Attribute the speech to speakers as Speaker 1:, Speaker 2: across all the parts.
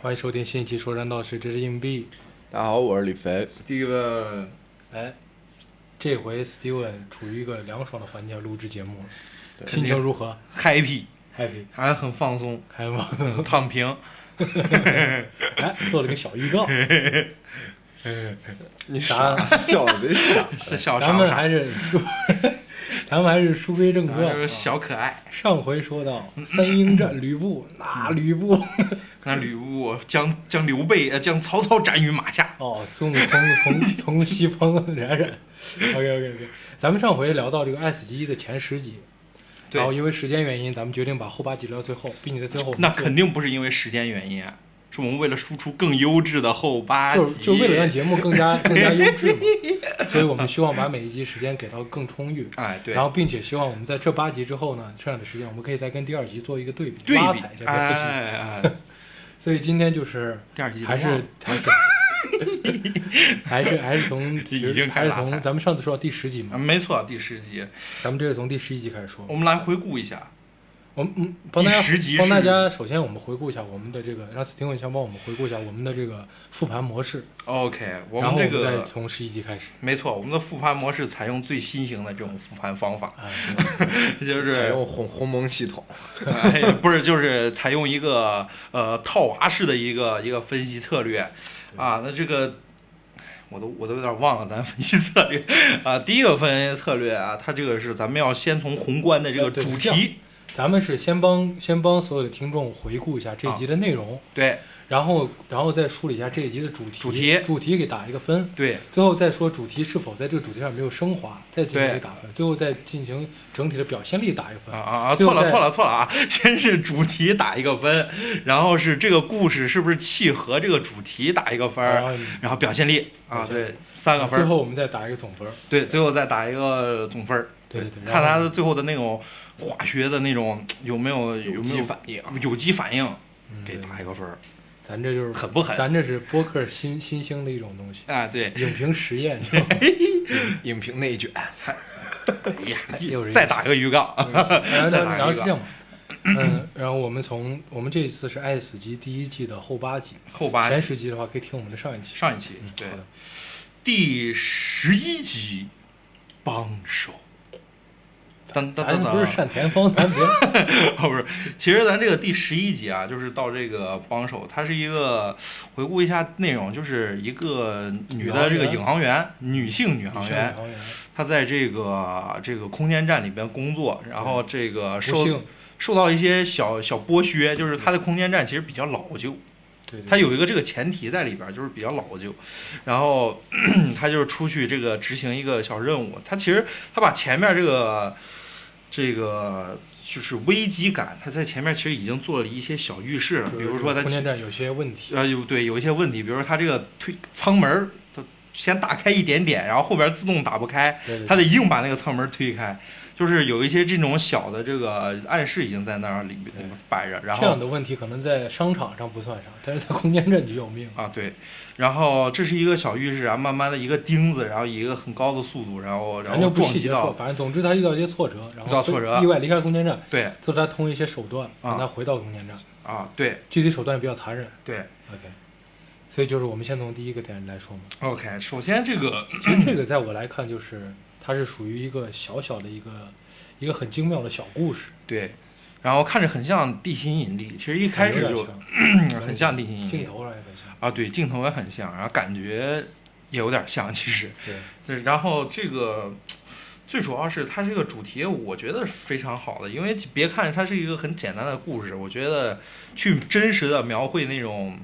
Speaker 1: 欢迎收听新一期《说山道事》，这是硬币。
Speaker 2: 大家好，我是李肥。
Speaker 3: 第一个，
Speaker 1: 哎，这回 Steven 处于一个凉爽的环境录制节目，
Speaker 2: 对
Speaker 1: 心情如何
Speaker 3: happy，
Speaker 1: ？Happy，
Speaker 3: 还很放松，
Speaker 1: 还有吗？
Speaker 3: 躺平。
Speaker 1: 哎，做了个小 预告，
Speaker 3: 哎
Speaker 2: 你
Speaker 1: 啥
Speaker 2: 傻小子傻，
Speaker 3: 是小
Speaker 1: 咱
Speaker 3: 啥
Speaker 1: 们还是书， 咱们还是书归正
Speaker 3: 啊就是
Speaker 1: 传。
Speaker 3: 小可爱。
Speaker 1: 上回说到三英战吕布，
Speaker 3: 嗯
Speaker 1: 那吕布
Speaker 3: 那吕布将将刘备呃将曹操斩于马下。
Speaker 1: 哦，孙悟空从从西方冉冉。OK OK OK，咱们上回聊到这个爱死机的前十集，
Speaker 3: 对
Speaker 1: 然后因为时间原因，咱们决定把后八集留到最后，并且在最后我们
Speaker 3: 那
Speaker 1: 做
Speaker 3: 肯定不是因为时间原因啊，是我们为了输出更优质的后八
Speaker 1: 就
Speaker 3: 集，
Speaker 1: 就为了让节目更加更加优质嘛，所以我们希望把每一集时间给到更充裕。
Speaker 3: 哎对
Speaker 1: 然后，并且希望我们在这八集之后呢，剩下的时间我们可以再跟第二集做一个对比，
Speaker 3: 对
Speaker 1: 拉
Speaker 3: 比
Speaker 1: 踩一下这
Speaker 3: 哎
Speaker 1: 个集。
Speaker 3: 哎，哎
Speaker 1: 所以今天就是
Speaker 3: 第二集
Speaker 1: 还
Speaker 3: 忘
Speaker 1: 是
Speaker 3: 了
Speaker 1: 还是还是还是 从其实
Speaker 3: 已经开
Speaker 1: 还是
Speaker 3: 始拉踩
Speaker 1: 从咱们上次说到第十集
Speaker 3: 啊
Speaker 1: 嘛，
Speaker 3: 没错，第十集，
Speaker 1: 咱们这是从第十一集开始说
Speaker 3: 我。们来回顾一下。
Speaker 1: 我们嗯，帮大家
Speaker 3: 哦第十集
Speaker 1: 帮大
Speaker 3: 是
Speaker 1: 家，首先我们回顾一下我们的这个，让 Steven 先帮我们回顾一下我们的这个复盘模式，
Speaker 3: OK，我
Speaker 1: 然
Speaker 3: 们
Speaker 1: 后
Speaker 3: 这
Speaker 1: 我们再
Speaker 3: 个
Speaker 1: 从十一集开始。
Speaker 3: 没错，我们的复盘模式采用最新型的这种复盘 方法，
Speaker 1: 啊，
Speaker 3: 就
Speaker 2: 采
Speaker 3: 是
Speaker 2: 用鸿鸿蒙系统，
Speaker 3: 哎，不是，就是采用一个呃套娃式的一个一个分析策略啊。那这个我都我都有点忘了咱分析策略啊。第一个分析策略啊，它这个是咱们要先从宏观的这
Speaker 1: 呃
Speaker 3: 个
Speaker 1: 对
Speaker 3: 主
Speaker 1: 这样
Speaker 3: 题，
Speaker 1: 咱们是先帮先帮所有的听众回顾一下
Speaker 3: 啊
Speaker 1: 这一集的内容，
Speaker 3: 对
Speaker 1: 然后然后再梳理一下这一集的主题，主
Speaker 3: 主题
Speaker 1: 给打一个分，
Speaker 3: 对
Speaker 1: 最后再说主题是否在这个主题上没有升华，再进行一个
Speaker 3: 对
Speaker 1: 打分，最后再进行整体的表现力打一个分
Speaker 3: 啊啊啊！
Speaker 1: 最后
Speaker 3: 错了
Speaker 1: 再
Speaker 3: 错了错了啊！ 先是主题打一个分，然后是这个故事是不是契合这个主题打一个分
Speaker 1: 然后
Speaker 3: 儿，然后表现力
Speaker 1: 表
Speaker 3: 啊
Speaker 1: 现力
Speaker 3: 对三个分
Speaker 1: 最
Speaker 3: 儿，
Speaker 1: 后我们再打一个总分。
Speaker 3: 对，最后再打一个总分儿。
Speaker 1: 对对对
Speaker 3: 看
Speaker 1: 然
Speaker 3: 他
Speaker 1: 后
Speaker 3: 的最后的那种化学的那种有没有有没
Speaker 2: 机
Speaker 3: 有
Speaker 2: 反应。
Speaker 3: 有机反应，
Speaker 1: 嗯
Speaker 3: 给打一个分儿。
Speaker 1: 咱这就是
Speaker 3: 狠不狠
Speaker 1: 咱这是播客新新兴的一种 东西，
Speaker 3: 啊，对，
Speaker 1: 影评实验，你知道吗
Speaker 2: 影评内卷，
Speaker 3: 哎
Speaker 1: 又是一
Speaker 3: 呀，再
Speaker 1: 个
Speaker 3: 打一个预告，
Speaker 1: 然后
Speaker 3: 再
Speaker 1: 然
Speaker 3: 打
Speaker 1: 后
Speaker 3: 一
Speaker 1: 是
Speaker 3: 个
Speaker 1: 这样嘛，嗯，然后我们从我们这一次是《爱死机》第一季的后八集，
Speaker 3: 后八
Speaker 1: 前
Speaker 3: 集
Speaker 1: 十集的话可以听我们的上一期。
Speaker 3: 上一期
Speaker 1: 嗯
Speaker 3: 对
Speaker 1: 好的
Speaker 3: 第十一集帮手。当当
Speaker 1: 咱
Speaker 3: 当
Speaker 1: 不是
Speaker 3: 当，
Speaker 1: 单田芳，咱别
Speaker 3: 哦，不是，其实咱这个第十一集啊，就是到这个帮手，它是一个回顾一下内容，就是一个女的这个
Speaker 1: 宇航员
Speaker 3: 宇航员，女性女
Speaker 1: 女
Speaker 3: 航
Speaker 1: 生
Speaker 3: 员
Speaker 1: 宇，航员，
Speaker 3: 他在这个这个空间站里边工作，然后这个
Speaker 1: 不
Speaker 3: 受
Speaker 1: 幸，
Speaker 3: 受到一些小小剥削，就是他的空间站其实比较老旧，
Speaker 1: 对对
Speaker 3: 他有一个这个前提在里边，就是比较老旧，然后 他就是出去这个执行一个小任务，他其实他把前面这个这个就是危机感，他在前面其实已经做了一些小预示了，
Speaker 1: 就是
Speaker 3: 比如说他
Speaker 1: 空间站有些问题，
Speaker 3: 呃，有对有一些问题，比如说它这个推舱门儿，它先打开一点点，然后后边自动打不开
Speaker 1: 对对，
Speaker 3: 它得硬把那个舱门推开，就是有一些这种小的这个暗示已经在那儿里
Speaker 1: 对
Speaker 3: 摆着，然
Speaker 1: 这样
Speaker 3: 后
Speaker 1: 的问题可能在商场上不算啥，但是在空间站就要命。
Speaker 3: 啊对，然后这是一个小预示，然后慢慢的一个钉子，然后以一个很高的速度，然后然
Speaker 1: 咱
Speaker 3: 后
Speaker 1: 就不
Speaker 3: 撞
Speaker 1: 细
Speaker 3: 击
Speaker 1: 节说，
Speaker 3: 到，
Speaker 1: 反正总之他遇到一些挫折，然
Speaker 3: 遇到
Speaker 1: 后
Speaker 3: 挫
Speaker 1: 非
Speaker 3: 折
Speaker 1: 意外离开空间站，
Speaker 3: 对
Speaker 1: 最后他通过一些手段让他回到空间站，
Speaker 3: 啊对
Speaker 1: 具体手段比较残忍。
Speaker 3: 对
Speaker 1: OK，所以就是我们先从第一个点来说嘛。
Speaker 3: ，OK，首先这个
Speaker 1: 其实这个在我来看，就是它是属于一个小小的一个一个很精妙的小故事，
Speaker 3: 对，然后看着很像地心引力，其实一开始
Speaker 1: 有点
Speaker 3: 就
Speaker 1: 像
Speaker 3: 很像地心引
Speaker 1: 镜
Speaker 3: 力。
Speaker 1: 头上也很像。
Speaker 3: 啊，对，镜头也很像，然后感觉也有点像，其实
Speaker 1: 对，
Speaker 3: 对。然后这个最主要是它这个主题，我觉得是非常好的，因为别看它是一个很简单的故事，我觉得去真实的描绘那种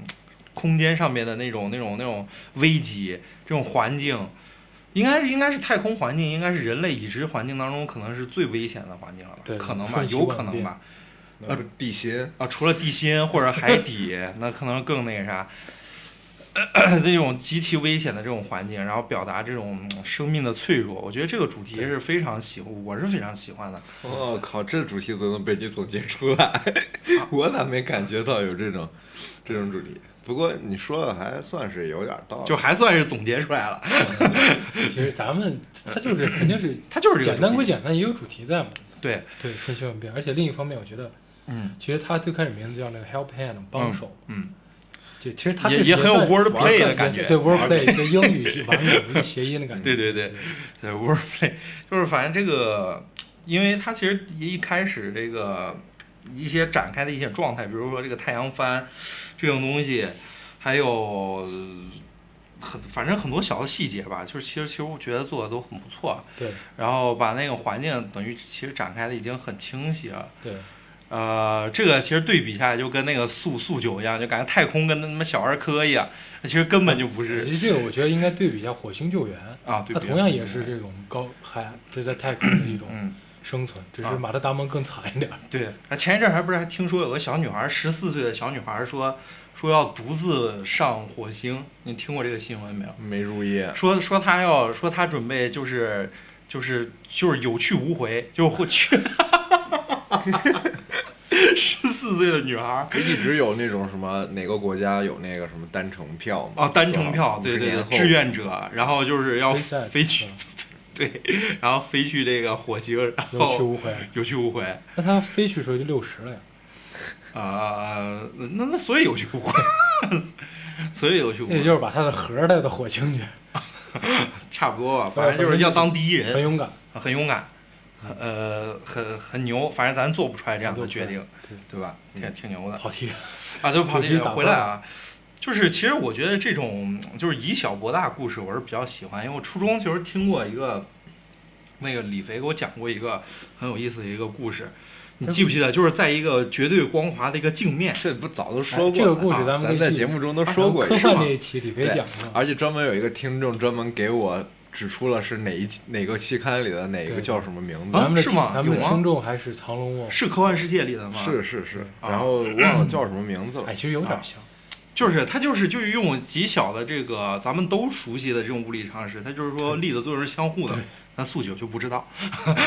Speaker 3: 空间上面的那种那种那种危机，这种环境。应该是应该是太空环境，应该是人类已知环境当中可能是最危险的环境了吧？
Speaker 1: 对
Speaker 3: 可能吧，
Speaker 1: 瞬息
Speaker 3: 有
Speaker 1: 万
Speaker 3: 可能
Speaker 1: 变
Speaker 3: 吧。
Speaker 2: 那不地心，
Speaker 3: 啊，除了地心或者海底， 那可能更那个啥， 那种极其危险的这种环境，然后表达这种嗯生命的脆弱，我觉得这个主题是非常喜欢，我是非常喜欢的。
Speaker 2: 我、哦靠，这主题都能被你总结出来， 我咋没感觉到有这种这种主题？不过你说的还算是有点道理，
Speaker 3: 就还算是总结出 来了，
Speaker 1: 其实咱们它 就是肯定是
Speaker 3: 它就是这个
Speaker 1: 简单
Speaker 3: 主
Speaker 1: 归
Speaker 3: 题。
Speaker 1: 简单，也有主题在嘛。
Speaker 3: 对，
Speaker 1: 对，瞬息万变。而且另一方面，我觉得
Speaker 3: 嗯
Speaker 1: 其实它最开始名字叫那个 Help Hand 帮手，
Speaker 3: 嗯，
Speaker 1: 就其实它
Speaker 3: 也
Speaker 1: 这
Speaker 3: 也很有
Speaker 1: 算
Speaker 3: wordplay 的
Speaker 1: 也
Speaker 3: 感
Speaker 1: 算
Speaker 3: 觉
Speaker 1: 对
Speaker 3: 玩
Speaker 1: wordplay 对英语系反正有一个谐音的感觉。
Speaker 3: 对对对， 对 wordplay 就是反正这个，因为它其实一开始这个一些展开的一些状态，比如说这个太阳帆这种东西，还有呃很反正很多小的细节吧，就是其实其实我觉得做的都很不错，
Speaker 1: 对
Speaker 3: 然后把那个环境等于其实展开的已经很清晰了。
Speaker 1: 对
Speaker 3: 呃，这个其实对比下来就跟那个速速九一样，就感觉太空跟他妈小儿科一样，其实根本就不
Speaker 1: 对，
Speaker 3: 是
Speaker 1: 其实这个我觉得应该对比一下火星救援，
Speaker 3: 啊。对
Speaker 1: 它
Speaker 3: 比
Speaker 1: 同样也是这种高海，这在太空的一种
Speaker 3: 嗯，
Speaker 1: 生存，只是
Speaker 3: 啊
Speaker 1: 马特达蒙更惨一点儿。
Speaker 3: 对。啊，前一阵儿还不是还听说有个小女孩，十四岁的小女孩说说要独自上火星，你听过这个新闻没有？
Speaker 2: 没入夜，
Speaker 3: 说说她要说她准备就是就是就是有去无回，就是会去。十四岁的女孩，
Speaker 2: 一直有那种什么哪个国家有那个什么单程票嘛？
Speaker 3: 哦，单程票，对对对，志愿
Speaker 2: 者。
Speaker 3: 者，然后就是要
Speaker 1: SpaceX，
Speaker 3: 飞去
Speaker 1: 嗯，
Speaker 3: 对，然后飞去这个火星，然后
Speaker 1: 有去无回
Speaker 3: 有去无回
Speaker 1: 那它飞去时候就六十了呀，
Speaker 3: 啊，那那所以有去无回， 所以有去无
Speaker 1: 那
Speaker 3: 回，
Speaker 1: 也哎就是把它的核儿带到火星去，
Speaker 3: 差不多吧，反正就是要当第一
Speaker 1: 很
Speaker 3: 人，
Speaker 1: 勇敢。
Speaker 3: 呃很勇敢，呃，很很牛，反正咱做不出来这样的决定，
Speaker 1: 对，
Speaker 3: 对嗯吧？挺挺牛的
Speaker 1: 跑题。
Speaker 3: 啊，对，跑
Speaker 1: 主
Speaker 3: 题
Speaker 1: 题
Speaker 3: 了
Speaker 1: 打
Speaker 3: 回
Speaker 1: 断
Speaker 3: 来啊。 就是，其实我觉得这种就是以小博大故事，我是比较喜欢，因为我初中其实听过一个那个李肥给我讲过一个很有意思的一个故事，你记不记得？就是在一个绝对光滑的一个镜面，
Speaker 2: 这不早都说过了啊、
Speaker 1: 哎这个故事咱
Speaker 2: 咱
Speaker 1: 们可以
Speaker 2: 在
Speaker 1: 记啊
Speaker 2: 节目中都说过，
Speaker 1: 科
Speaker 2: 是
Speaker 1: 幻
Speaker 2: 吗
Speaker 1: 那？一期里边
Speaker 2: 对
Speaker 1: 讲过，
Speaker 3: 啊
Speaker 2: 而且专门有一个听众专门给我指出了是哪一期哪个期刊里的哪个
Speaker 1: 对
Speaker 2: 叫什么名字，
Speaker 1: 咱们的
Speaker 3: 是吗
Speaker 1: 咱们的
Speaker 3: 有吗
Speaker 1: 听众还是藏龙卧虎，
Speaker 3: 是科幻世界里的吗？
Speaker 2: 是，是是，
Speaker 3: 啊
Speaker 2: 然后忘了叫什么名字了
Speaker 1: 哎，。其实有
Speaker 3: 啊
Speaker 1: 点像。
Speaker 3: 就是它就是就是用极小的这个咱们都熟悉的这种物理常识，它就是说力的作用是相互的，那速九就不知道，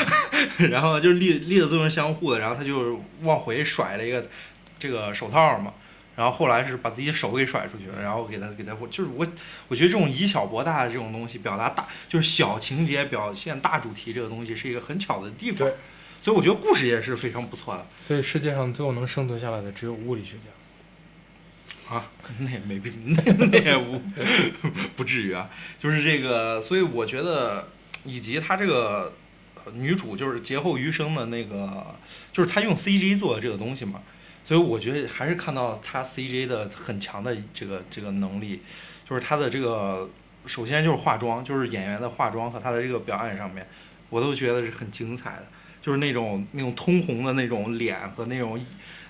Speaker 3: 然后就是力力的作用是相互的，然后他就往回甩了一个这个手套嘛。然后后来是把自己手给甩出去了，然后给他给他，就是我，我觉得这种以小博大的这种东西，表达大就是小情节表现大主题，这个东西是一个很巧的地方
Speaker 1: 对，
Speaker 3: 所以我觉得故事也是非常不错的。
Speaker 1: 所以世界上最后能生存下来的只有物理学家。
Speaker 3: 啊，那也没必， 那那也不 不至于啊。就是这个，所以我觉得，以及她这个呃女主就是劫后余生的那个，就是她用 CG 做的这个东西嘛，所以我觉得还是看到她 CG 的很强的这个这个能力，就是她的这个首先就是化妆，就是演员的化妆和她的这个表演上面，我都觉得是很精彩的，就是那种那种通红的那种脸和那种。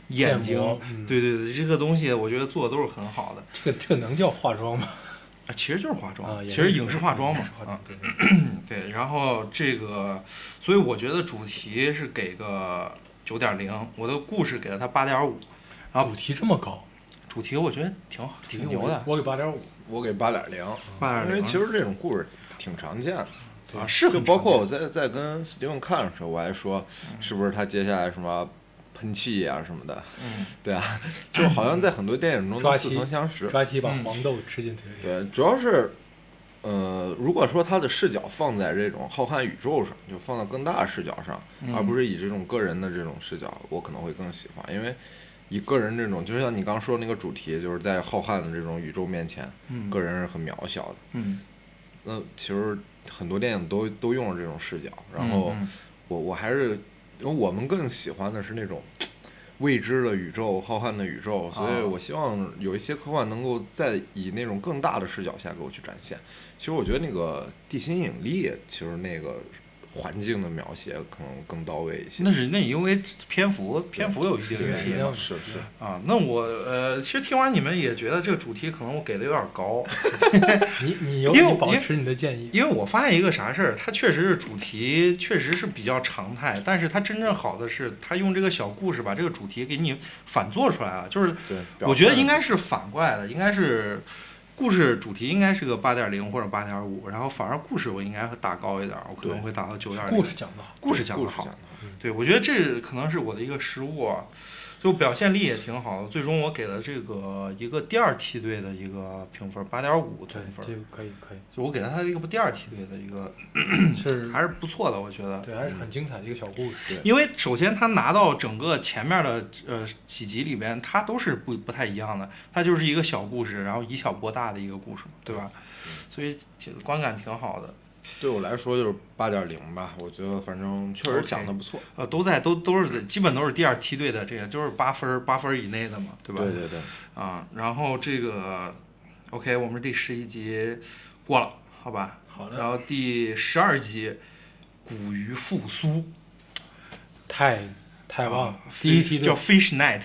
Speaker 3: 眼
Speaker 1: 建
Speaker 3: 睛
Speaker 1: 模，嗯
Speaker 3: 对对对，这个东西我觉得做的都是很好的
Speaker 1: 这个这个能叫化妆吗？
Speaker 3: 啊，其实就是化妆，
Speaker 1: 啊，也
Speaker 3: 其
Speaker 1: 是
Speaker 3: 实影视化妆嘛
Speaker 1: 影视化
Speaker 3: 啊
Speaker 1: 妆，，对对
Speaker 3: 对。然后这个，所以我觉得主题是给个九点零，我的故事给了他八点五，然后
Speaker 1: 主题这么高，
Speaker 3: 主题我觉得挺好，挺
Speaker 1: 我
Speaker 3: 牛
Speaker 1: 给
Speaker 3: 的
Speaker 1: 我给八点五，
Speaker 2: 我给八点零，
Speaker 3: 8.0
Speaker 2: 因为其实这种故事挺常见的。
Speaker 3: 啊，是
Speaker 2: 就
Speaker 3: 很
Speaker 2: 包
Speaker 3: 常
Speaker 2: 括
Speaker 3: 见
Speaker 2: 我在在跟 Steven 看的时候，我还说，是不是他接下来什么喷气啊什么的，
Speaker 3: 嗯
Speaker 2: 对啊，就好像在很多电影中都
Speaker 1: 抓
Speaker 2: 似
Speaker 1: 鸡
Speaker 2: 曾相识。
Speaker 1: 抓鸡把
Speaker 3: 嗯
Speaker 1: 黄豆吃进嘴里，
Speaker 2: 对，主要是，呃，如果说他的视角放在这种浩瀚宇宙上，就放到更大的视角上，
Speaker 3: 嗯
Speaker 2: 而不是以这种个人的这种视角，我可能会更喜欢，因为以个人这种，就像你刚说那个主题，就是在浩瀚的这种宇宙面前，
Speaker 3: 嗯
Speaker 2: 个人是很渺小的。
Speaker 3: 嗯
Speaker 2: 那呃其实很多电影都都用了这种视角，然后
Speaker 3: 嗯嗯
Speaker 2: 我我还是因为我们更喜欢的是那种未知的宇宙、浩瀚的宇宙，所以
Speaker 3: 啊
Speaker 2: 我希望有一些科幻能够再以那种更大的视角下给我去展现。其实我觉得那个地心引力，其实那个环境的描写可能更到位一些。
Speaker 3: 那是那因为篇幅篇幅有一定
Speaker 2: 对
Speaker 3: 原因
Speaker 1: 是
Speaker 3: 嘛
Speaker 2: 是是，
Speaker 3: 啊。那我呃，其实听完你们也觉得这个主题可能我给的有点高，
Speaker 1: 你你有
Speaker 3: 因为
Speaker 1: 你保
Speaker 3: 因为
Speaker 1: 持你的建议，
Speaker 3: 因为我发现一个啥事儿，它确实是主题确实是比较常态，但是它真正好的是，它用这个小故事把这个主题给你反做出来了。就是
Speaker 2: 对
Speaker 3: 我觉得应该是反过来的，应该是故事主题应该是个八点零或者八点五，然后反而故事我应该会打高一点，我可能
Speaker 2: 对
Speaker 3: 会打到九点零。
Speaker 1: 故事讲的好，
Speaker 3: 故事讲
Speaker 2: 故
Speaker 3: 得
Speaker 2: 事
Speaker 3: 好
Speaker 2: 讲得好，
Speaker 3: 对，我觉得这可能是我的一个失误啊，就表现力也挺好的，最终我给了这个一个第二梯队的一个评分，八点五
Speaker 1: 对
Speaker 3: 总，分
Speaker 1: 这，个可以可以，
Speaker 3: 就我给了他一个第二梯队的一个，
Speaker 1: 是，
Speaker 3: 还是不错的，我觉得。
Speaker 1: 对，还是很精彩的一个小故事。
Speaker 3: 因为首先他拿到整个前面的呃几集里边，他都是不不太一样的，他就是一个小故事，然后以小博大的一个故事嘛，对吧？所以其实观感挺好的，
Speaker 2: 对我来说就是八点零吧，我觉得反正确实
Speaker 3: OK
Speaker 2: 讲的不错。
Speaker 3: 呃，都在都都是在基本都是第二梯队的，这个就是八分儿八分儿以内的嘛，对吧？
Speaker 2: 对对对，
Speaker 3: 啊，然后这个 OK，我们第十一集过了，好吧？
Speaker 1: 好的
Speaker 3: 然后第十二集，古鱼复苏，
Speaker 1: 太太棒了
Speaker 3: 啊！
Speaker 1: 哦第一
Speaker 3: fish-
Speaker 1: 梯队
Speaker 3: 叫 Fish Night，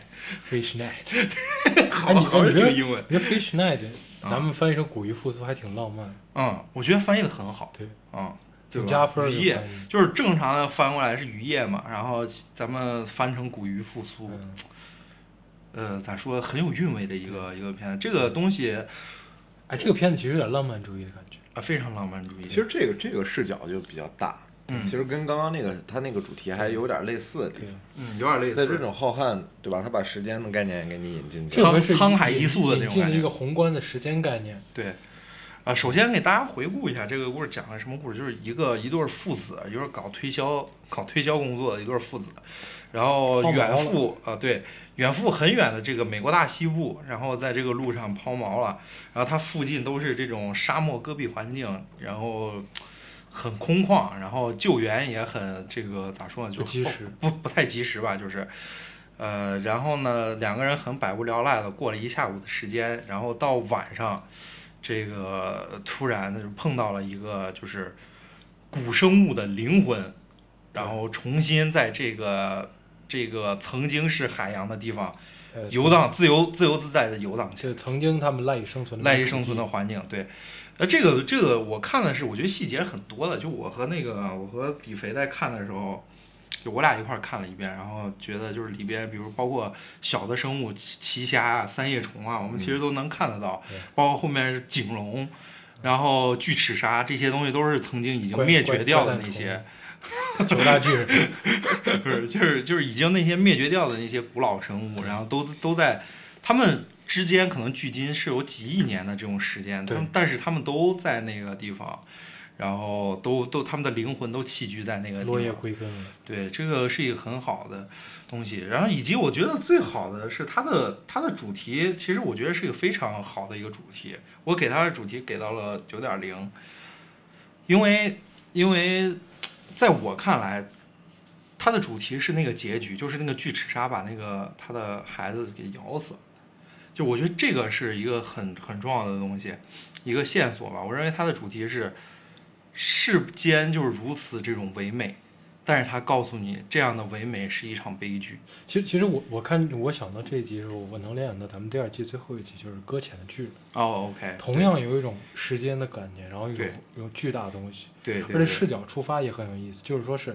Speaker 1: Fish Night，
Speaker 3: 好
Speaker 1: 哎，你
Speaker 3: 好
Speaker 1: 哎
Speaker 3: 像
Speaker 1: 你别
Speaker 3: 这个英文。啊
Speaker 1: 你别 Fish Night，咱们翻译成“古鱼复苏”还挺浪漫，
Speaker 3: 嗯，我觉得翻译的很好。
Speaker 1: 对，
Speaker 3: 嗯，对
Speaker 1: 挺
Speaker 3: 吧？
Speaker 1: 加分儿
Speaker 3: 渔
Speaker 1: 的
Speaker 3: 业
Speaker 1: 翻译
Speaker 3: 就是正常的翻过来是渔业嘛，然后咱们翻成古鱼复苏，
Speaker 1: 嗯
Speaker 3: 呃，咋说很有韵味的一个一个片子。这个东西
Speaker 1: 哎，这个片子其实有点浪漫主义的感觉。
Speaker 3: 啊非常浪漫主义。
Speaker 2: 其实这个这个视角就比较大，
Speaker 3: 嗯
Speaker 2: 其实跟刚刚那个他那个主题还有点类似的地
Speaker 1: 对
Speaker 2: 方。，
Speaker 3: 嗯，有点类似。
Speaker 2: 在这种浩瀚，对吧？他把时间的概念也给你引进去
Speaker 1: 这
Speaker 2: 了。
Speaker 1: 回是
Speaker 3: 沧沧海
Speaker 1: 引
Speaker 3: 一粟的那
Speaker 1: 引
Speaker 3: 种
Speaker 1: 进
Speaker 3: 感
Speaker 1: 了
Speaker 3: 觉
Speaker 1: 一个宏观的时间概念。
Speaker 3: 对，啊，首先给大家回顾一下这个故事讲了什么故事，就是一个一对儿父子，一对儿搞推销搞推销工作的一对儿父子，然后
Speaker 1: 抛锚
Speaker 3: 远
Speaker 1: 了
Speaker 3: 赴啊对远赴很远的这个美国大西部，然后在这个路上抛锚了，然后它附近都是这种沙漠戈壁环境，然后。很空旷，然后救援也很这个咋说呢，就
Speaker 1: 不及时
Speaker 3: 不不太及时吧，就是，呃，然后呢，两个人很百无聊赖的过了一下午的时间，然后到晚上，这个呃突然就碰到了一个就是古生物的灵魂，然后重新在这个这个曾经是海洋的地方
Speaker 1: 呃，
Speaker 3: 游荡，自由自由自在的游荡起来
Speaker 1: 这曾经他们赖以生存的
Speaker 3: 赖
Speaker 1: 那
Speaker 3: 以
Speaker 1: 个
Speaker 3: 生存
Speaker 1: 土
Speaker 3: 的
Speaker 1: 地，
Speaker 3: 环境。对，呃，这个这个我看的是，我觉得细节很多的。就我和那个我和李肥在看的时候，就我俩一块儿看了一遍，然后觉得就是里边，比如包括小的生物奇奇虾啊、三叶虫啊，我们其实都能看得到，
Speaker 1: 嗯对嗯
Speaker 3: 包括后面是颈龙。然后巨齿鲨这些东西都是曾经已经
Speaker 1: 怪
Speaker 3: 灭
Speaker 1: 怪
Speaker 3: 绝掉
Speaker 1: 怪
Speaker 3: 的
Speaker 1: 诞
Speaker 3: 那
Speaker 1: 虫
Speaker 3: 些，
Speaker 1: 九大巨 人。
Speaker 3: 不是，就是就是已经那些灭绝掉的那些古老生物，然后都都在他们之间可能距今是有几亿年的这种时间，他们
Speaker 1: 对
Speaker 3: 但是他们都在那个地方，然后都都他们的灵魂都栖居在那个地
Speaker 1: 落叶
Speaker 3: 方。
Speaker 1: 归根了，
Speaker 3: 对，这个是一个很好的东西。然后以及我觉得最好的是它的它的主题，其实我觉得是一个非常好的一个主题。我给它的主题给到了九点零，因为因为在我看来，它的主题是那个结局，就是那个巨齿鲨把那个他的孩子给咬死。就我觉得这个是一个很很重要的东西，一个线索吧。我认为它的主题是世间就是如此这种唯美，但是它告诉你这样的唯美是一场悲剧。
Speaker 1: 其实其实我我看我想到这一集的时候，我能联想到咱们第二季最后一集就是搁浅的巨人，
Speaker 3: 哦，OK，
Speaker 1: 同样有一种时间的感念，然后一种
Speaker 3: 对
Speaker 1: 一种巨大的东西，
Speaker 3: 对对
Speaker 1: 而且
Speaker 3: 对，
Speaker 1: 视角出发也很有意思，就是说是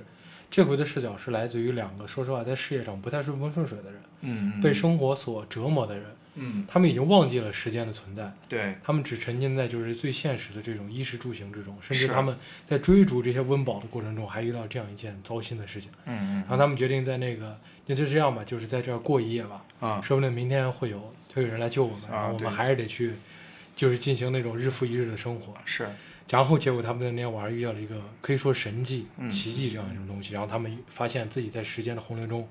Speaker 1: 这回的视角是来自于两个说实话在事业上不太顺风顺水的人，
Speaker 3: 嗯，嗯
Speaker 1: 被，生活所折磨的人，
Speaker 3: 嗯，
Speaker 1: 他们已经忘记了时间的存在，
Speaker 3: 对
Speaker 1: 他们只沉浸在就是最现实的这种衣食住行之中，甚至
Speaker 3: 是
Speaker 1: 他们在追逐这些温饱的过程中，还遇到这样一件糟心的事情。
Speaker 3: 嗯，嗯
Speaker 1: 然后他们决定在那个，那就这样吧，就是在这儿过一夜吧，
Speaker 3: 嗯啊，
Speaker 1: 说不定明天会有会有人来救我们，
Speaker 3: 啊
Speaker 1: 然后我
Speaker 3: 对
Speaker 1: 们还是得去，就是进行那种日复一日的生活。
Speaker 3: 是，
Speaker 1: 然后结果他们在那天晚上遇到了一个可以说神迹、
Speaker 3: 嗯
Speaker 1: 奇迹这样一种东西，然后他们发现自己在时间的洪流中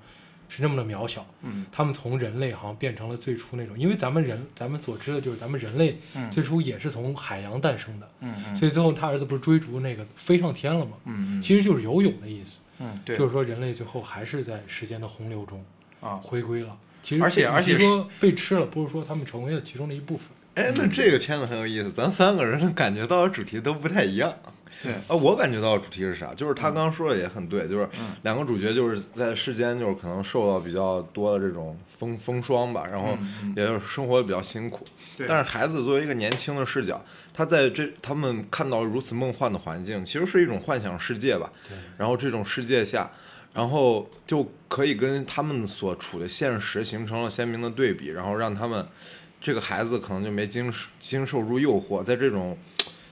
Speaker 1: 是那么的渺小，
Speaker 3: 嗯
Speaker 1: 他们从人类好像变成了最初那种，因为咱们人咱们所知的就是咱们人类
Speaker 3: 嗯
Speaker 1: 最初也是从海洋诞生的，
Speaker 3: 嗯嗯，
Speaker 1: 所以最后他儿子不是追逐那个飞上天了吗？
Speaker 3: 嗯嗯，
Speaker 1: 其实就是游泳的意思，
Speaker 3: 嗯对，
Speaker 1: 就是说人类最后还是在时间的洪流中
Speaker 3: 啊，
Speaker 1: 回归了。其实
Speaker 3: 而且
Speaker 1: 这
Speaker 3: 而且
Speaker 1: 与其说被吃了，不是说他们成为了其中的一部分。
Speaker 2: 哎，那这个片子很有意思，咱三个人感觉到的主题都不太一样。
Speaker 3: 对
Speaker 2: 啊，我感觉到的主题是啥？就是他刚刚说的也很对，就是
Speaker 3: 嗯
Speaker 2: 两个主角就是在世间就是可能受到比较多的这种风风霜吧，然后
Speaker 3: 嗯嗯
Speaker 2: 也就是生活得比较辛苦。
Speaker 3: 对
Speaker 2: 但是孩子作为一个年轻的视角，他在这他们看到如此梦幻的环境，其实是一种幻想世界吧。
Speaker 1: 对，
Speaker 2: 然后这种世界下，然后就可以跟他们所处的现实形成了鲜明的对比，然后让他们这个孩子可能就没经经受住诱惑，在这种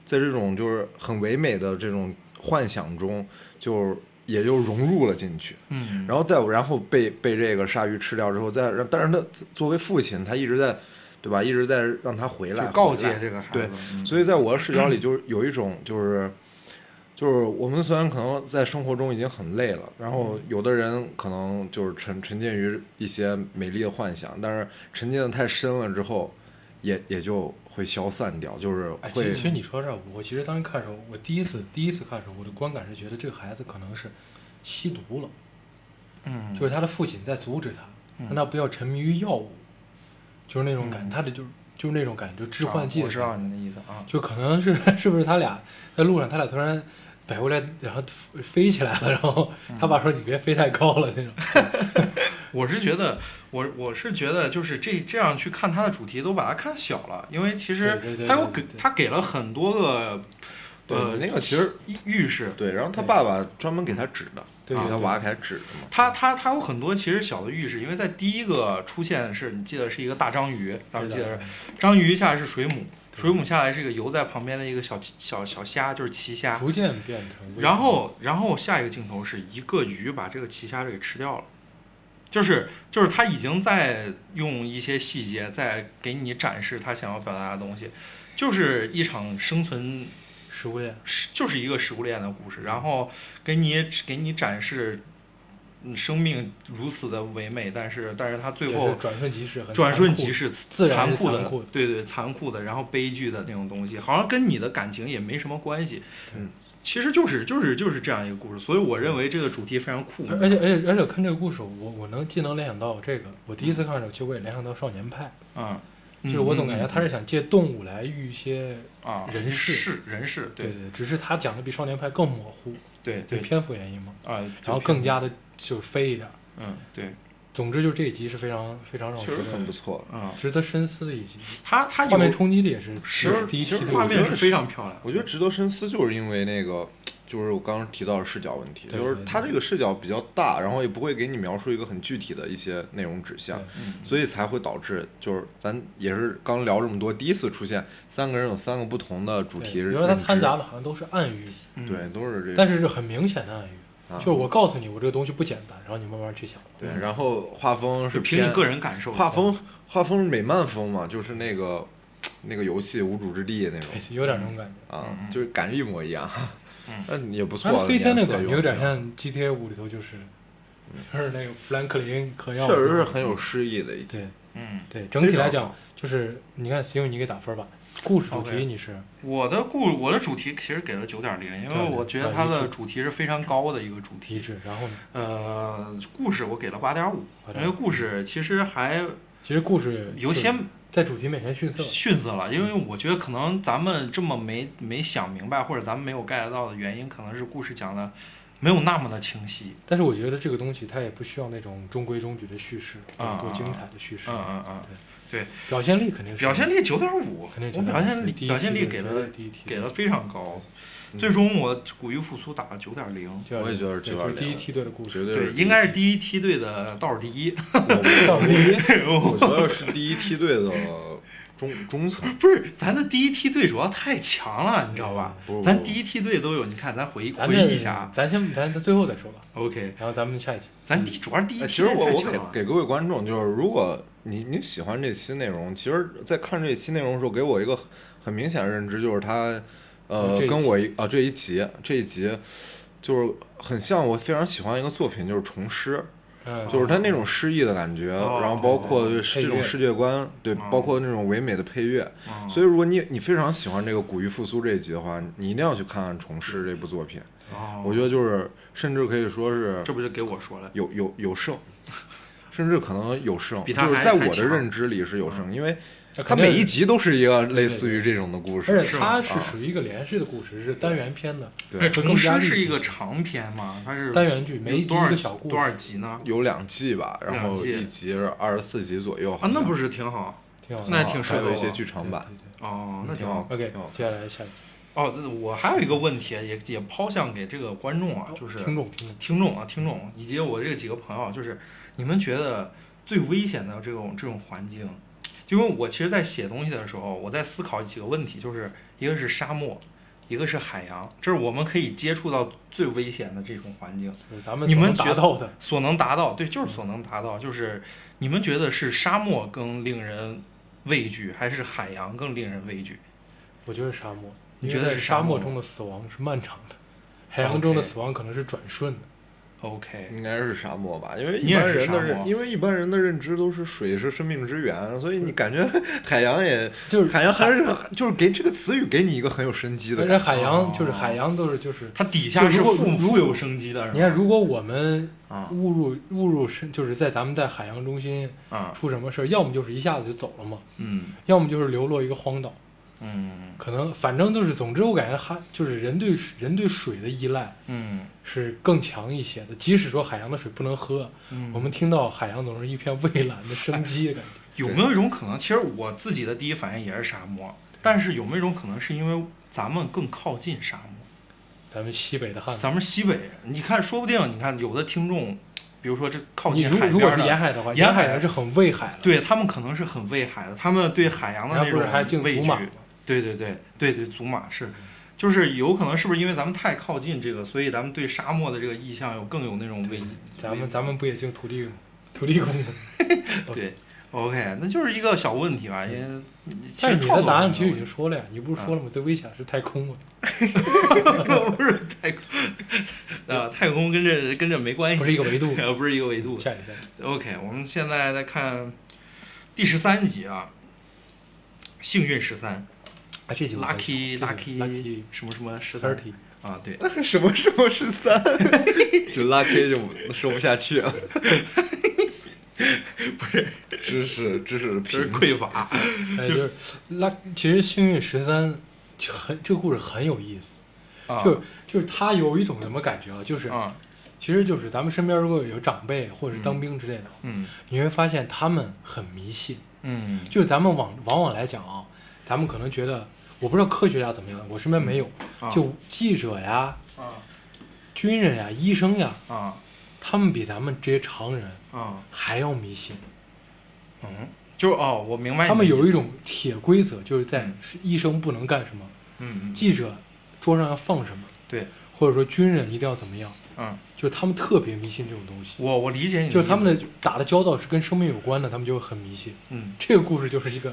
Speaker 2: 在这种就是很唯美的这种幻想中，就也就融入了进去。
Speaker 3: 嗯，
Speaker 2: 然后再然后被被这个鲨鱼吃掉之后，再让但是他作为父亲，他一直在，对吧？一直在让他回来，
Speaker 3: 就告
Speaker 2: 回来
Speaker 3: 诫这个孩
Speaker 2: 对
Speaker 3: 子嗯，
Speaker 2: 所以在我的视角里，就是有一种就是。就是我们虽然可能在生活中已经很累了，然后有的人可能就是沉沉浸于一些美丽的幻想，但是沉浸的太深了之后，也也就会消散掉，就是
Speaker 1: 哎，其
Speaker 2: 会
Speaker 1: 实其实你说到这儿，我其实当时看的时候，我第一次第一次看的时候，我的观感是觉得这个孩子可能是吸毒了，
Speaker 3: 嗯，
Speaker 1: 就是他的父亲在阻止他，让他不要沉迷于药物，就是那种感，他的就是就是那种感觉，就致幻剂
Speaker 3: 嗯啊
Speaker 1: 的
Speaker 3: 我知
Speaker 1: 感觉
Speaker 3: 道你的意思啊，
Speaker 1: 就可能是 是不是他俩在路上，他俩突然摆过来，然后飞飞起来了，然后
Speaker 3: 嗯
Speaker 1: 他爸说你别飞太高了那种。
Speaker 3: 我是觉得，我我是觉得，就是这这样去看它的主题都把它看小了，因为其实
Speaker 1: 对对对
Speaker 3: 它
Speaker 1: 对
Speaker 3: 有
Speaker 1: 对
Speaker 3: 给
Speaker 1: 对
Speaker 3: 它给了很多个，
Speaker 2: 对
Speaker 3: 呃，
Speaker 2: 那个其实
Speaker 3: 预示，
Speaker 2: 对。然后他爸爸专门给他指的，
Speaker 1: 对
Speaker 2: 给
Speaker 1: 对
Speaker 2: 他
Speaker 1: 对
Speaker 2: 娃给他指的嘛。
Speaker 3: 它它它有很多其实小的预示，因为在第一个出现是你记得是一个大章鱼，当时记得是章鱼下来是水母，水母下来是一个游在旁边的一个小小小虾，就是奇虾，
Speaker 1: 逐渐变成危险。
Speaker 3: 然后然后下一个镜头是一个鱼把这个奇虾给吃掉了。就是就是他已经在用一些细节在给你展示他想要表达的东西，就是一场生存
Speaker 1: 食物链，
Speaker 3: 是就是一个食物链的故事，然后给你给你展示，嗯，生命如此的唯美，但是但是它最
Speaker 1: 也
Speaker 3: 后
Speaker 1: 是转瞬即逝，很
Speaker 3: 转瞬
Speaker 1: 残酷
Speaker 3: 即逝，
Speaker 1: 自然
Speaker 3: 残
Speaker 1: 是
Speaker 3: 酷的，
Speaker 1: 残酷的
Speaker 3: 对对，残酷的，然后悲剧的那种东西，好像跟你的感情也没什么关系，
Speaker 2: 嗯，
Speaker 3: 其实就是就是就是这样一个故事，所以我认为这个主题非常酷，
Speaker 1: 而而且而且而且看这个故事，我我能既能联想到这个，我第一次看的时候，其实我也联想到少年派，
Speaker 3: 嗯，
Speaker 1: 就是我总感觉
Speaker 2: 嗯
Speaker 1: 他
Speaker 3: 是
Speaker 1: 是想借动物来喻一些
Speaker 3: 啊
Speaker 1: 人事，
Speaker 3: 是人事，
Speaker 1: 对
Speaker 3: 对
Speaker 1: 对，只是他讲的比少年派更模糊，
Speaker 3: 对
Speaker 1: 就
Speaker 3: 对
Speaker 1: 篇幅原因嘛，
Speaker 3: 啊，
Speaker 1: 然后更加的就是飞一点儿。
Speaker 3: 嗯对，
Speaker 1: 总之，就这一集是非常非常让我
Speaker 2: 确
Speaker 1: 觉
Speaker 2: 实很不
Speaker 1: 得
Speaker 2: 错。
Speaker 3: 嗯，
Speaker 1: 值得深思的一集，
Speaker 3: 他他
Speaker 1: 画面
Speaker 3: 有
Speaker 1: 冲击力也是
Speaker 3: 是
Speaker 1: 是第一
Speaker 2: 其实
Speaker 1: 期的
Speaker 3: 画
Speaker 2: 我觉
Speaker 3: 面
Speaker 2: 得
Speaker 3: 是
Speaker 2: 是
Speaker 3: 非常漂亮，
Speaker 2: 我觉得值得深思，就是因为那个，就是我刚刚提到的视角问题，
Speaker 1: 对
Speaker 2: 就是
Speaker 1: 对
Speaker 2: 他
Speaker 1: 对
Speaker 2: 这个视角比较大，然后也不会给你描述一个很具体的一些内容指向
Speaker 1: 对，
Speaker 2: 所以才会导致就是咱也是刚聊这么多，第一次出现三个人有三个不同的主题
Speaker 1: 对
Speaker 2: 认
Speaker 1: 比
Speaker 2: 知，
Speaker 1: 如说它掺杂的好像都是暗喻，
Speaker 3: 嗯
Speaker 2: 对，都是这
Speaker 1: 但
Speaker 2: 个。
Speaker 1: 是是很明显的暗喻，
Speaker 2: 啊
Speaker 1: 就是我告诉你我这个东西不简单，然后你慢慢去想。
Speaker 2: 对，然后画风是
Speaker 3: 就凭
Speaker 2: 偏
Speaker 3: 你个人感受，
Speaker 2: 画风，画风是美漫风嘛，就是那个那个游戏《无主之地》那种
Speaker 1: 对，有点那种感觉。
Speaker 2: 啊
Speaker 3: 嗯，嗯
Speaker 2: 就是感觉一模一样
Speaker 3: 嗯，
Speaker 2: 嗯，也不
Speaker 1: 反
Speaker 2: 错。
Speaker 1: 正飞天的
Speaker 2: 颜色
Speaker 1: 感觉
Speaker 2: 用
Speaker 1: 有
Speaker 2: 得
Speaker 1: 点
Speaker 2: 上
Speaker 1: 像 GTA 五里头就是，就是那个富兰克林嗑药，
Speaker 2: 确实是很有诗意的一集。
Speaker 1: 对
Speaker 3: 嗯，
Speaker 1: 对，整体来
Speaker 2: 非常
Speaker 1: 讲
Speaker 2: 好
Speaker 1: 就是你看，行，你给打分吧。故事主
Speaker 3: OK
Speaker 1: 题你是
Speaker 3: 我的故我的主题其实给了九点零，因为我
Speaker 1: 啊
Speaker 3: 觉得它的主题是非常高的一个主
Speaker 1: 一
Speaker 3: 题。
Speaker 1: 致，然后呢，
Speaker 3: 呃，故事我给了八点五，
Speaker 1: 8.5
Speaker 3: 因为故事其实还
Speaker 1: 其实故事
Speaker 3: 有
Speaker 1: 就是
Speaker 3: 些
Speaker 1: 在主题面前逊色，
Speaker 3: 逊色了，因为我觉得可能咱们这么没没想明白，或者咱们没有 get 到的原因，可能是故事讲的没有那么的清晰。
Speaker 1: 但是我觉得这个东西它也不需要那种中规中矩的叙事，或者
Speaker 3: 啊
Speaker 1: 多精彩的叙事，
Speaker 3: 嗯嗯嗯，对，
Speaker 1: 表现力肯定是
Speaker 3: 表现力九点五，
Speaker 1: 肯定9.5
Speaker 3: 我表现力
Speaker 1: 是第一
Speaker 3: 表现力
Speaker 1: 梯
Speaker 3: 给
Speaker 1: 队绝
Speaker 3: 了
Speaker 1: 对第一梯队嗯
Speaker 3: 给了非常高，最终我骨育复苏打了九点零。
Speaker 1: 就要
Speaker 2: 我也觉得是
Speaker 1: 对
Speaker 2: 9.0
Speaker 1: 就是第一梯队的故
Speaker 2: 绝
Speaker 1: 事，
Speaker 2: 对
Speaker 3: 对，
Speaker 2: 是
Speaker 3: 应该是第一梯队的倒数第一，
Speaker 1: 到第一，
Speaker 2: 我觉得是第一梯队的中中层。
Speaker 3: 不是咱的第一梯队主要太强了，你知道吧
Speaker 2: 哎不不？不
Speaker 3: 咱第一梯队都有，你看咱回
Speaker 1: 咱
Speaker 3: 回忆一下啊
Speaker 1: 们咱先咱咱最后再说吧，
Speaker 3: ，OK，
Speaker 1: 然后咱们下一集。
Speaker 3: 咱第主要是 第一
Speaker 2: 哎，
Speaker 3: 梯
Speaker 2: 其实
Speaker 3: 队
Speaker 2: 我
Speaker 3: 太
Speaker 2: 我
Speaker 3: 强
Speaker 2: 给
Speaker 3: 了。
Speaker 2: 给各位观众就是，如果你你喜欢这期内容，其实，在看这期内容的时候，给我一个很明显的认知，就是它，
Speaker 1: 这
Speaker 2: 呃
Speaker 1: 一，集
Speaker 2: 跟我一啊这一集这一集，就是很像我非常喜欢一个作品，就是《虫师》。
Speaker 1: 嗯，
Speaker 2: 就是它那种诗意的感觉，
Speaker 3: 哦
Speaker 2: 然后包括对
Speaker 1: 配
Speaker 2: 这种
Speaker 1: 乐
Speaker 2: 世界观，对，
Speaker 3: 嗯
Speaker 2: 包括那种唯美的配乐。
Speaker 3: 嗯
Speaker 2: 所以，如果你你非常喜欢这个《古玉复苏》这一集的话，你一定要去看看《虫师》这部作品。
Speaker 3: 哦
Speaker 2: 我觉得就是，甚至可以说是
Speaker 3: 这不就给我说了，
Speaker 2: 有有有胜，甚至可能有胜，
Speaker 3: 比
Speaker 2: 就
Speaker 3: 它还
Speaker 2: 是在
Speaker 3: 还
Speaker 2: 我的
Speaker 3: 强嗯
Speaker 2: 认知里是有胜，因为
Speaker 1: 那
Speaker 2: 它
Speaker 1: 肯定
Speaker 2: 每一
Speaker 1: 是
Speaker 2: 集都是一个类似于这种的故
Speaker 1: 而
Speaker 2: 事。
Speaker 1: 且它是啊属于一个连续的故事，是单元篇的，
Speaker 2: 对
Speaker 3: 哎
Speaker 1: 会
Speaker 3: 同
Speaker 1: 更加立
Speaker 3: 时是
Speaker 1: 体
Speaker 3: 一个
Speaker 1: 些
Speaker 3: 长篇嘛，它是
Speaker 1: 单元剧每一
Speaker 3: 有
Speaker 1: 集
Speaker 3: 多少
Speaker 1: 一个小故
Speaker 3: 多少
Speaker 1: 事
Speaker 3: 集呢？
Speaker 2: 有两季吧，然
Speaker 3: 两
Speaker 2: 后
Speaker 3: 季
Speaker 2: 一集是二十四集左右，
Speaker 3: 啊，那不
Speaker 2: 是
Speaker 3: 是挺好？
Speaker 1: 挺好的。
Speaker 3: 那也挺适
Speaker 2: 还
Speaker 3: 合
Speaker 2: 有一些
Speaker 3: 我
Speaker 2: 剧场版，
Speaker 3: 哦，那
Speaker 2: 嗯挺
Speaker 3: 挺
Speaker 2: 好
Speaker 3: 好。
Speaker 1: 对对对
Speaker 2: 挺好
Speaker 1: OK，接下来下一集
Speaker 3: 哦，那我还有一个问题，也也抛向给这个观众啊，就是
Speaker 1: 听众听众，
Speaker 3: 听众啊，听众以及我这几个朋友，就是你们觉得最危险的这种这种环境，因为我其实，在写东西的时候，我在思考几个问题，就是一个是沙漠，一个是海洋，这是我们可以接触到最危险的这种环境。
Speaker 1: 就是呃咱们
Speaker 3: 你
Speaker 1: 所
Speaker 3: 们
Speaker 1: 能达
Speaker 3: 觉得
Speaker 1: 到的，
Speaker 3: 所能达到，对，就是所能达到，就是你们觉得是沙漠更令人畏惧，还是海洋更令人畏惧？
Speaker 1: 我觉得沙漠，
Speaker 3: 你
Speaker 1: 因
Speaker 3: 觉
Speaker 1: 为
Speaker 3: 得
Speaker 1: 在
Speaker 3: 是
Speaker 1: 沙
Speaker 3: 沙
Speaker 1: 漠
Speaker 3: 漠吗啊
Speaker 1: 中的死亡是漫长的，海洋中的
Speaker 3: OK
Speaker 1: 死亡可能是转瞬的。
Speaker 3: OK，
Speaker 2: 应该是沙漠吧，因为
Speaker 3: 你
Speaker 2: 一
Speaker 3: 也
Speaker 2: 般
Speaker 3: 是
Speaker 2: 人的
Speaker 3: 沙
Speaker 2: 认
Speaker 3: 漠，
Speaker 2: 因为一般人的认知都是水是生命之源，所以你感觉海洋也
Speaker 1: 就是
Speaker 2: 海洋还是就是给这个词语给你一个很有生机的
Speaker 1: 而且
Speaker 2: 感觉。
Speaker 1: 海洋就是海洋都是就是，
Speaker 3: 哦它底下是
Speaker 1: 就如果
Speaker 3: 富
Speaker 1: 如
Speaker 3: 富有生机的，是吧
Speaker 1: 你看，如果我们
Speaker 3: 啊
Speaker 1: 误入误入深，就是在咱们在海洋中心
Speaker 3: 啊，
Speaker 1: 出什么事儿，要么就是一下子就走了嘛，
Speaker 3: 嗯
Speaker 1: 要么就是流落一个荒岛，
Speaker 3: 嗯
Speaker 1: 可能反正就是，总之我感觉还就是人对人对水的依赖
Speaker 3: 嗯
Speaker 1: 是更强一些的，即使说海洋的水不能喝，
Speaker 3: 嗯，
Speaker 1: 我们听到海洋总是一片蔚蓝的生机的感觉。
Speaker 3: 有没有一种可能？其实我自己的第一反应也是沙漠，但是有没有一种可能是因为咱们更靠近沙漠？
Speaker 1: 咱们西北的汉子，
Speaker 3: 咱们西北人，你看，说不定你看有的听众，比如说这靠
Speaker 1: 你
Speaker 3: 近
Speaker 1: 如
Speaker 3: 海
Speaker 1: 如
Speaker 3: 边
Speaker 1: 果
Speaker 3: 儿
Speaker 1: 是
Speaker 3: 的，
Speaker 1: 沿海的话，
Speaker 3: 沿
Speaker 1: 沿
Speaker 3: 海
Speaker 1: 海人是很畏海的，
Speaker 3: 对他们可能是很畏海的，他们对海洋的
Speaker 1: 人
Speaker 3: 那
Speaker 1: 家不是还
Speaker 3: 种
Speaker 1: 敬
Speaker 3: 畏
Speaker 1: 祖
Speaker 3: 惧
Speaker 1: 玛吗，
Speaker 3: 对对对对对，祖玛
Speaker 1: 嗯
Speaker 3: 是，就是有可能是不是因为咱们太靠近这个，所以咱们对沙漠的这个意象有更有那种畏。嗯
Speaker 1: 咱们咱们不也敬土地吗？土地公吗？
Speaker 3: 畏对，OK，那就是一个小问题吧，因为 其
Speaker 1: 但是
Speaker 3: 实
Speaker 1: 你
Speaker 3: 创
Speaker 1: 的
Speaker 3: 作
Speaker 1: 答
Speaker 3: 很
Speaker 1: 案
Speaker 3: 多嗯
Speaker 1: 其实已
Speaker 3: 问
Speaker 1: 经
Speaker 3: 题
Speaker 1: 说了呀，你不是说了吗？最危险是太空吗？
Speaker 3: 不是太空，呃，太空跟这跟这没关系，
Speaker 1: 不是一个维度
Speaker 3: 呃 不是一个维度。
Speaker 1: 下一个，
Speaker 3: OK，我们现在再看第十三集啊，幸运十三
Speaker 1: 啊，这几个我可以
Speaker 3: ，Lucky
Speaker 1: 这几
Speaker 3: Lucky
Speaker 1: 个 Lucky
Speaker 3: 什么什么十三
Speaker 1: Thirty，
Speaker 3: 啊，对，
Speaker 2: 那是什么什么十三，就拉 K 就说不下去啊了。
Speaker 3: 不是，
Speaker 2: 知识知识的
Speaker 3: 这是
Speaker 2: 贫
Speaker 3: 匮
Speaker 2: 瘠，
Speaker 3: 乏。
Speaker 1: 哎，就是 Luck，其实幸运十三就很这个故事很有意思，
Speaker 3: 啊
Speaker 1: 就是就是他有一种什么感觉啊？就是
Speaker 3: 啊，
Speaker 1: 其实就是咱们身边如果有长辈或者是当兵之类的，
Speaker 3: 嗯
Speaker 1: 你会发现他们很迷信。
Speaker 3: 嗯
Speaker 1: 就是咱们往往往来讲啊，咱们可能觉得，我不知道科学家怎么样，我身边没有，
Speaker 3: 啊
Speaker 1: 就记者呀、
Speaker 3: 啊
Speaker 1: 军人呀、医生呀，
Speaker 3: 啊
Speaker 1: 他们比咱们这些常人
Speaker 3: 啊，
Speaker 1: 还要迷信。
Speaker 3: 嗯，就是哦，我明白你的意思。
Speaker 1: 他们有一种铁规则，就是在
Speaker 3: 嗯
Speaker 1: 是医生不能干什么，
Speaker 3: 嗯，嗯
Speaker 1: 记者桌上要放什么，
Speaker 3: 对，
Speaker 1: 或者说军人一定要怎么样，
Speaker 3: 嗯，
Speaker 1: 就是他们特别迷信这种东西。
Speaker 3: 我我理解你，
Speaker 1: 就是他们的，打的交道是跟生命有关的，他们就会很迷信。
Speaker 3: 嗯，
Speaker 1: 这个故事就是一个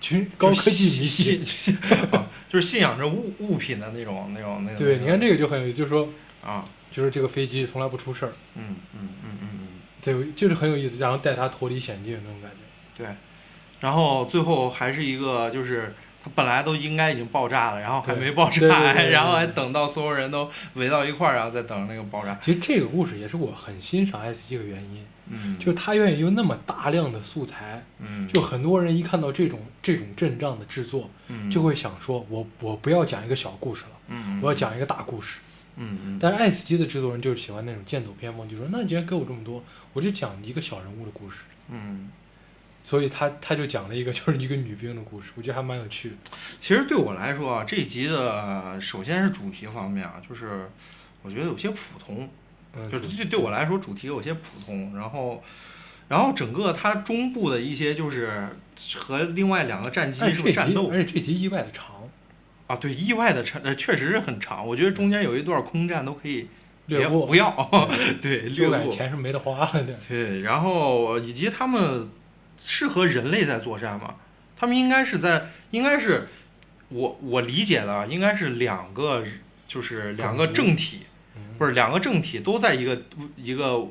Speaker 1: 群高科技迷 信
Speaker 3: 信，。啊就是信仰着物物品的那种那种那种。
Speaker 1: 对，你看这个就很有意思，就是说，
Speaker 3: 个啊，
Speaker 1: 就是这个飞机从来不出事儿，
Speaker 3: 嗯嗯嗯嗯嗯，
Speaker 1: 对，就是很有意思，然后带他脱离险境那种感觉。
Speaker 3: 对，然后最后还是一个就是。它本来都应该已经爆炸了，然后还
Speaker 1: 对
Speaker 3: 没爆
Speaker 1: 对对对
Speaker 3: 炸，
Speaker 1: 对对
Speaker 3: 然后还等到所有人都围到一块儿，然后再等着那个爆炸。
Speaker 1: 其实这个故事也是我很欣赏 S G 的原因，
Speaker 3: 嗯，
Speaker 1: 就是他愿意用那么大量的素材，
Speaker 3: 嗯，
Speaker 1: 就很多人一看到这种这种阵仗的制作，
Speaker 3: 嗯
Speaker 1: 就会想说，我我不要讲一个小故事了，
Speaker 3: 嗯，
Speaker 1: 我要讲一个大故事。
Speaker 3: 嗯嗯，
Speaker 1: 但是爱死机的制作人就是喜欢那种剑走偏锋，就说那你既然给我这么多，我就讲一个小人物的故事。
Speaker 3: 嗯，
Speaker 1: 所以他他就讲了一个就是一个女兵的故事，我觉得还蛮有趣的。
Speaker 3: 其实对我来说啊，这一集的首先是主题方面啊，就是我觉得有些普通，
Speaker 1: 嗯，
Speaker 3: 就是
Speaker 1: 主
Speaker 3: 对对我来说主题有些普通，然后。然后整个它中部的一些就是和另外两个战机
Speaker 1: 而
Speaker 3: 是
Speaker 1: 且
Speaker 3: 不是
Speaker 1: 这
Speaker 3: 战
Speaker 1: 集
Speaker 3: 斗
Speaker 1: 而且这集意外的长，
Speaker 3: 啊，对，意外的长，呃，确实是很长。我觉得中间有一段空战都可以
Speaker 1: 略
Speaker 3: 别
Speaker 1: 过嗯
Speaker 3: 不要，对，略
Speaker 1: 就感
Speaker 3: 过
Speaker 1: 觉。钱是没得花了 点。
Speaker 3: 对，然后以及他们是和人类在作战吗？他们应该是在，应该是我我理解的啊，应该是两个，就是两个
Speaker 1: 种
Speaker 3: 政体，
Speaker 1: 嗯
Speaker 3: 不是两个政体都在一个一个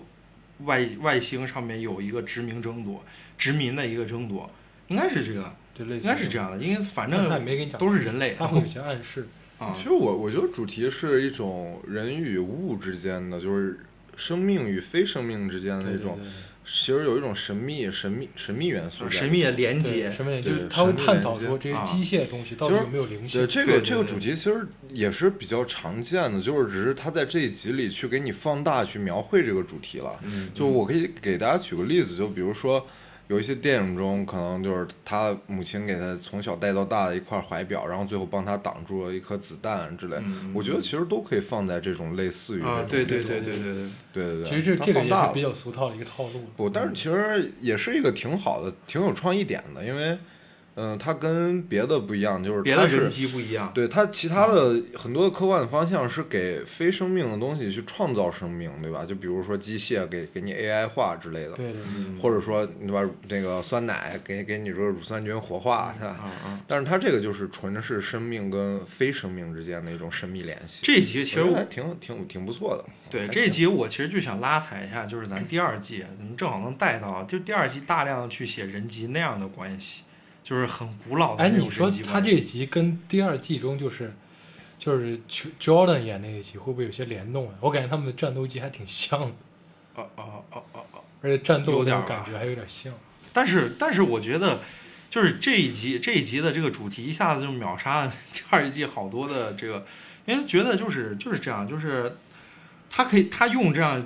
Speaker 3: 外外星上面有一个殖民争夺，殖民的一个争夺，应该是这个，
Speaker 1: 对类
Speaker 3: 应
Speaker 1: 似
Speaker 3: 该是这
Speaker 1: 种，
Speaker 3: 样的，因为反
Speaker 1: 但他也
Speaker 3: 正
Speaker 1: 没给你讲
Speaker 3: 都是人类，
Speaker 1: 他会有些暗示。
Speaker 3: 啊
Speaker 2: 其，实我我觉得主题是一种人与物之间的，就是生命与非生命之间的
Speaker 1: 对
Speaker 2: 一
Speaker 1: 对
Speaker 2: 种，
Speaker 1: 对对
Speaker 2: 其实有一种神秘神秘神秘元素在里面。
Speaker 3: 神秘的连
Speaker 1: 对
Speaker 3: 接，
Speaker 1: 什么也就
Speaker 2: 对
Speaker 1: 是他会
Speaker 2: 神秘
Speaker 1: 探
Speaker 2: 连
Speaker 1: 讨
Speaker 2: 接
Speaker 1: 说这些
Speaker 3: 啊
Speaker 1: 机械的东西到
Speaker 2: 其
Speaker 1: 底
Speaker 2: 实
Speaker 1: 有没有灵
Speaker 2: 对
Speaker 1: 性。
Speaker 2: 这
Speaker 3: 对
Speaker 2: 个
Speaker 3: 对
Speaker 2: 这个
Speaker 3: 对
Speaker 2: 主题其实也是比较常见的，就是只是他在这一集里去给你放大去描绘这个主题了。
Speaker 3: 嗯
Speaker 2: 就我可以给大家举个例子，就比如说有一些电影中，可能就是他母亲给他从小带到大的一块怀表，然后最后帮他挡住了一颗子弹之类。
Speaker 3: 嗯
Speaker 2: 我觉得其实都可以放在这种类似于这
Speaker 3: 啊
Speaker 2: 种，
Speaker 3: 对
Speaker 2: 地
Speaker 3: 对
Speaker 2: 方
Speaker 3: 对对对对，
Speaker 2: 对对对，
Speaker 1: 其实这
Speaker 2: 它
Speaker 1: 这个
Speaker 2: 放
Speaker 1: 也
Speaker 2: 大
Speaker 1: 是
Speaker 2: 了
Speaker 1: 比嗯较俗套的一个套路。
Speaker 2: 不，但是其实也是一个挺好的、挺有创意点的，因为嗯，它跟别的不一样，就是
Speaker 3: 别
Speaker 2: 它
Speaker 3: 的
Speaker 2: 是
Speaker 3: 人机不一样。
Speaker 2: 对它其他的很多的科幻的方向是给非生命的东西去创造生命，对吧？就比如说机械给给你 AI 化之类的，
Speaker 1: 对对
Speaker 3: 嗯
Speaker 2: 或者说对吧，那个酸奶给给你这个乳酸菌活化，
Speaker 1: 嗯
Speaker 2: 它、
Speaker 3: 啊啊，
Speaker 2: 但是它这个就是纯是生命跟非生命之间的一种神秘联系。
Speaker 3: 这一集其实
Speaker 2: 我觉得
Speaker 3: 我
Speaker 2: 还挺挺挺不错的。还
Speaker 3: 对这一
Speaker 2: 行
Speaker 3: 集我其实就想拉踩一下，就是咱第二季，你们正好能带到，就第二季大量地去写人机那样的关系，就是很古老的
Speaker 1: 哎，
Speaker 3: 那种
Speaker 1: 你说
Speaker 3: 人机关系。
Speaker 1: 他这一集跟第二季中就是就是 Jo- Jordan 演那一集会不会有些联动啊？我感觉他们的战斗机还挺像的，
Speaker 3: 哦哦哦哦哦，
Speaker 1: 而且战斗
Speaker 3: 有
Speaker 1: 的
Speaker 3: 点
Speaker 1: 那种
Speaker 3: 儿
Speaker 1: 感
Speaker 3: 吧
Speaker 1: 觉还有点像。
Speaker 3: 但是但是我觉得，就是这一集这一集的这个主题一下子就秒杀了 第二季好多的这个，因为觉得就是就是这样，就是他可以他用这样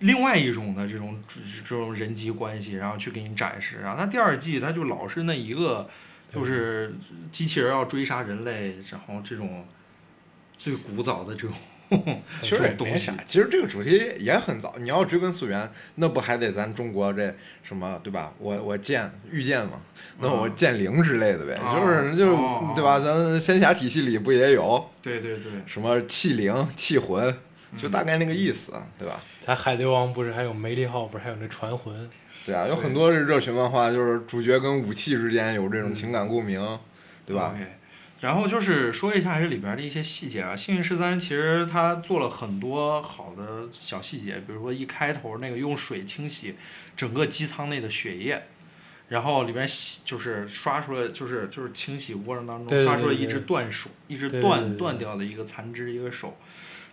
Speaker 3: 另外一种的这种这种人际关系，然后去给你展示，然后他第二季他就老是那一个，就是机器人要追杀人类，然后这种最古早的这种
Speaker 2: 其实
Speaker 3: 这
Speaker 2: 也
Speaker 3: 种
Speaker 2: 没
Speaker 3: 东西
Speaker 2: 啥，，其实这个主题也很早。你要追根溯源，那不还得咱中国这什么对吧？我我剑御剑嘛，那我
Speaker 3: 嗯
Speaker 2: 剑灵之类的呗，
Speaker 3: 哦
Speaker 2: 就是就是、
Speaker 3: 哦
Speaker 2: 对吧？咱仙侠体系里不也有
Speaker 3: 对对对。
Speaker 2: 什么气灵、气魂，就大概那个意
Speaker 3: 嗯
Speaker 2: 思，对吧？
Speaker 1: 咱海贼王不是还有梅利号，不是还有那传魂？
Speaker 2: 对啊，有
Speaker 3: 对
Speaker 2: 很多热血漫画就是主角跟武器之间有这种
Speaker 3: 嗯
Speaker 2: 情感共鸣，对吧
Speaker 3: o k 然后就是说一下这里边的一些细节啊，《幸运十三》其实它做了很多好的小细节，比如说一开头那个用水清洗整个机舱内的血液，然后里边洗就是刷出来，就是就是清洗过程当中
Speaker 1: 对对对
Speaker 3: 刷出了一
Speaker 1: 对
Speaker 3: 只断手，一只
Speaker 1: 对对对
Speaker 3: 断
Speaker 1: 对
Speaker 3: 断掉的一个残肢一个手，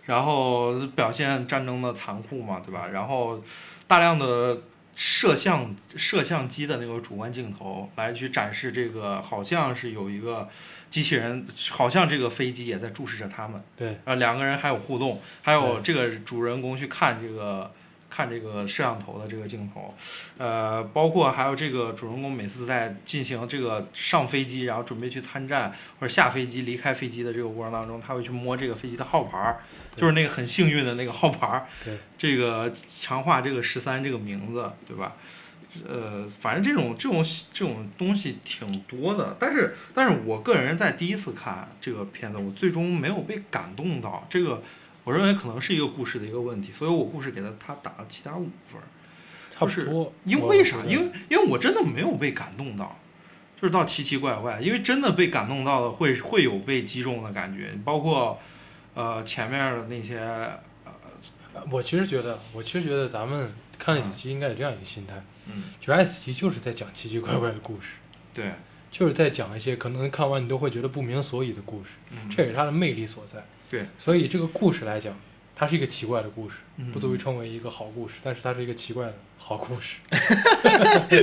Speaker 3: 然后表现战争的残酷嘛，对吧？然后大量的摄像摄像机的那个主观镜头来去展示这个，好像是有一个机器人，好像这个飞机也在注视着他们。
Speaker 1: 对，
Speaker 3: 呃，两个人还有互动，还有这个主人公去看这个看这个摄像头的这个镜头，呃，包括还有这个主人公每次在进行这个上飞机，然后准备去参战或者下飞机离开飞机的这个过程当中，他会去摸这个飞机的号牌儿，
Speaker 1: 对
Speaker 3: 就是那个很幸运的那个号牌儿，
Speaker 1: 对，
Speaker 3: 这个强化这个十三这个名字，对吧？呃，反正这种这种这种东西挺多的，但是但是我个人在第一次看这个片子，我最终没有被感动到，这个我认为可能是一个故事的一个问题，所以我故事给他他打了七点五分儿，
Speaker 1: 差
Speaker 3: 就
Speaker 1: 不
Speaker 3: 是
Speaker 1: 多。
Speaker 3: 因
Speaker 1: 我
Speaker 3: 为啥？
Speaker 1: 觉得
Speaker 3: 因为因为我真的没有被感动到，就是到奇奇怪怪，因为真的被感动到的会会有被击中的感觉，包括呃前面的那些呃
Speaker 1: 呃我其实觉得，我其实觉得咱们看几集应该有这样一个心态，
Speaker 3: 嗯
Speaker 1: 就爱死集就是在讲奇奇怪怪的故事，
Speaker 3: 对
Speaker 1: 就是在讲一些可能看完你都会觉得不明所以的故事，
Speaker 3: 嗯
Speaker 1: 这也是它的魅力所在。
Speaker 3: 对
Speaker 1: 所以这个故事来讲，它是一个奇怪的故事，不足以
Speaker 3: 嗯
Speaker 1: 称为一个好故事，但是它是一个奇怪的好故事。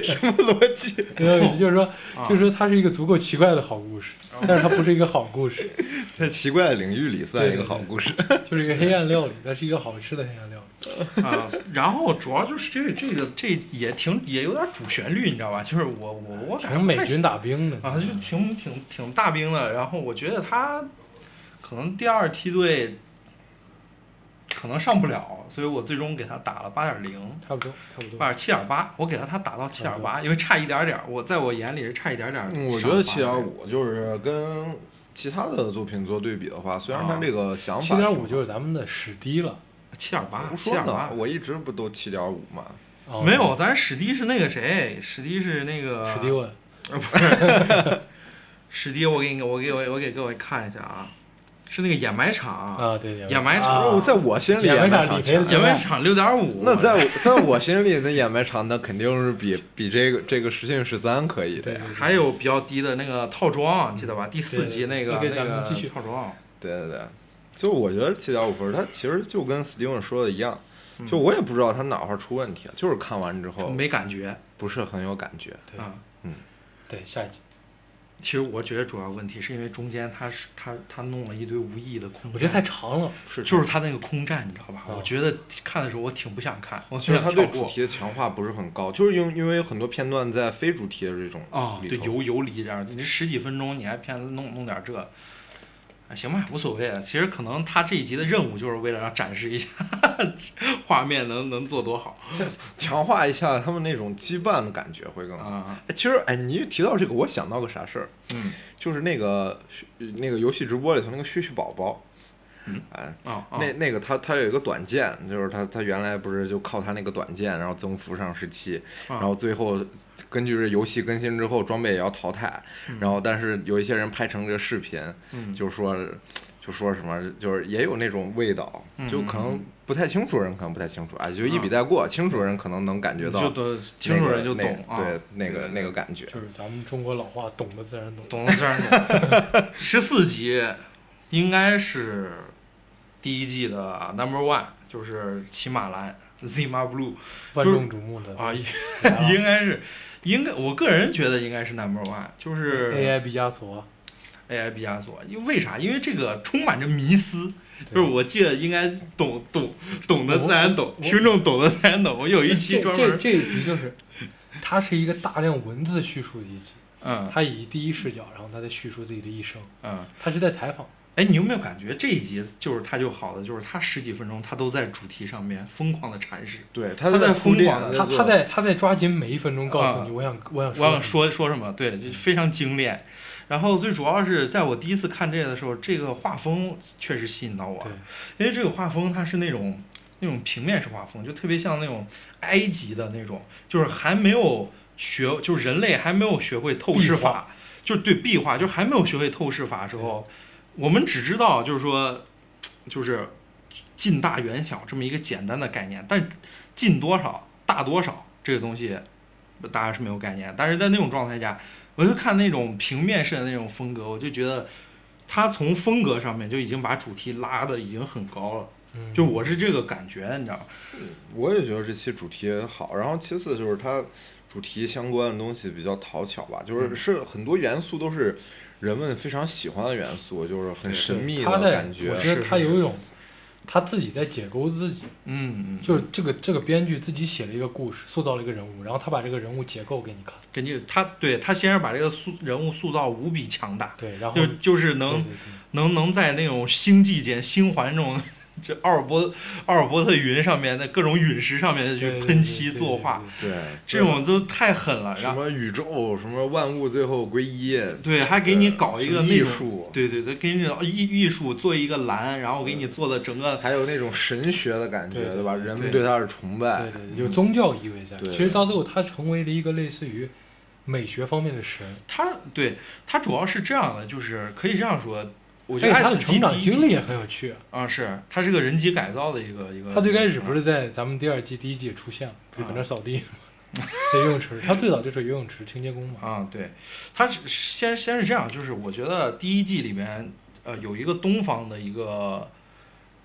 Speaker 2: 什么 逻辑？
Speaker 1: 你懂我意思？就是说，
Speaker 3: 啊哦
Speaker 1: 就是说它是一个足够奇怪的好故事，但是它不是一个好故事，
Speaker 2: 在奇怪的领域里算一个好故事。
Speaker 1: 就是一个黑暗料理，它是一个好吃的黑暗料理。
Speaker 3: 啊，然后主要就是这个这个这也挺也有点主旋律，你知道吧？就是我我我感觉
Speaker 1: 挺美
Speaker 3: 太
Speaker 1: 军打兵的
Speaker 3: 啊，就挺挺挺大兵的。然后我觉得他可能第二梯队可能上不了，所以我最终给他打了八点零，
Speaker 1: 差不多，差不
Speaker 3: 八
Speaker 1: 多。
Speaker 3: 点七点八，我给他他打到七点
Speaker 1: 啊
Speaker 3: 八，因为差一点点儿，我在我眼里是差一点点儿上
Speaker 2: 嗯
Speaker 3: 8.0。
Speaker 2: 我觉得七点五就是跟其他的作品做对比的话，虽然它这个想法
Speaker 1: 七点五
Speaker 2: 挺
Speaker 1: 就
Speaker 2: 好
Speaker 1: 是咱们的史低了。
Speaker 3: 七点八，
Speaker 2: 胡
Speaker 3: 七
Speaker 2: 说
Speaker 3: 点啊
Speaker 2: 呢
Speaker 3: 八，。
Speaker 2: 我一直不都七点五嘛。
Speaker 1: 哦
Speaker 3: 没有，咱史迪是那个谁，史迪是那个
Speaker 1: 史蒂文，
Speaker 3: 啊，不是， 史迪，我给你，我给我我给各位看一下啊，是那个掩埋场
Speaker 1: 啊对掩
Speaker 3: 掩
Speaker 1: 埋
Speaker 3: 埋
Speaker 1: 啊
Speaker 2: 不
Speaker 3: 场
Speaker 2: 是，在我心里
Speaker 1: 演完
Speaker 2: 麦
Speaker 1: 场
Speaker 2: 场
Speaker 1: 理赔
Speaker 2: 强
Speaker 1: 的。
Speaker 3: 掩埋场六点五，
Speaker 2: 那在我在我心里，那演麦场那肯定是比比这个这个实信十三可以的
Speaker 1: 对
Speaker 2: 呀。
Speaker 3: 还有比较低的那个套装，记得吧？第四集那个
Speaker 1: 嗯对对对那
Speaker 3: 那
Speaker 1: 个咱
Speaker 3: 个
Speaker 1: 们继续
Speaker 3: 套装，
Speaker 2: 对对对，就我觉得七点五分，它其实就跟 Steven 说的一样，就我也不知道它哪块儿出问题了，就是看完之后
Speaker 3: 没感觉
Speaker 2: 不是很有感觉。
Speaker 1: 对
Speaker 3: 啊。
Speaker 2: 嗯，
Speaker 1: 对下一集，
Speaker 3: 其实我觉得主要问题是因为中间他是他他弄了一堆无意义的空战，
Speaker 1: 我觉得太长了。
Speaker 2: 是
Speaker 3: 就是是他那个空战，你知道吧？
Speaker 1: 哦
Speaker 3: 我觉得看的时候我挺不想看，我
Speaker 2: 其实它
Speaker 3: 想
Speaker 2: 对
Speaker 3: 跳
Speaker 2: 主
Speaker 3: 过。
Speaker 2: 题的强化不是很高，就是因因为很多片段在非主题的这种
Speaker 3: 啊、
Speaker 2: 里
Speaker 3: 对，
Speaker 2: 头嗯
Speaker 3: 游游离这样，你这十几分钟你还偏弄弄点这，啊，行吧，无所谓啊。其实可能他这一集的任务就是为了让展示一下 画面能能做多好
Speaker 2: 强化一下他们那种羁绊的感觉会更好。
Speaker 3: 啊。
Speaker 2: 哎，其实哎，你一提到这个，我想到个啥事儿，
Speaker 3: 嗯，
Speaker 2: 就是那个那个游戏直播里头那个旭旭宝宝，
Speaker 3: 嗯
Speaker 2: 哎，
Speaker 3: 啊啊，
Speaker 2: 那那个他他有一个短剑，就是他他原来不是就靠他那个短剑，然后增幅上十七，
Speaker 3: 啊
Speaker 2: 然后最后根据这游戏更新之后装备也要淘汰，
Speaker 3: 嗯
Speaker 2: 然后但是有一些人拍成这个视频，
Speaker 3: 嗯
Speaker 2: 就说就说什么，就是也有那种味道，
Speaker 3: 嗯
Speaker 2: 就可能不太清楚人可能不太清楚啊，就一笔带过，清楚人可能能感觉到
Speaker 3: 就
Speaker 2: 那个，
Speaker 3: 都清楚人就懂
Speaker 2: 那
Speaker 3: 啊
Speaker 2: 对那个
Speaker 3: 对
Speaker 2: 那个感觉，
Speaker 1: 就是咱们中国老话，懂的自然懂。
Speaker 3: 懂了自然懂。十四集应该是第一季的 number one，就是骑马蓝 Zima Blue
Speaker 1: 万众瞩目的
Speaker 3: 啊，应
Speaker 1: 来了
Speaker 3: 应该是应该，我个人觉得应该是 number one，就是
Speaker 1: AI 毕加索，
Speaker 3: AI 毕加索，因为为啥？因为这个充满着迷思，就是我记得应该懂懂懂的自然懂，
Speaker 1: 我
Speaker 3: 听众懂的自然懂。我有一期
Speaker 1: 这
Speaker 3: 专
Speaker 1: 这
Speaker 3: 门，
Speaker 1: 这一集就是，它是一个大量文字叙述的一集，
Speaker 3: 嗯
Speaker 1: 他以第一视角，然后他在叙述自己的一生，
Speaker 3: 嗯，
Speaker 1: 他是在采访。
Speaker 3: 哎，你有没有感觉这一集就是它就好的，就是它十几分钟它都在主题上面疯狂的阐释。
Speaker 2: 对，
Speaker 3: 他
Speaker 2: 在
Speaker 3: 在
Speaker 2: 铺
Speaker 3: 疯
Speaker 2: 垫
Speaker 3: 狂
Speaker 1: 他
Speaker 2: 做
Speaker 1: 他在他在抓紧每一分钟告诉
Speaker 3: 啊
Speaker 1: 你，我想我想
Speaker 3: 我想
Speaker 1: 什么嗯
Speaker 3: 说说什么？对，就非常精炼。然后最主要是在我第一次看这个的时候，这个画风确实吸引到我
Speaker 1: 对
Speaker 3: 了，因为这个画风它是那种那种平面式画风，就特别像那种埃及的那种，就是还没有学，就是人类还没有学会透视
Speaker 1: 壁
Speaker 3: 法，就是对壁画，就是还没有学会透视法的时候，我们只知道就是说，就是近大远小这么一个简单的概念，但近多少、大多少这个东西，大家是没有概念。但是在那种状态下，我就看那种平面式的那种风格，我就觉得他从风格上面就已经把主题拉的已经很高了。
Speaker 1: 嗯
Speaker 3: 就我是这个感觉，你知道吗？
Speaker 2: 我也觉得这期主题好，然后其次就是它主题相关的东西比较讨巧吧，
Speaker 3: 嗯
Speaker 2: 就是是很多元素都是人们非常喜欢的元素，就是很神秘
Speaker 1: 他
Speaker 2: 的
Speaker 1: 在
Speaker 2: 感觉
Speaker 1: 我。觉
Speaker 3: 是
Speaker 1: 得
Speaker 3: 是
Speaker 1: 他有一种他自己在解构自己，
Speaker 3: 嗯，嗯
Speaker 1: 就是这个这个编剧自己写了一个故事，塑造了一个人物，然后他把这个人物解构给你看，
Speaker 3: 根据他对他先是把这个塑人物塑造无比强大，
Speaker 1: 对，然后
Speaker 3: 就就是能
Speaker 1: 对对对
Speaker 3: 能能在那种星际间、星环这种这奥尔波奥尔波特云上面的各种陨石上面
Speaker 1: 对
Speaker 3: 去
Speaker 1: 对
Speaker 3: 喷
Speaker 1: 对
Speaker 3: 漆
Speaker 1: 对
Speaker 3: 作
Speaker 1: 对
Speaker 3: 画，
Speaker 2: 对，
Speaker 3: 这种都太狠了。
Speaker 2: 什
Speaker 3: 然后
Speaker 2: 么宇宙，什么万物最后归一，
Speaker 3: 对，还给
Speaker 1: 呃
Speaker 3: 你搞一个
Speaker 2: 什么
Speaker 3: 那
Speaker 2: 艺
Speaker 3: 种
Speaker 2: 术，
Speaker 3: 对对对，给你艺艺术做一个栏，然后给
Speaker 1: 嗯
Speaker 3: 你做的整个
Speaker 2: 还有那种神学的感觉，
Speaker 1: 对对
Speaker 2: 吧？人们
Speaker 3: 对
Speaker 2: 对它的崇拜
Speaker 3: 哎
Speaker 1: 对，对对有宗教意味在。
Speaker 2: 对
Speaker 1: 其实到最后，他成为了一个类似于美学方面的神，
Speaker 3: 它对它主要是这样的，就是可以这样说，我觉
Speaker 1: 而
Speaker 3: 得
Speaker 1: 且他
Speaker 3: 爱
Speaker 1: 的
Speaker 3: 死机
Speaker 1: 成长
Speaker 3: 第一
Speaker 1: 经
Speaker 3: 季
Speaker 1: 历也很有趣。
Speaker 3: 啊，是它是个人机改造的一个一个。嗯
Speaker 1: 他最开始不是在咱们第二季第一季也出现了，
Speaker 3: 啊
Speaker 1: 就搁那扫地，在游泳 池。他最早就是游泳池清洁工嘛。
Speaker 3: 啊，对，它是先先是这样，就是我觉得第一季里面，呃，有一个东方的一个，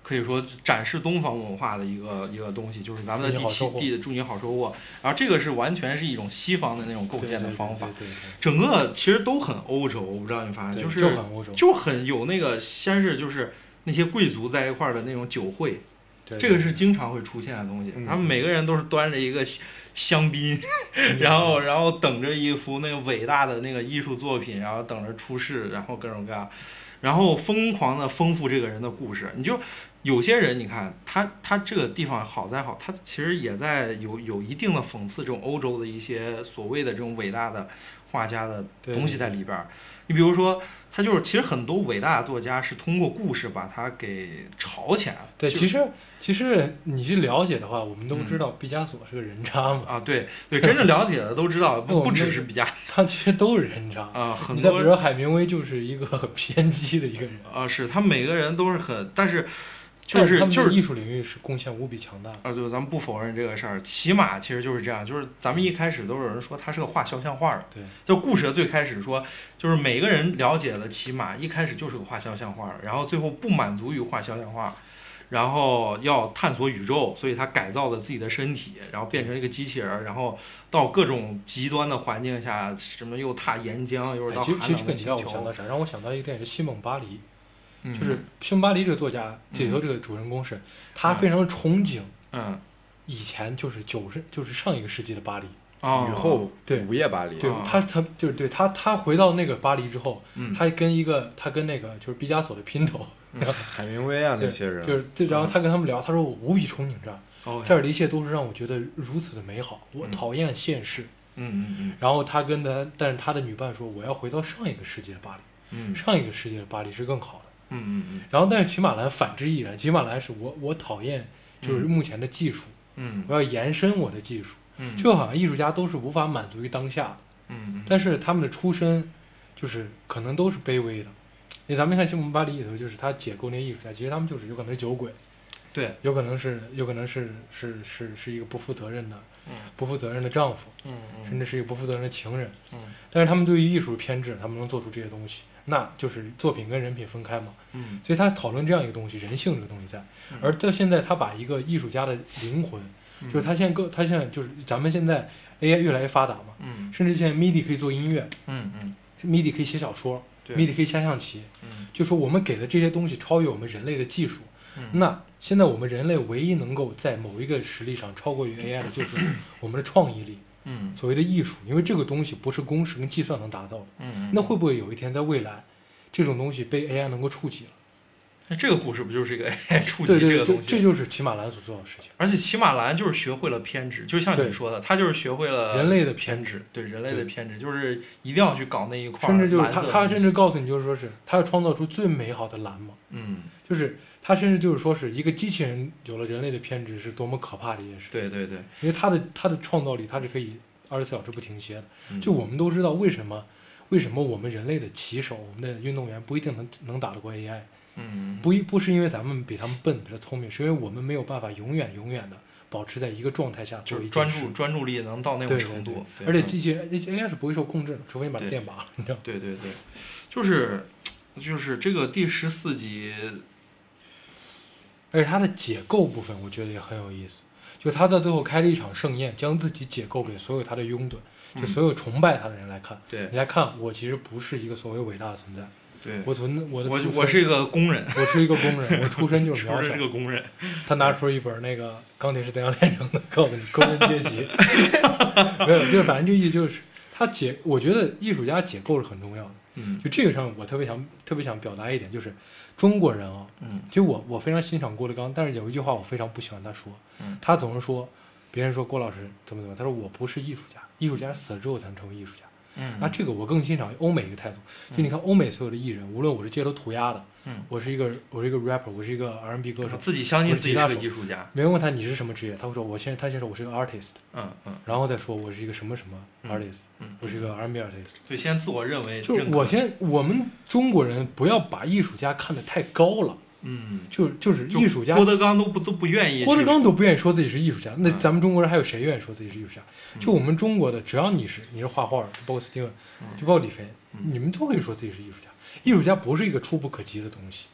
Speaker 3: 可以说展示东方文化的一个一个东西，就是咱们的
Speaker 1: 祝你
Speaker 3: 第
Speaker 1: 好
Speaker 3: 七
Speaker 1: 收获
Speaker 3: 第祝你好收获，然后这个是完全是一种西方的那种构
Speaker 1: 对
Speaker 3: 建的
Speaker 1: 对
Speaker 3: 方法，
Speaker 1: 对对对
Speaker 3: 整个其实都很欧洲，我不知道你发现
Speaker 1: 对
Speaker 3: 就是
Speaker 1: 就很欧洲
Speaker 3: 就很有那个先是就是那些贵族在一块儿的那种酒会，
Speaker 1: 对，对
Speaker 3: 这个是经常会出现的东西。
Speaker 2: 嗯
Speaker 3: 他们每个人都是端着一个香香 槟，然后然后等着一幅那个伟大的那个艺术作品，然后等着出世，然后各种各样，然后疯狂的丰富这个人的故事。你就有些人，你看他他这个地方好在好，他其实也在有 有一定的讽刺这种欧洲的一些所谓的这种伟大的画家的
Speaker 1: 对
Speaker 3: 东西在里边儿。你比如说，他就是其实很多伟大的作家是通过故事把他给炒起来了。
Speaker 1: 对，
Speaker 3: 就
Speaker 1: 其实其实你去了解的话，我们都
Speaker 3: 嗯
Speaker 1: 知道毕加索是个人渣嘛，
Speaker 3: 啊，对对，真正了解的都知道，
Speaker 1: 那
Speaker 3: 不
Speaker 1: 我
Speaker 3: 不
Speaker 1: 们
Speaker 3: 只
Speaker 1: 那
Speaker 3: 是
Speaker 1: 个
Speaker 3: 毕加
Speaker 1: 他其实都是人渣。
Speaker 3: 啊，很
Speaker 1: 你再比
Speaker 3: 多
Speaker 1: 如说海明威就是一个很偏激的一个人，
Speaker 3: 啊，是他每个人都是很，但是就
Speaker 1: 但
Speaker 3: 是
Speaker 1: 他们
Speaker 3: 就
Speaker 1: 在
Speaker 3: 是
Speaker 1: 艺术领域是贡献无比强大的。
Speaker 3: 啊，对，咱们不否认这个事儿，骑马其实就是这样，就是咱们一开始都有人说他是个画肖像画的，
Speaker 1: 对，
Speaker 3: 就故事的最开始说，就是每个人了解了骑马，一开始就是个画肖像画的，然后最后不满足于画肖像画。然后要探索宇宙，所以他改造了自己的身体，然后变成一个机器人儿，然后到各种极端的环境下，什么又踏岩浆，又是到
Speaker 1: 哎其实
Speaker 3: 寒
Speaker 1: 其实
Speaker 3: 冷
Speaker 1: 这个
Speaker 3: 的
Speaker 1: 你让我
Speaker 3: 星
Speaker 1: 想
Speaker 3: 球
Speaker 1: 到，啥？让我想到一个电影《西蒙巴黎》，
Speaker 3: 嗯
Speaker 1: 就是《西蒙巴黎》这个作家，这里头这个主人公是，他非常憧憬
Speaker 3: 嗯
Speaker 1: 以前就是九十，就是上一个世纪的巴黎，
Speaker 3: 哦
Speaker 2: 雨后
Speaker 1: 对
Speaker 2: 午夜巴黎，
Speaker 1: 对
Speaker 3: 啊
Speaker 1: 他，他就是对他，他回到那个巴黎之后，
Speaker 3: 嗯
Speaker 1: 他跟一个他跟那个就是毕加索的姘头，
Speaker 2: 海明威啊那
Speaker 1: 对，
Speaker 2: 些人，
Speaker 1: 就是这，
Speaker 3: 嗯
Speaker 1: 然后他跟他们聊，他说我无比憧憬这儿，
Speaker 3: 哦，
Speaker 1: 这儿的一切都是让我觉得如此的美好，我
Speaker 3: 嗯
Speaker 1: 讨厌现实。
Speaker 3: 嗯嗯
Speaker 1: 然后他跟他，但是他的女伴说，我要回到上一个世界的巴黎，
Speaker 3: 嗯嗯
Speaker 1: 上一个世界的巴黎是更好的。
Speaker 3: 嗯嗯
Speaker 1: 然后，但是骑马兰反之亦然，骑马兰是我我讨厌就是目前的技术，
Speaker 3: 嗯
Speaker 1: 我要延伸我的技术，
Speaker 3: 嗯，
Speaker 1: 就好像艺术家都是无法满足于当下的，
Speaker 3: 嗯嗯
Speaker 1: 但是他们的出身就是可能都是卑微的。因为咱们看《新闻巴黎》里头，就是他解构那些艺术家，其实他们就是有可能是酒鬼，
Speaker 3: 对，
Speaker 1: 有可能是有可能是是是是一个不负责任的
Speaker 3: 嗯
Speaker 1: 不负责任的丈夫，
Speaker 3: 嗯嗯
Speaker 1: 甚至是一个不负责任的情人。
Speaker 3: 嗯
Speaker 1: 但是他们对于艺术的偏执，他们能做出这些东西，那就是作品跟人品分开嘛。
Speaker 3: 嗯
Speaker 1: 所以他讨论这样一个东西，人性这个东西在。而到现在，他把一个艺术家的灵魂，
Speaker 3: 嗯
Speaker 1: 就是他现在更，他现在就是咱们现在 AI 越来越发达嘛，
Speaker 3: 嗯
Speaker 1: 甚至现在 MIDI 可以做音乐
Speaker 3: 嗯嗯
Speaker 1: ，MIDI 可以写小说
Speaker 3: 对
Speaker 1: ，MIDI 可以下象棋，
Speaker 3: 嗯
Speaker 1: 就说我们给的这些东西超越我们人类的技术。
Speaker 3: 嗯
Speaker 1: 那现在我们人类唯一能够在某一个实力上超过 于 AI 的，就是我们的创意力，
Speaker 3: 嗯
Speaker 1: 所谓的艺术，因为这个东西不是公式跟计算能达到的。
Speaker 3: 嗯，
Speaker 1: 那会不会有一天在未来，这种东西被 AI 能够触及了？
Speaker 3: 那这个故事不就是一个 AI 触及
Speaker 1: 对
Speaker 3: 这
Speaker 1: 对对，
Speaker 3: 个东
Speaker 1: 这
Speaker 3: 西？
Speaker 1: 这就是骑马兰所做的事情。
Speaker 3: 而且骑马兰就是学会了偏执，就像你
Speaker 1: 对
Speaker 3: 说的，他就是学会了
Speaker 1: 人类的偏
Speaker 3: 执
Speaker 1: 执，
Speaker 3: 对人类的
Speaker 1: 对
Speaker 3: 偏执，就是一定要去搞那一块儿
Speaker 1: 甚
Speaker 3: 蓝
Speaker 1: 至
Speaker 3: 色
Speaker 1: 就是
Speaker 3: 的东西，
Speaker 1: 他，他甚至告诉你，就是说是他要创造出最美好的蓝嘛，
Speaker 3: 嗯，
Speaker 1: 就是他甚至就是说是一个机器人有了人类的偏执是多么可怕的一件事情。
Speaker 3: 对对对，
Speaker 1: 因为他的他的创造力，他是可以二十四小时不停歇的。
Speaker 3: 嗯
Speaker 1: 就我们都知道为什么为什么我们人类的棋手，我们的运动员不一定能能打得过 AI，
Speaker 3: 嗯，
Speaker 1: 不一不是因为咱们比他们笨，比他聪明，是因为我们没有办法永远永远的保持在一个状态下
Speaker 3: 就
Speaker 1: 做
Speaker 3: 是
Speaker 1: 一
Speaker 3: 专
Speaker 1: 件事
Speaker 3: 注。专注力能到那
Speaker 1: 对
Speaker 3: 种程
Speaker 1: 对对
Speaker 3: 度，，对
Speaker 1: 而且
Speaker 3: 嗯
Speaker 1: 机器人 AI 是不会受控制的，除非你把它
Speaker 3: 对
Speaker 1: 电拔了，你知道吗？
Speaker 3: 对对对，就是就是这个第十四集，
Speaker 1: 而且它的解构部分，我觉得也很有意思。就他在最后开了一场盛宴，将自己解构给所有他的拥趸，就
Speaker 3: 嗯
Speaker 1: 所有崇拜他的人来看。
Speaker 3: 对
Speaker 1: 你来看，我其实不是一个所谓伟大的存在，
Speaker 3: 对
Speaker 1: 我存我的
Speaker 3: 我
Speaker 1: 出
Speaker 3: 我
Speaker 1: 身
Speaker 3: 是一个工人，
Speaker 1: 我是一个工人，我出身就是
Speaker 3: 是
Speaker 1: 渺
Speaker 3: 不是
Speaker 1: 小
Speaker 3: 这。个工人？
Speaker 1: 他拿出一本那个《钢铁是怎样炼成的》，告诉你工人阶 级。没有，就是反正这意思就是，他解，我觉得艺术家解构是很重要的。
Speaker 3: 嗯
Speaker 1: 就这个上，我特别想特别想表达一点，就是中国人啊，
Speaker 3: 嗯
Speaker 1: 其实我我非常欣赏郭德纲，但是有一句话我非常不喜欢他说，
Speaker 3: 嗯
Speaker 1: 他总是说别人说郭老师怎么怎么样，他说我不是艺术家，艺术家死了之后才能成为艺术家。
Speaker 3: 嗯
Speaker 1: 那这个我更欣赏欧美一个态度，就你看欧美所有的艺人，无论我是街头涂鸦的，
Speaker 3: 嗯，
Speaker 1: 我是一个我是一个 rapper，我是一个 R&B 歌手，
Speaker 3: 自己相信
Speaker 1: 我是
Speaker 3: 自己
Speaker 1: 吉
Speaker 3: 是
Speaker 1: 他
Speaker 3: 个
Speaker 1: 手
Speaker 3: 艺术家，
Speaker 1: 别人问他你是什么职业，他会说我现在他先说我是个 artist，
Speaker 3: 嗯嗯
Speaker 1: 然后再说我是一个什么什么
Speaker 3: 嗯
Speaker 1: artist，、
Speaker 3: 嗯，
Speaker 1: 我是一个 R&B artist。
Speaker 3: 所以先自我认为
Speaker 1: 就
Speaker 3: 认可，
Speaker 1: 我先，我们中国人不要把艺术家看得太高了，
Speaker 3: 嗯，
Speaker 1: 就就是
Speaker 3: 就
Speaker 1: 艺术家
Speaker 3: 郭德纲都不都不愿意，
Speaker 1: 郭德纲都不愿意说自己是艺术家，那
Speaker 3: 嗯
Speaker 1: 咱们中国人还有谁愿意说自己是艺术家？就我们中国的，只要你是你是画画的，就包括 Steven，就
Speaker 3: 嗯
Speaker 1: 包括李飞，你们都可以说自己是艺术家。艺术家不是一个触不可及的东西，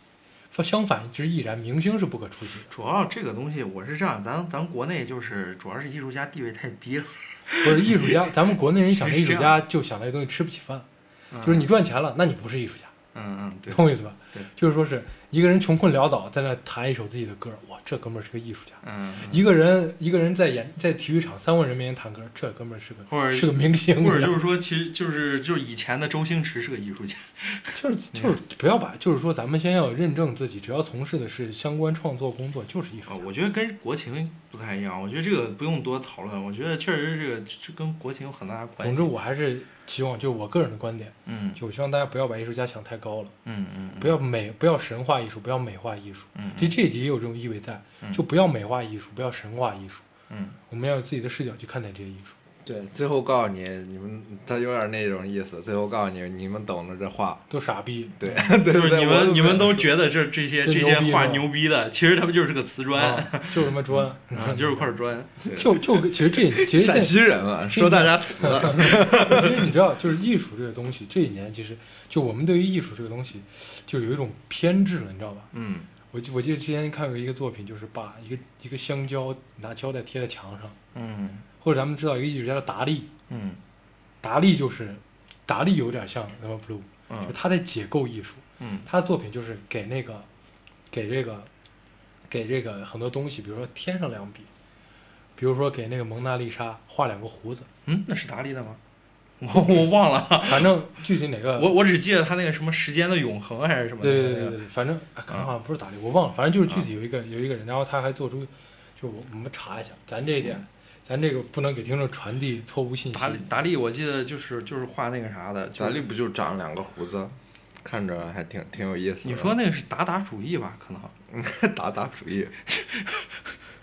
Speaker 1: 说相反之亦然，明星是不可触及的。
Speaker 3: 主要这个东西，我是这样，咱咱国内就是主要是艺术家地位太低了，
Speaker 1: 不是艺术家，咱们国内人想
Speaker 3: 是
Speaker 1: 着艺
Speaker 3: 这
Speaker 1: 术
Speaker 3: 样
Speaker 1: 家就想那些东西吃不起饭，就是你赚钱了，那你不是艺术家，
Speaker 3: 嗯嗯对
Speaker 1: 懂我意思吧
Speaker 3: 对？
Speaker 1: 就是说是一个人穷困潦倒在那弹一首自己的歌，哇，这哥们儿是个艺术家。
Speaker 3: 嗯，
Speaker 1: 一个人一个人在演在体育场三万人面前弹歌，这哥们儿是
Speaker 3: 或者
Speaker 1: 个是个明星，
Speaker 3: 或
Speaker 1: 你
Speaker 3: 者
Speaker 1: 知道
Speaker 3: 就
Speaker 1: 吗
Speaker 3: 是说，其实就是就是以前的周星驰是个艺术家，
Speaker 1: 就是就是不要把，就是说咱们先要认证自己，只要从事的是相关创作工作，就是艺术
Speaker 3: 啊，
Speaker 1: 家。
Speaker 3: 我觉得跟国情不太一样，我觉得这个不用多讨论，我觉得确实这个这跟国情有很大的关
Speaker 1: 总
Speaker 3: 系。
Speaker 1: 之，我还是期望，就是我个人的观点，
Speaker 3: 嗯
Speaker 1: 就我希望大家不要把艺术家想太高了，
Speaker 3: 嗯嗯，
Speaker 1: 不要美，不要神话艺术，不要美化艺术。
Speaker 3: 嗯
Speaker 1: 其实这一集也有这种意味在，就不要美化艺术，不要神话艺术，
Speaker 3: 嗯
Speaker 1: 我们要有自己的视角去看待这些艺术。
Speaker 2: 对，最后告诉你，你们他有点那种意思，最后告诉你，你们懂了这话，
Speaker 1: 都傻逼，嗯
Speaker 2: 对
Speaker 3: 嗯就
Speaker 2: 对不
Speaker 3: 是
Speaker 2: 对？
Speaker 3: 你
Speaker 2: 我
Speaker 3: 们你们都觉得这这些
Speaker 1: 这
Speaker 3: 这
Speaker 1: 牛
Speaker 3: 些
Speaker 1: 逼
Speaker 3: 话
Speaker 1: 是吧
Speaker 3: 牛逼的，其实他们就是个瓷砖，
Speaker 1: 啊就是他妈 砖，
Speaker 3: 啊就是块砖。对
Speaker 1: 就就其实这其实现
Speaker 2: 陕
Speaker 1: 在
Speaker 2: 西人嘛，说大家词了，
Speaker 1: 其实你知道，就是艺术这个东西，这几年其实就我们对于艺术这个东西，就有一种偏执了，你知道吧？
Speaker 3: 嗯
Speaker 1: 我记我记得之前看过一个作品，就是把一个一个香蕉拿胶带贴在墙上，
Speaker 3: 嗯
Speaker 1: 或者咱们知道一个艺术家叫达利，
Speaker 3: 嗯
Speaker 1: 达利就是达利有点像那么 blue，、
Speaker 3: 嗯
Speaker 1: 就他在解构艺术，
Speaker 3: 嗯
Speaker 1: 他的作品就是给那个给这个给这个很多东西，比如说天上两笔，比如说给那个蒙娜丽莎画两个胡 子，
Speaker 3: 嗯，那是达利的吗？我我忘了，
Speaker 1: 反正具体哪个
Speaker 3: 我我只记得他那个什么时间的永恒还是什么的
Speaker 1: 对对
Speaker 3: 那
Speaker 1: 对
Speaker 3: 个
Speaker 1: 对，对，反正啊，可能好像不是打猎，我忘了，反正就是具体有一个、有一个人，然后他还做出，就我们查一下，咱这一点，
Speaker 3: 嗯
Speaker 1: 咱这个不能给听众传递错误信息
Speaker 3: 达。利达利，我记得就是就是画那个啥的，就
Speaker 2: 达
Speaker 3: 是
Speaker 2: 利不就长两个胡子，看着还挺挺有意思的。
Speaker 3: 你说那个是达达主义吧？可能
Speaker 2: 打打主意，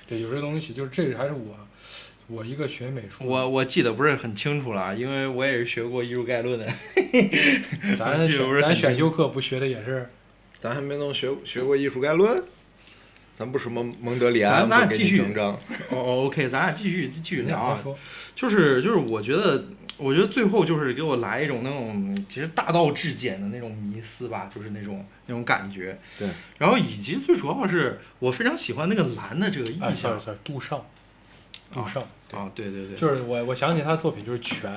Speaker 1: 对，有些东西就是这还是我我一个学美术，
Speaker 3: 我我记得不是很清楚了，因为我也是学过艺术概论的。
Speaker 1: 咱选咱
Speaker 3: 记得不是很
Speaker 1: 选
Speaker 3: 清
Speaker 1: 修课不学的也是，
Speaker 2: 咱还没能学学过艺术概论，咱不是蒙蒙德里安，
Speaker 3: 咱咱
Speaker 2: 不给
Speaker 3: 继续
Speaker 2: 你整整。
Speaker 3: 哦哦，OK，咱俩继续继续
Speaker 1: 你
Speaker 3: 聊
Speaker 1: 俩
Speaker 3: 啊。
Speaker 1: 说，
Speaker 3: 就是就是，我觉得我觉得最后就是给我来一种那种其实大道至简的那种迷思吧，就是那种那种感觉。
Speaker 2: 对，
Speaker 3: 然后以及最主要是我非常喜欢那个蓝的这个意
Speaker 1: 哎
Speaker 3: 象
Speaker 1: ，sorry sorry，杜尚，杜
Speaker 3: 啊
Speaker 1: 尚，
Speaker 3: 啊，对对对，
Speaker 1: 就是我我想起他的作品就是泉，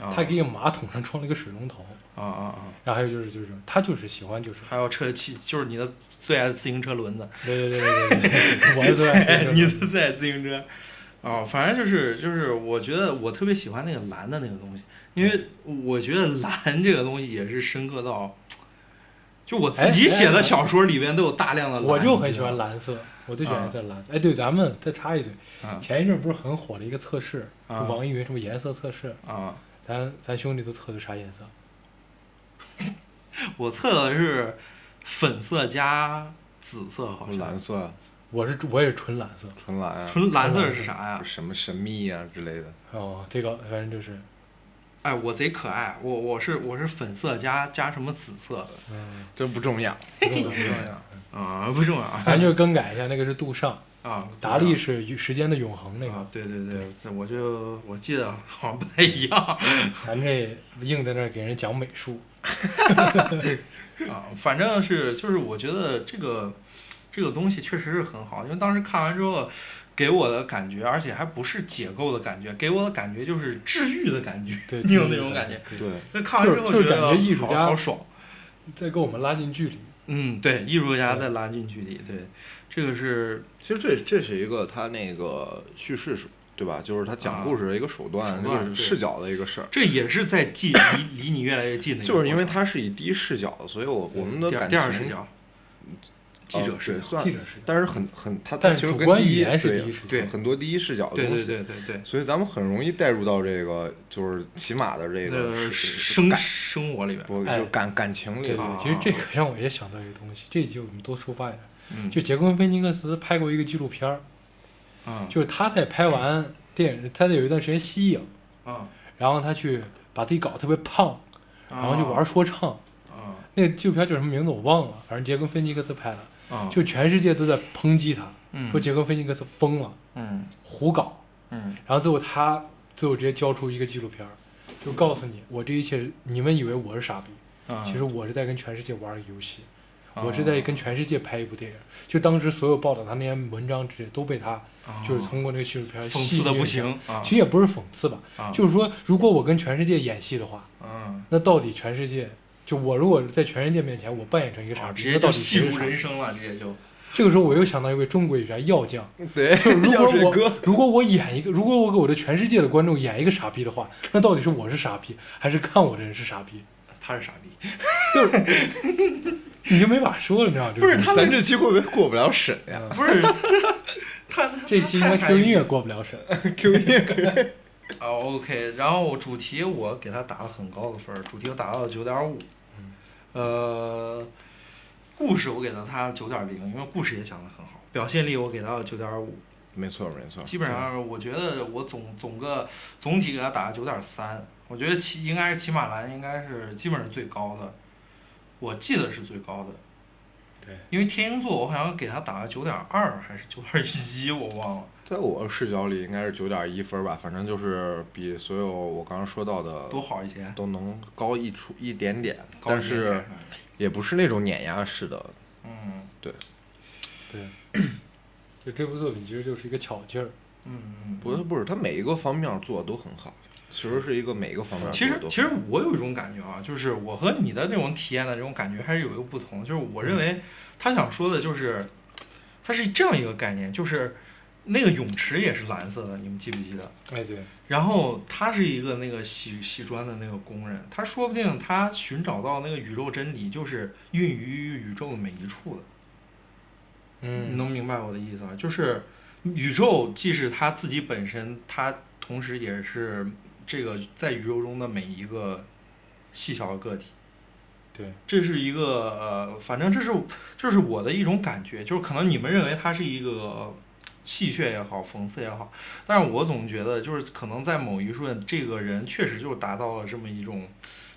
Speaker 3: 啊
Speaker 1: 他给一个马桶上装了一个水龙头，
Speaker 3: 啊啊啊，
Speaker 1: 然后还有就是就是他就是喜欢 就是，
Speaker 3: 还有车汽就是你的最爱的自行车轮子，
Speaker 1: 对对对对对对，我的最 爱
Speaker 3: 你的最爱自行车。啊，反正就是就是，我觉得我特别喜欢那个蓝的那个东西，因为我觉得蓝这个东西也是深刻到，就我自己
Speaker 1: 哎
Speaker 3: 写
Speaker 1: 哎哎
Speaker 3: 的小说里边都有大量的蓝。嗯
Speaker 1: 我就
Speaker 3: 你
Speaker 1: 很
Speaker 3: 知
Speaker 1: 喜
Speaker 3: 道
Speaker 1: 欢
Speaker 3: 吗
Speaker 1: 蓝色，我最喜欢颜色是蓝色。哎，对，咱们再插一嘴，
Speaker 3: 啊
Speaker 1: 前一阵不是很火的一个测试，就
Speaker 3: 啊
Speaker 1: 网易云什么颜色测试，
Speaker 3: 啊！
Speaker 1: 咱咱兄弟都测的啥颜色？
Speaker 3: 我测的是粉色加紫色，好像
Speaker 2: 蓝色啊，
Speaker 1: 我是我也是纯蓝色。
Speaker 2: 纯蓝啊，
Speaker 3: 纯蓝色是啥呀？
Speaker 2: 什么神秘啊之类的。
Speaker 1: 哦，这个反正就是，
Speaker 3: 哎，我贼可爱，我我是我是粉色加加什么紫色
Speaker 1: 嗯，
Speaker 2: 这不重要，
Speaker 1: 不重要不重要，
Speaker 3: 啊？不重要啊
Speaker 1: 咱就更改一下，那个是杜尚，
Speaker 3: 啊，
Speaker 1: 达利是时间的永恒那
Speaker 3: 啊
Speaker 1: 个，，
Speaker 3: 对对对，这我就我记得好像不太一样啊，
Speaker 1: 咱这硬在那儿给人讲美术，
Speaker 3: 啊反正是就是我觉得这个这个东西确实是很好，因为当时看完之后给我的感觉，而且还不是解构的感觉，给我的感觉就是治愈的感觉，
Speaker 1: 对
Speaker 3: 你有
Speaker 1: 治
Speaker 3: 那
Speaker 1: 愈
Speaker 3: 种
Speaker 1: 的
Speaker 3: 感
Speaker 1: 感
Speaker 3: 觉
Speaker 1: 觉。
Speaker 2: 对，
Speaker 3: 那看完之后
Speaker 1: 就是
Speaker 3: 得
Speaker 1: 就是感觉艺术家
Speaker 3: 好好爽，
Speaker 1: 再跟我们拉近距离。
Speaker 3: 嗯，对，艺术家再拉近距离，对，这个是
Speaker 2: 其实这这是一个他那个叙事手，对吧？就是他
Speaker 3: 啊
Speaker 2: 讲故事的一个手段，
Speaker 3: 手
Speaker 2: 这
Speaker 3: 段
Speaker 2: 个是
Speaker 3: 对
Speaker 2: 视角的一个事儿。
Speaker 3: 这也是在近离离你越来越近的一个
Speaker 2: 就
Speaker 3: 过程，
Speaker 2: 是因为它是以第一视角，所以我我们的
Speaker 3: 第二
Speaker 2: 感
Speaker 3: 第二
Speaker 2: 情
Speaker 3: 视角，记者
Speaker 2: 呃
Speaker 3: 视
Speaker 2: 对
Speaker 3: 角，
Speaker 2: 算
Speaker 1: 记者视角
Speaker 2: 但是很很它，
Speaker 1: 但
Speaker 2: 它
Speaker 1: 是
Speaker 2: 其实
Speaker 1: 主
Speaker 2: 跟
Speaker 1: 观
Speaker 2: 第
Speaker 1: 语
Speaker 2: 一
Speaker 1: 言是
Speaker 2: 对
Speaker 1: 第一视角
Speaker 2: 对很多第一视角的
Speaker 3: 对
Speaker 2: 东
Speaker 3: 对
Speaker 2: 西，
Speaker 3: 对对对。
Speaker 2: 所以咱们很容易带入到这个就是骑马的这个
Speaker 3: 呃，
Speaker 2: 是
Speaker 3: 生
Speaker 2: 感
Speaker 3: 生活里边，
Speaker 2: 不
Speaker 1: 哎
Speaker 2: 就感感情里
Speaker 1: 对
Speaker 2: 了。
Speaker 3: 啊
Speaker 1: 对，其实这个让我也想到一个东西，这一集我们多抒发一下。
Speaker 3: 嗯，
Speaker 1: 就杰昆·菲尼克斯拍过一个纪录片儿，
Speaker 3: 啊
Speaker 1: 就是他在拍完电影，他在有一段时间息影，
Speaker 3: 啊，
Speaker 1: 然后他去把自己搞得特别胖，然后就玩说唱。
Speaker 3: 啊
Speaker 1: 那个纪录片叫什么名字我忘了，反正杰克芬尼克斯拍的，
Speaker 3: 啊，
Speaker 1: 就全世界都在抨击他，
Speaker 3: 嗯
Speaker 1: 说杰克芬尼克斯疯了，
Speaker 3: 嗯
Speaker 1: 胡搞。
Speaker 3: 嗯
Speaker 1: 然后最后他最后直接交出一个纪录片儿，就告诉你，我这一切是你们以为我是傻逼，
Speaker 3: 啊
Speaker 1: 其实我是在跟全世界玩儿个游戏，
Speaker 3: 啊
Speaker 1: 我是在跟全世界拍一部电影。就当时所有报道他那篇文章之类都被他
Speaker 3: 啊，
Speaker 1: 就是通过那个纪录片儿
Speaker 3: 讽
Speaker 1: 戏
Speaker 3: 刺的
Speaker 1: 谑一
Speaker 3: 不
Speaker 1: 下
Speaker 3: 行啊
Speaker 1: 其实也不是讽刺吧，
Speaker 3: 啊
Speaker 1: 就是说如果我跟全世界演戏的话，
Speaker 3: 啊，
Speaker 1: 那到底全世界就我如果在全世界面前我扮演成一个傻
Speaker 3: 啊
Speaker 1: 逼，
Speaker 3: 直接
Speaker 1: 那到
Speaker 3: 就
Speaker 1: 底
Speaker 3: 戏
Speaker 1: 谁是
Speaker 3: 如
Speaker 1: 傻
Speaker 3: 人
Speaker 1: 逼？
Speaker 3: 生了，直接就
Speaker 1: 这个时候我又想到一位中国艺术家药 匠，
Speaker 2: 对，
Speaker 1: 就是 如
Speaker 2: 要是
Speaker 1: 果
Speaker 2: 哥
Speaker 1: 我如果我演一个，如果我给我的全世界的观众演一个傻逼的话，那到底是我是傻逼，还是看我的人是傻逼？
Speaker 3: 他是傻 逼，
Speaker 1: 你就没法说了，你知道吗？这个
Speaker 3: 不是
Speaker 1: 东西
Speaker 3: 他
Speaker 2: 咱这期会不会过不了审呀
Speaker 3: 不是他他
Speaker 1: 这期应该 Q 音乐过不了 审，
Speaker 2: ？Q 音
Speaker 3: 啊，OK，然后主题我给他打了很高的分儿，主题我打到了九点五，呃，故事我给到他九点零，因为故事也讲得很好，表现力我给到了九点五，
Speaker 2: 没错没错，
Speaker 3: 基本上我觉得我总总个总体给他打九点三，我觉得骑应该是骑马兰应该是基本上最高的，我记得是最高的，
Speaker 1: 对，
Speaker 3: 因为天鹰座我好像给他打了九点二还是九点一，我忘了，
Speaker 2: 在我视角里应该是九点一分吧，反正就是比所有我刚刚说到的
Speaker 3: 多好一些，
Speaker 2: 都能高一出一点点，
Speaker 3: 高
Speaker 2: 但
Speaker 3: 一点点
Speaker 2: 是也不是那种碾压式的，
Speaker 3: 嗯
Speaker 2: 对，
Speaker 1: 对，就这部作品其实就是一个巧劲儿，
Speaker 3: 嗯嗯。
Speaker 2: 不是不是，它每一个方面做的都很好，其实是一个每一个方面
Speaker 3: 其
Speaker 2: 做得
Speaker 3: 实
Speaker 2: 都很好。
Speaker 3: 其实我有一种感觉啊，就是我和你的这种体验的这种感觉还是有一个不同，就是我认为他想说的就是，它是这样一个概念，就是那个泳池也是蓝色的，你们记不记得？
Speaker 1: 哎对，
Speaker 3: 然后他是一个那个洗洗砖的那个工人，他说不定他寻找到那个宇宙真理，就是孕于宇宙的每一处的。你
Speaker 1: 嗯，
Speaker 3: 能明白我的意思吗？就是宇宙既是他自己本身，他同时也是这个在宇宙中的每一个细小的个体。
Speaker 1: 对，
Speaker 3: 这是一个呃，反正这是这是我的一种感觉，就是可能你们认为它是一个戏谑也好，讽刺也好，但是我总觉得就是可能在某一瞬，这个人确实就达到了这么一种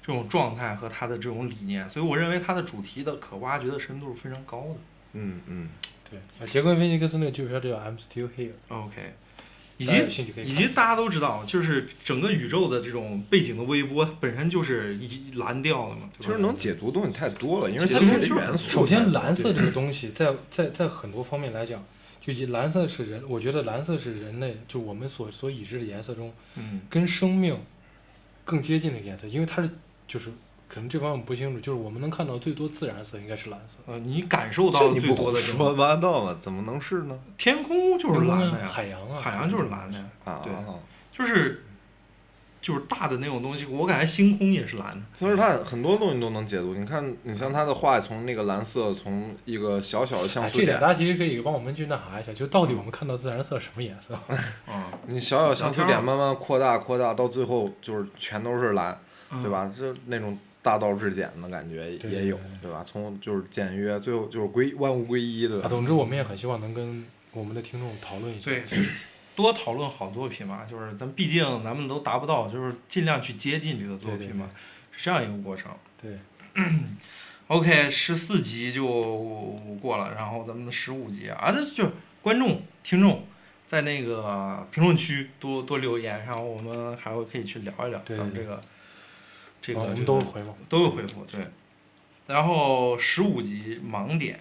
Speaker 3: 这种状态和他的这种理念，所以我认为他的主题的可挖掘的深度是非常高的。
Speaker 2: 嗯嗯，
Speaker 1: 对，啊，杰昆·菲尼克斯那个纪录片叫《I'm Still Here》，
Speaker 3: OK，以
Speaker 1: 大家有兴趣
Speaker 3: 及
Speaker 1: 可以
Speaker 3: 以
Speaker 1: 看
Speaker 3: 及大家都知道，就是整个宇宙的这种背景的微波本身就是一蓝调的嘛，对
Speaker 2: 其
Speaker 3: 吧
Speaker 2: 实能解读东西太多了，因为
Speaker 3: 解
Speaker 2: 它
Speaker 3: 读
Speaker 2: 这
Speaker 3: 就是
Speaker 2: 些元素。
Speaker 1: 首先，蓝色这 个东西在，在在很多方面来讲，就以蓝色是人，我觉得蓝色是人类，就我们所所已知的颜色中，
Speaker 3: 嗯
Speaker 1: 跟生命更接近的颜色，因为它是就是可能这方面不清楚，就是我们能看到最多自然色应该是蓝色，
Speaker 3: 呃，你感受到
Speaker 2: 这
Speaker 3: 的
Speaker 2: 你
Speaker 3: 最
Speaker 2: 不
Speaker 3: 多
Speaker 2: 胡
Speaker 3: 的就是
Speaker 2: 说八道嘛？怎么能是呢？
Speaker 3: 天空就是蓝的呀，
Speaker 1: 海洋啊，
Speaker 3: 海洋就是蓝的呀，
Speaker 2: 啊，
Speaker 3: 对，就是就是大的那种东西，我感觉星空也是蓝的，
Speaker 2: 所以说它很多东西都能解读。你看，你像他的话，从那个蓝色，从一个小小的像
Speaker 1: 哎，
Speaker 2: 素
Speaker 1: 这
Speaker 2: 点
Speaker 1: 点，大家其实可以帮我们去那啥一下，就到底我们看到自然色什么颜色？
Speaker 3: 嗯，
Speaker 2: 你小小像素
Speaker 3: 小
Speaker 2: 点
Speaker 3: 摊
Speaker 2: 慢慢扩大扩大，到最后就是全都是蓝，
Speaker 3: 嗯
Speaker 2: 对？吧？这那种大道至简的感觉
Speaker 1: 对
Speaker 2: 也有
Speaker 1: 对，
Speaker 2: 对吧？从就是简约，最后就是归 万物归一，对
Speaker 1: 啊，
Speaker 2: 吧？
Speaker 1: 总之我们也很希望能跟我们的听众讨论一下。
Speaker 3: 对，就是多讨论好作品嘛，就是咱毕竟咱们都达不到，就是尽量去接近这个作品嘛，是这样一个过程。
Speaker 1: 对，
Speaker 3: OK，十四集就过了，然后咱们的十五集啊，这就是观众、听众在那个评论区多多留言，然后我们还会可以去聊一聊咱
Speaker 1: 对
Speaker 3: 们
Speaker 1: 对
Speaker 3: 这个这个
Speaker 1: 啊我
Speaker 3: 这
Speaker 1: 们
Speaker 3: 个
Speaker 1: 都回嘛，
Speaker 3: 都有回复，对。然后十五集盲点，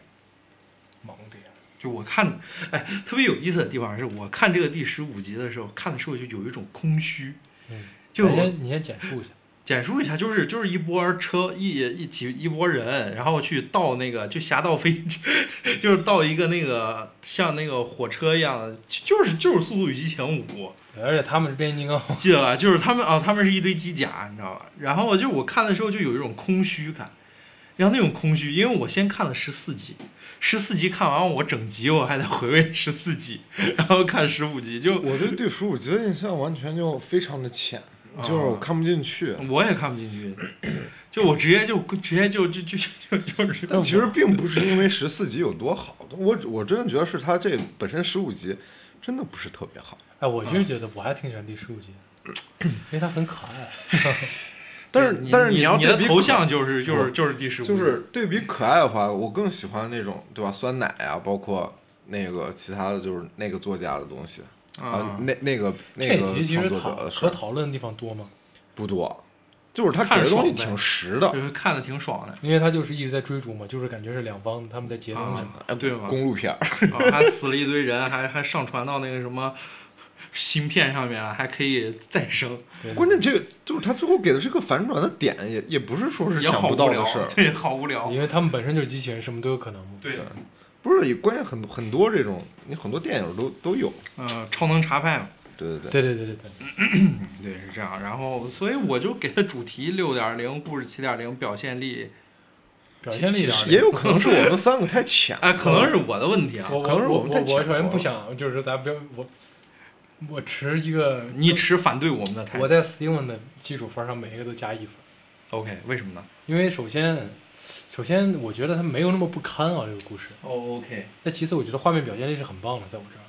Speaker 1: 盲点。
Speaker 3: 就我看，哎，特别有意思的地方是我看这个第十五集的时候，看的时候就有一种空虚。
Speaker 1: 嗯，
Speaker 3: 就
Speaker 1: 你先你先简述一下。
Speaker 3: 简述一下，就是就是一波车一一起一波人，然后去到那个就侠盗飞车，就是到一个那个像那个火车一样的，就就是就是《速度与激情五
Speaker 1: 而且他们是变形金刚，》，
Speaker 3: 记得吧？就是他们啊，他们是一堆机甲，你知道吧？然后就我看的时候就有一种空虚感，然后那种空虚，因为我先看了十四集，十四集看完我整集我还得回味十四集，然后看十五集就
Speaker 2: 我对对十五集的印象完全就非常的浅，就是我看不进去。
Speaker 3: 我也看不进去，就我直接就直接就就就就就是。
Speaker 2: 但其实并不是因为十四集有多好，我我真的觉得是它这本身十五集真的不是特别好。
Speaker 1: 哎，我就是觉得我还挺喜欢第十五集的，因为它很可爱。
Speaker 2: 但是
Speaker 3: 你
Speaker 2: 但是
Speaker 3: 你
Speaker 2: 要
Speaker 3: 你
Speaker 2: 对
Speaker 3: 的
Speaker 2: 比
Speaker 3: 头
Speaker 2: 可
Speaker 3: 像就是就是
Speaker 2: 我
Speaker 3: 就是第十五，
Speaker 2: 就是对比可爱的话，我更喜欢那种对吧？酸奶啊，包括那个其他的就是那个作家的东西
Speaker 3: 啊
Speaker 2: 那那个那
Speaker 1: 这
Speaker 2: 个
Speaker 1: 集其
Speaker 2: 创
Speaker 1: 实
Speaker 2: 作
Speaker 1: 讨
Speaker 2: 者的事
Speaker 1: 可
Speaker 2: 儿
Speaker 1: 讨论的地方多吗？
Speaker 2: 不多，就是他
Speaker 3: 看
Speaker 2: 给的
Speaker 3: 着
Speaker 2: 东西
Speaker 3: 爽呗
Speaker 2: 挺实的
Speaker 3: 就，是看的挺爽的
Speaker 1: 因为他就是一直在追逐嘛，就是感觉是两帮他们在截东西嘛。
Speaker 3: 啊
Speaker 2: 哎，
Speaker 3: 对吧？
Speaker 2: 公路片儿，
Speaker 3: 啊，还死了一堆人，还还上传到那个什么芯片上面，啊还可以再生，
Speaker 1: 对，
Speaker 2: 关键这个就是他最后给的这个反转的点也也不是说是
Speaker 3: 也
Speaker 2: 想
Speaker 3: 好
Speaker 2: 不
Speaker 3: 无
Speaker 2: 到的
Speaker 3: 聊
Speaker 2: 事儿，嗯
Speaker 3: 对，好无聊，
Speaker 1: 因为他们本身就是机器人，什么都有可能嘛。
Speaker 3: 对，
Speaker 2: 不是，也关键很多很多这种，你很多电影都都有，
Speaker 3: 嗯，超能查派嘛，
Speaker 2: 对对
Speaker 1: 对
Speaker 2: 对，
Speaker 1: 对对对对，
Speaker 3: 对，是这样。然后，所以我就给它主题六点零，故事七点零，表现力，，
Speaker 1: 表现力
Speaker 2: 其
Speaker 1: 一
Speaker 2: 实
Speaker 1: 点
Speaker 2: 也有可能是我们三个太浅
Speaker 3: 哎，可能是我的问题啊
Speaker 1: 我，
Speaker 2: 可能是
Speaker 1: 我
Speaker 2: 我们
Speaker 1: 我
Speaker 2: 太浅
Speaker 1: 我首先
Speaker 2: 薄
Speaker 1: 不
Speaker 2: 了
Speaker 1: 想，就是说咱不要我我持一个
Speaker 3: 你持反对我们的态
Speaker 1: 我
Speaker 3: 度
Speaker 1: 在 Steven 的基础分上每一个都加一分，
Speaker 3: ，OK？为什么呢
Speaker 1: 因为首先首先我觉得它没有那么不堪啊这个故事，
Speaker 3: 哦，OK，
Speaker 1: 那其次我觉得画面表现力是很棒的，在我这儿。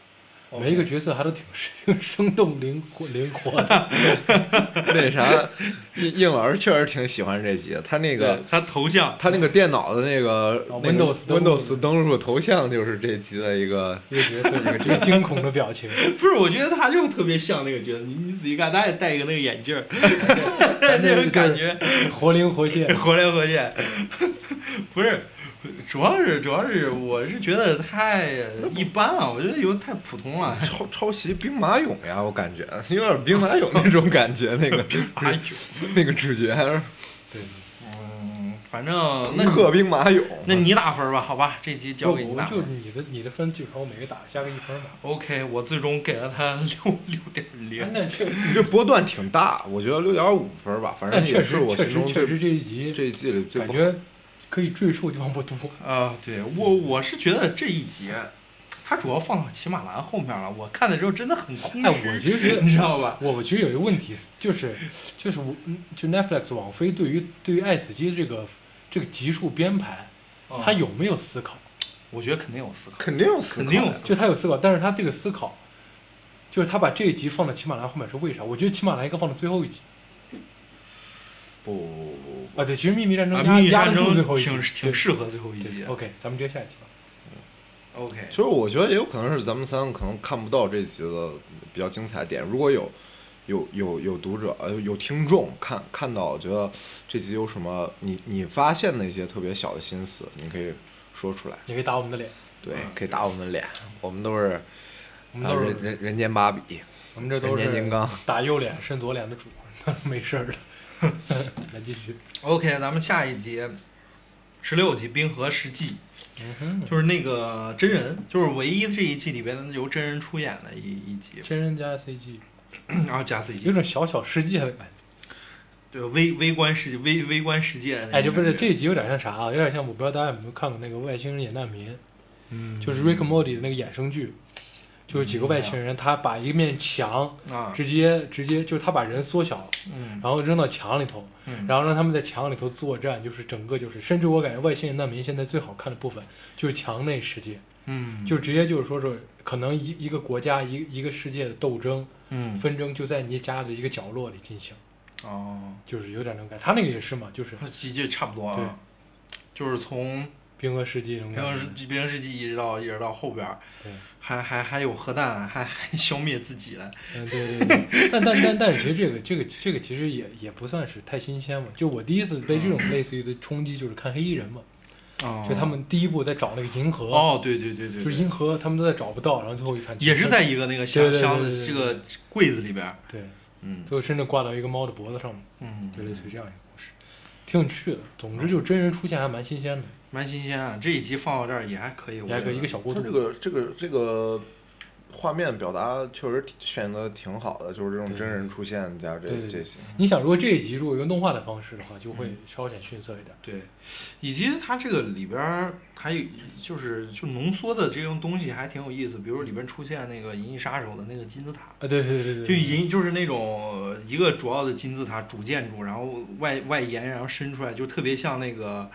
Speaker 3: OK
Speaker 1: 每一个
Speaker 2: 哦
Speaker 1: 角色还都挺挺生 动灵活灵活 的，
Speaker 2: 那啥，应应老师确实挺喜欢这集的，他那个
Speaker 3: 对他头像，
Speaker 2: 他那个电脑的那个
Speaker 1: 哦
Speaker 2: 那个
Speaker 1: Windows 登录
Speaker 2: Windows 登录头像就是这集的一个，
Speaker 1: 一个角色一个这个惊恐的表 情，
Speaker 3: 不是，我觉得他就特别像那个角色，你你仔细看，他也戴一个那个眼镜儿， 那种感觉
Speaker 1: 活灵活 现。
Speaker 3: 活来活去。 不是，主要是主要是我是觉得太一般了，我觉得有点太普通了。
Speaker 2: 抄抄袭兵马俑呀，我感觉 有点兵马 俑那种感觉，那个
Speaker 3: 哎呦，
Speaker 2: 那个主角，
Speaker 1: 对，
Speaker 3: 嗯，反正那
Speaker 2: 朋克兵马俑，
Speaker 3: 那你打分吧，好吧，这集交
Speaker 1: 我
Speaker 3: 给你
Speaker 1: 我
Speaker 3: 打
Speaker 1: 就
Speaker 3: 分。
Speaker 1: 你的你的分就朝我每个打加个一分嘛。
Speaker 3: OK，我最终给了他六六点
Speaker 1: 哎
Speaker 3: 零。
Speaker 1: 那确
Speaker 2: 你这波段挺大，我觉得六点五分吧，反
Speaker 1: 但
Speaker 2: 正
Speaker 1: 确
Speaker 2: 也是
Speaker 1: 实
Speaker 2: 我
Speaker 1: 确
Speaker 2: 心
Speaker 1: 实
Speaker 2: 中
Speaker 1: 确实
Speaker 2: 最
Speaker 1: 这一集
Speaker 2: 这一季里最
Speaker 1: 感
Speaker 2: 不好。
Speaker 1: 觉可以赘述的地方不多。
Speaker 3: 啊，对我我是觉得这一集，它主要放到骑马兰后面了，我看的时候真的很空
Speaker 1: 哎，
Speaker 3: 虚，
Speaker 1: 我其实觉得
Speaker 3: 你知道吧？
Speaker 1: 我我其实有一个问题，就是就是我嗯就 Netflix 网飞对于对于爱死机这个这个集数编排，
Speaker 3: 嗯
Speaker 1: 他有没有思考？
Speaker 3: 我觉得肯定有思考。
Speaker 2: 肯定有思考
Speaker 3: 肯定有
Speaker 2: 呀
Speaker 3: 思考
Speaker 1: 就他有思考，但是他这个思考，就是他把这一集放到骑马兰后面是为啥？我觉得骑马兰应该放到最后一集
Speaker 2: 不不不不不，
Speaker 1: 啊。对，其实秘密战争
Speaker 3: 啊
Speaker 1: 压
Speaker 3: 秘密
Speaker 1: 压
Speaker 3: 战
Speaker 1: 得住
Speaker 3: 争
Speaker 1: 最后一集，
Speaker 3: 挺
Speaker 1: 对
Speaker 3: 挺适合最后一啊集。
Speaker 1: OK，咱们接下一集吧。
Speaker 3: OK，
Speaker 2: 其实我觉得也有可能是咱们三个可能看不到这集的比较精彩点。如果有有有有读者呃有听众看看到，觉得这集有什么你你发现的一些特别小的心思，你可以说出来。
Speaker 1: 你可以打我们的脸，
Speaker 2: 对
Speaker 3: 嗯，
Speaker 2: 可以打我们的脸，我们都是
Speaker 1: 啊我们都
Speaker 2: 啊
Speaker 1: 是
Speaker 2: 人人人间芭比。
Speaker 1: 我们这都
Speaker 2: 人间金
Speaker 1: 是
Speaker 2: 刚
Speaker 1: 打右脸伸左脸的主， 没事儿的。 来继续，
Speaker 3: OK，咱们下一节十六集《冰河世纪》，
Speaker 1: 嗯哼，
Speaker 3: 就是那个真人，就是唯一这一季里边由真人出演的一一集，
Speaker 1: 真人加 CG，
Speaker 3: 然后加 CG，
Speaker 1: 有种小小世界的感觉。
Speaker 3: 对微微观世界微微观世界的那种感觉。
Speaker 1: 哎，这不是这一集有点像啥啊？有点像我不知道大家有没有看过那个《外星人也难民》，
Speaker 3: 嗯，
Speaker 1: 就是 Rick and Morty 的那个衍生剧，就是几个外星人，他把一面墙
Speaker 3: 啊，
Speaker 1: 直接直接就是他把人缩小，
Speaker 3: 嗯
Speaker 1: 然后扔到墙里头，
Speaker 3: 嗯
Speaker 1: 然后让他们在墙里头作战，就是整个就是，甚至我感觉《外星人难民》现在最好看的部分就是墙内世界。
Speaker 3: 嗯
Speaker 1: 就直接就是说是可能一一个国家一一个世界的斗争
Speaker 3: 嗯
Speaker 1: 纷争就在你家的一个角落里进行，
Speaker 3: 哦，
Speaker 1: 就是有点那种感觉。他那个也是嘛，就是
Speaker 3: 这就差不多啊，就是从
Speaker 1: 冰河世纪那种
Speaker 3: 平
Speaker 1: 感觉
Speaker 3: 行世。平行世纪一直到一直到后边儿，
Speaker 1: 对，
Speaker 3: 还还还有核弹，还还消灭自己了。
Speaker 1: 嗯对对对， 但但但但是其实这个这个这个其实也也不算是太新鲜嘛。就我第一次被这种类似于的冲击，就是看黑衣人嘛，
Speaker 3: 哦
Speaker 1: 就他们第一部在找那个银河，
Speaker 3: 哦，对对对对，
Speaker 1: 就是
Speaker 3: 对
Speaker 1: 银河他们都在找不到，然后最后一看
Speaker 3: 也是在一
Speaker 1: 个
Speaker 3: 个那个
Speaker 1: 对
Speaker 3: 箱
Speaker 1: 对对
Speaker 3: 箱
Speaker 1: 对
Speaker 3: 子
Speaker 1: 对
Speaker 3: 这
Speaker 1: 对
Speaker 3: 个柜子里边儿。
Speaker 1: 对，
Speaker 2: 嗯，
Speaker 1: 最后甚至挂到一个猫的脖子上嘛，
Speaker 3: 嗯，哦
Speaker 1: 就类似于这样一个故事，挺有趣的。总之就真人出现还蛮新鲜的。
Speaker 3: 蛮新鲜啊！这一集放到这儿也还可哎以，我
Speaker 1: 来
Speaker 3: 觉
Speaker 1: 个
Speaker 3: 得
Speaker 1: 一个小过
Speaker 2: 它
Speaker 1: 渡。
Speaker 2: 这个这个这个画面表达确实挺选的挺好的，就是这种真人出现加这
Speaker 1: 对对
Speaker 2: 这些。
Speaker 1: 你想，如果这一集如果用动画的方式的话，就会
Speaker 3: 嗯
Speaker 1: 稍显逊色一点。
Speaker 3: 对，以及它这个里边儿还有就是就浓缩的这种东西还挺有意思，比如里边出现那个《银翼杀手》的那个金字塔，
Speaker 1: 啊，对对对对
Speaker 3: 就
Speaker 1: 对，
Speaker 3: 银就是那种一个主要的金字塔主建筑，然后外外延，然后伸出来，就特别像那个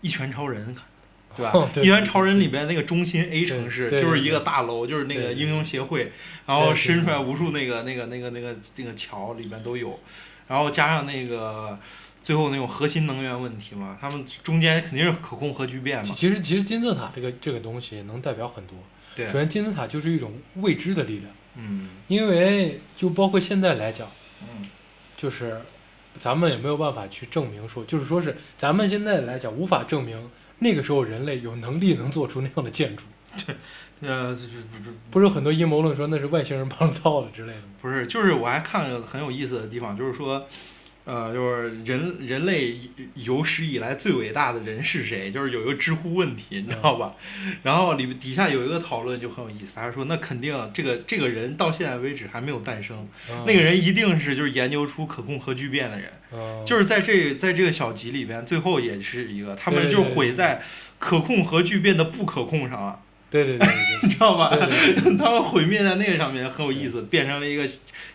Speaker 3: 一拳超人。对 吧？
Speaker 1: 哦对
Speaker 3: 一拳超人里边那个中心 A 城市
Speaker 1: 对对
Speaker 3: 就是一个大楼，就是那个
Speaker 1: 对
Speaker 3: 英雄协会，然后
Speaker 1: 对
Speaker 3: 伸出来无数那个那个那个那个那个桥里边都有，然后加上那个最后那种核心能源问题嘛，他们中间肯定是可控核聚变
Speaker 1: 其
Speaker 3: 嘛。
Speaker 1: 其实其实金字塔这个这个东西能代表很多。
Speaker 3: 对
Speaker 1: 首，先，金字塔就是一种未知的力量，
Speaker 3: 嗯
Speaker 1: 因为就包括现在来讲，
Speaker 3: 嗯
Speaker 1: 就是咱们也没有办法去证明说，就是说是咱们现在来讲无法证明那个时候人类有能力能做出那样的建筑。
Speaker 3: 呃，这这这
Speaker 1: 不是有很多阴谋论说那是外星人帮造的之类的吗？
Speaker 3: 不是，就是我还看了个很有意思的地方，就是说，呃，就是人人类有史以来最伟大的人是谁？就是有一个知乎问题，你知道吧？
Speaker 1: 嗯
Speaker 3: 然后里底下有一个讨论就很有意思，他说那肯定这个这个人到现在为止还没有诞生， 那个人一定是就是研究出可控核聚变的人。
Speaker 1: 嗯，
Speaker 3: 就是在这在这个小集里边，最后也是一个，他们
Speaker 1: 对
Speaker 3: 就
Speaker 1: 对对
Speaker 3: 毁在可控核聚变的不可控上了。
Speaker 1: 对对对对
Speaker 3: 你
Speaker 1: 对，
Speaker 3: 知道吧？
Speaker 1: 对对
Speaker 3: 他们毁灭在那个上面很有意思，变成了一个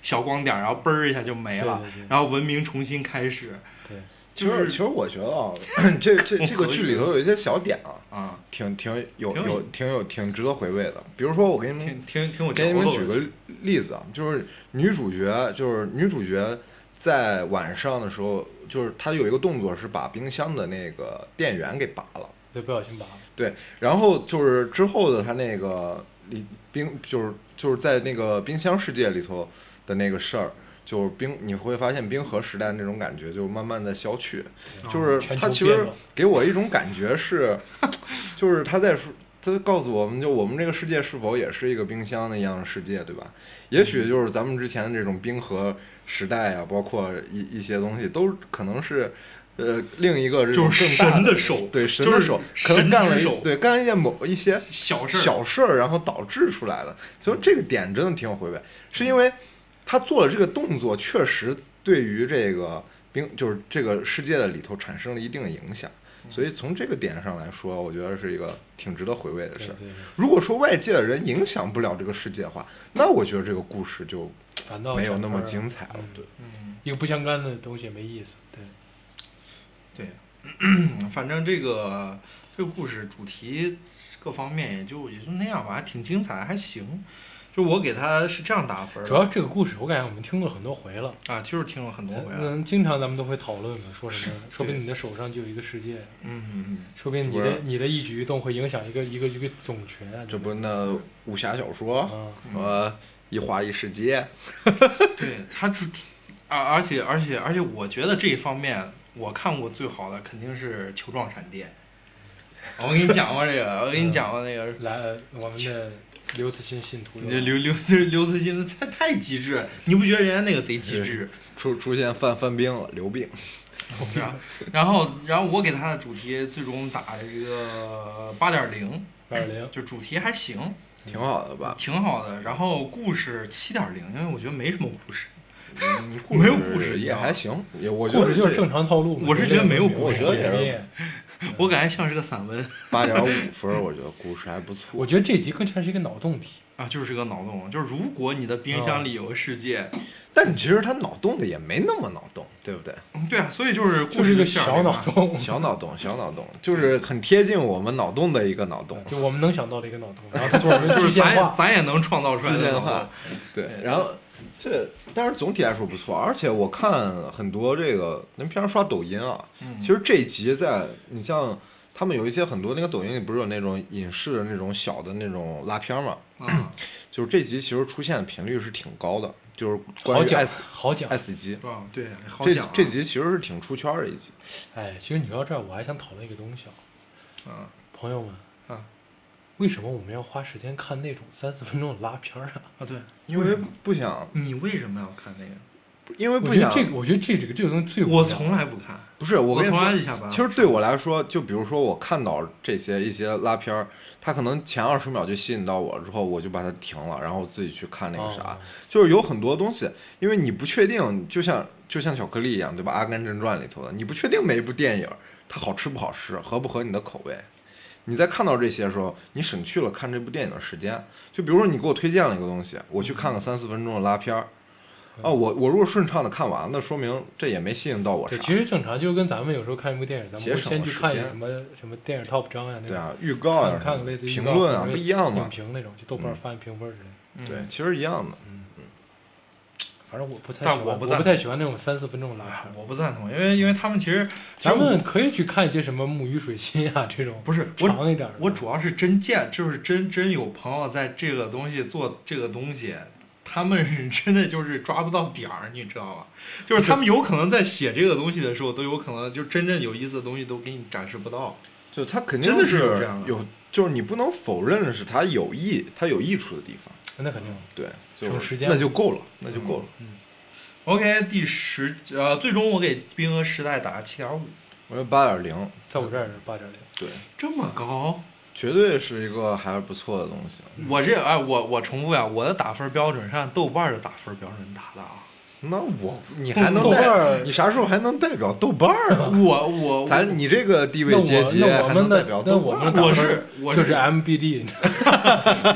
Speaker 3: 小光点儿，然后嘣儿一下就没了
Speaker 1: 对对对，
Speaker 3: 然后文明重新开始。
Speaker 1: 对，
Speaker 2: 其
Speaker 3: 就
Speaker 2: 实
Speaker 3: 是
Speaker 2: 其实我觉得啊， 这这这个剧里头有一些小点啊，
Speaker 3: 啊，
Speaker 2: 挺挺有
Speaker 3: 挺有
Speaker 2: 有挺有挺值得回味的。比如说，我给你
Speaker 3: 挺
Speaker 2: 们
Speaker 3: 挺挺有
Speaker 2: 嗯给你
Speaker 3: 嚼
Speaker 2: 们
Speaker 3: 头
Speaker 2: 举
Speaker 3: 的。
Speaker 2: 个例子啊，就是女主角，就是女主角在晚上的时候，就是她有一个动作是把冰箱的那个电源给拔了。
Speaker 1: 对，不小心拔了。
Speaker 2: 对，然后就是之后的他那个里冰，就是就是在那个冰箱世界里头的那个事儿，就是冰，你会发现冰河时代那种感觉就慢慢的消去，就是
Speaker 1: 全
Speaker 2: 他
Speaker 1: 球
Speaker 2: 其
Speaker 1: 变
Speaker 2: 实
Speaker 1: 了
Speaker 2: 给我一种感觉是， 就是他在说。他告诉我们，就我们这个世界是否也是一个冰箱那样的世界，对吧？也许就是咱们之前的这种冰河时代啊，包括一一些东西，都可能是呃，另一个这种
Speaker 3: 就是
Speaker 2: 更大
Speaker 3: 神
Speaker 2: 的
Speaker 3: 的手
Speaker 2: 对神
Speaker 3: 就
Speaker 2: 的
Speaker 3: 是
Speaker 2: 手，可能
Speaker 3: 神
Speaker 2: 干了
Speaker 3: 之
Speaker 2: 一
Speaker 3: 手
Speaker 2: 对干了一件某一些
Speaker 3: 小事儿
Speaker 2: 小事儿，然后导致出来的。所以这个点真的挺有回味，是因为他做了这个动作，确实对于这个冰就是这个世界的里头产生了一定的影响。
Speaker 3: 嗯
Speaker 2: 所以从这个点上来说，我觉得是一个挺值得回味的
Speaker 1: 对
Speaker 2: 事儿
Speaker 1: 对。对，
Speaker 2: 如果说外界的人影响不了这个世界的话，那我觉得这个故事就
Speaker 1: 反倒
Speaker 2: 没有那么
Speaker 1: 整
Speaker 2: 精
Speaker 1: 个
Speaker 2: 彩了
Speaker 1: 嗯。
Speaker 2: 对，
Speaker 3: 嗯
Speaker 1: 一个不相干的东西也没意思。对，
Speaker 3: 对，反正这个这个故事主题各方面也就也就那样吧，还挺精彩，还行。就我给他是这样打分儿的，
Speaker 1: 主要这个故事我感觉我们听了很多回了，
Speaker 3: 啊，就是听了很多回了。
Speaker 1: 嗯，经常咱们都会讨论嘛，说什么， 说不
Speaker 3: 对
Speaker 1: 定你的手上就有一个世界，
Speaker 3: 嗯嗯嗯，
Speaker 1: 说不定你
Speaker 2: 不是
Speaker 1: 的你的一举一动会影响一个一个一个总权啊。
Speaker 2: 这不那武侠小说
Speaker 1: 啊，
Speaker 3: 嗯
Speaker 2: 什么一花一世界，
Speaker 3: 对他主，而而且而且而且，我觉得这一方面我看过最好的肯定是《球状闪电》。我跟你讲过这个，我跟你讲过那个，
Speaker 1: 来，我们的刘慈欣信
Speaker 2: 嗯
Speaker 1: 徒，
Speaker 3: 你这刘刘刘慈欣他太极致，你不觉得人家那个贼极致？
Speaker 2: 出出现犯犯病了，流病。
Speaker 3: 然后，然后，然后我给他的主题最终打了一个八点零，
Speaker 1: 二零，
Speaker 3: 就主题还行，
Speaker 2: 挺好的吧？
Speaker 3: 挺好的。然后故事七点零，因为我觉得没什么故事，
Speaker 2: 嗯
Speaker 3: 没有故事
Speaker 2: 也还行，也我觉
Speaker 1: 故
Speaker 2: 得
Speaker 1: 事就是
Speaker 2: 这
Speaker 1: 正常套路嘛。
Speaker 3: 我是觉得没有故
Speaker 1: 我
Speaker 2: 事我觉得也是
Speaker 3: 我感觉像是个散文
Speaker 2: 八点五分儿，我觉得故事还不
Speaker 1: 我
Speaker 2: 错。
Speaker 1: 觉得这集更像是一个脑洞题。
Speaker 3: 啊，就是个脑洞。就是如果你的
Speaker 1: 啊
Speaker 3: 冰箱里有个世界，
Speaker 2: 但其实他脑洞的也没那么脑洞，对不对？
Speaker 3: 嗯对啊，所以就是
Speaker 1: 就
Speaker 3: 故
Speaker 1: 是
Speaker 3: 事
Speaker 1: 一个
Speaker 3: 馅儿
Speaker 1: 小
Speaker 3: 里
Speaker 1: 脑
Speaker 3: 嘛，
Speaker 1: 洞，
Speaker 2: 小脑洞，小脑洞，就是很贴近我们脑洞的一个脑洞。
Speaker 1: 就我们能想到的一个脑洞，然后它给我们
Speaker 3: 就
Speaker 1: 具
Speaker 3: 是咱
Speaker 1: 现
Speaker 3: 也
Speaker 1: 化。
Speaker 3: 咱也能创造出来
Speaker 2: 之
Speaker 3: 的
Speaker 2: 前的
Speaker 3: 脑
Speaker 2: 话
Speaker 3: 洞。，
Speaker 2: 对，然后这，但是总体来说不错，而且我看很多这个，咱平常刷抖音啊，其
Speaker 1: 嗯
Speaker 2: 实这一集在你像他们有一些很多那个抖音里不是有那种影视的那种小的那种拉片嘛，
Speaker 3: 啊，
Speaker 2: 就是这集其实出现的频率是挺高的，就是关
Speaker 1: 好
Speaker 2: 于
Speaker 1: 讲啊
Speaker 2: S，
Speaker 1: 好讲，
Speaker 2: S 级，
Speaker 3: 啊，对，好
Speaker 2: 这
Speaker 3: 讲啊
Speaker 2: 这集其实是挺出圈儿的一集，
Speaker 1: 哎，其实你说到这儿，我还想讨论一个东西啊，
Speaker 3: 啊
Speaker 1: 朋友们，
Speaker 3: 啊
Speaker 1: 为什么我们要花时间看那种三四分钟的拉片儿啊？
Speaker 3: 啊，对，
Speaker 2: 因为不想，
Speaker 3: 你为什么要看那个？
Speaker 2: 因为
Speaker 1: 我
Speaker 2: 不
Speaker 1: 觉得
Speaker 2: 想
Speaker 1: 这个，我觉得这这个这个东西最无
Speaker 3: 我
Speaker 1: 聊
Speaker 3: 从来不看。
Speaker 2: 不是我
Speaker 3: 我
Speaker 2: 跟你
Speaker 3: 从来
Speaker 2: 说
Speaker 3: 一下班，
Speaker 2: 其实对我来说，就比如说我看到这些一些拉片儿，它可能前二十秒就吸引到我了，之后我就把它停了，然后自己去看那个啥。
Speaker 1: 哦
Speaker 2: 就是有很多东西，因为你不确定，就像就像巧克力一样，对吧？《阿甘正传》里头的，你不确定每一部电影它好吃不好吃，合不合你的口味。你在看到这些的时候，你省去了看这部电影的时间。就比如说你给我推荐了一个东西，我去看个三四分钟的拉片儿，啊，我我如果顺畅的看完，那说明这也没吸引到我啥
Speaker 1: 对，。其实正常，就跟咱们有时候看一部电影，咱们
Speaker 2: 节
Speaker 1: 会
Speaker 2: 省
Speaker 1: 先
Speaker 2: 了
Speaker 1: 去
Speaker 2: 时
Speaker 1: 看
Speaker 2: 间
Speaker 1: 什么什么电影 top 章啊，那
Speaker 2: 对
Speaker 1: 种
Speaker 2: 啊，预告啊
Speaker 1: 看，看
Speaker 2: 什
Speaker 1: 个
Speaker 2: 么
Speaker 1: 类似于
Speaker 2: 评
Speaker 1: 预告
Speaker 2: 论
Speaker 1: 或
Speaker 2: 啊，
Speaker 1: 者
Speaker 2: 不一样
Speaker 1: 影
Speaker 2: 嘛。
Speaker 1: 评那种，就豆瓣翻评分之类的。
Speaker 3: 嗯
Speaker 2: 对，其实一样的。
Speaker 1: 反正我不太
Speaker 3: 但
Speaker 1: 喜欢，
Speaker 3: 我
Speaker 1: 我
Speaker 3: 不赞
Speaker 1: 太喜欢那种三四分钟的拉
Speaker 3: 啊
Speaker 1: 片儿。
Speaker 3: 我不赞同，因为因为他们其实
Speaker 1: 咱们可以去看一些什么《木鱼水心》啊这种
Speaker 3: 不是我，
Speaker 1: 长一点儿的。
Speaker 3: 我主要是真见，就是真真有朋友在这个东西做这个东西。他们是真的就是抓不到点儿，你知道吧？就是他们有可能在写这个东西的时候，都有可能就真正有意思的东西都给你展示不到。
Speaker 2: 就他肯
Speaker 3: 真
Speaker 2: 定
Speaker 3: 的是
Speaker 2: 是
Speaker 3: 有这样的
Speaker 2: 有，就是你不能否认的是他有益，他有益处的地方。
Speaker 1: 那肯定，
Speaker 2: 对，就
Speaker 1: 省
Speaker 2: 是
Speaker 1: 时间
Speaker 2: 那就够了，那就够了。
Speaker 3: OK，第十呃，最终我给《冰河时代》打了七点五，
Speaker 2: 我觉得八点零，
Speaker 1: 在我这儿是八点零。
Speaker 2: 对，
Speaker 3: 这么高？
Speaker 2: 绝对是一个还是不错的东西。
Speaker 3: 我这哎，我我重复呀，我的打分标准是按豆瓣儿的打分标准打的啊。
Speaker 2: 那我你还能
Speaker 1: 豆瓣
Speaker 2: 代，
Speaker 1: 儿
Speaker 2: 你啥时候还能代表豆瓣儿呢？
Speaker 3: 我我
Speaker 2: 咱你这个地位阶级
Speaker 1: 那我那
Speaker 2: 还
Speaker 1: 我
Speaker 2: 能
Speaker 1: 们的
Speaker 2: 代表
Speaker 1: 那
Speaker 2: 豆
Speaker 1: 我
Speaker 2: 瓣
Speaker 1: 们
Speaker 2: 儿
Speaker 1: 的
Speaker 2: 呢？
Speaker 1: 打
Speaker 3: 我
Speaker 1: 分
Speaker 3: 是
Speaker 1: 儿
Speaker 3: 我
Speaker 1: 就是是 MBD，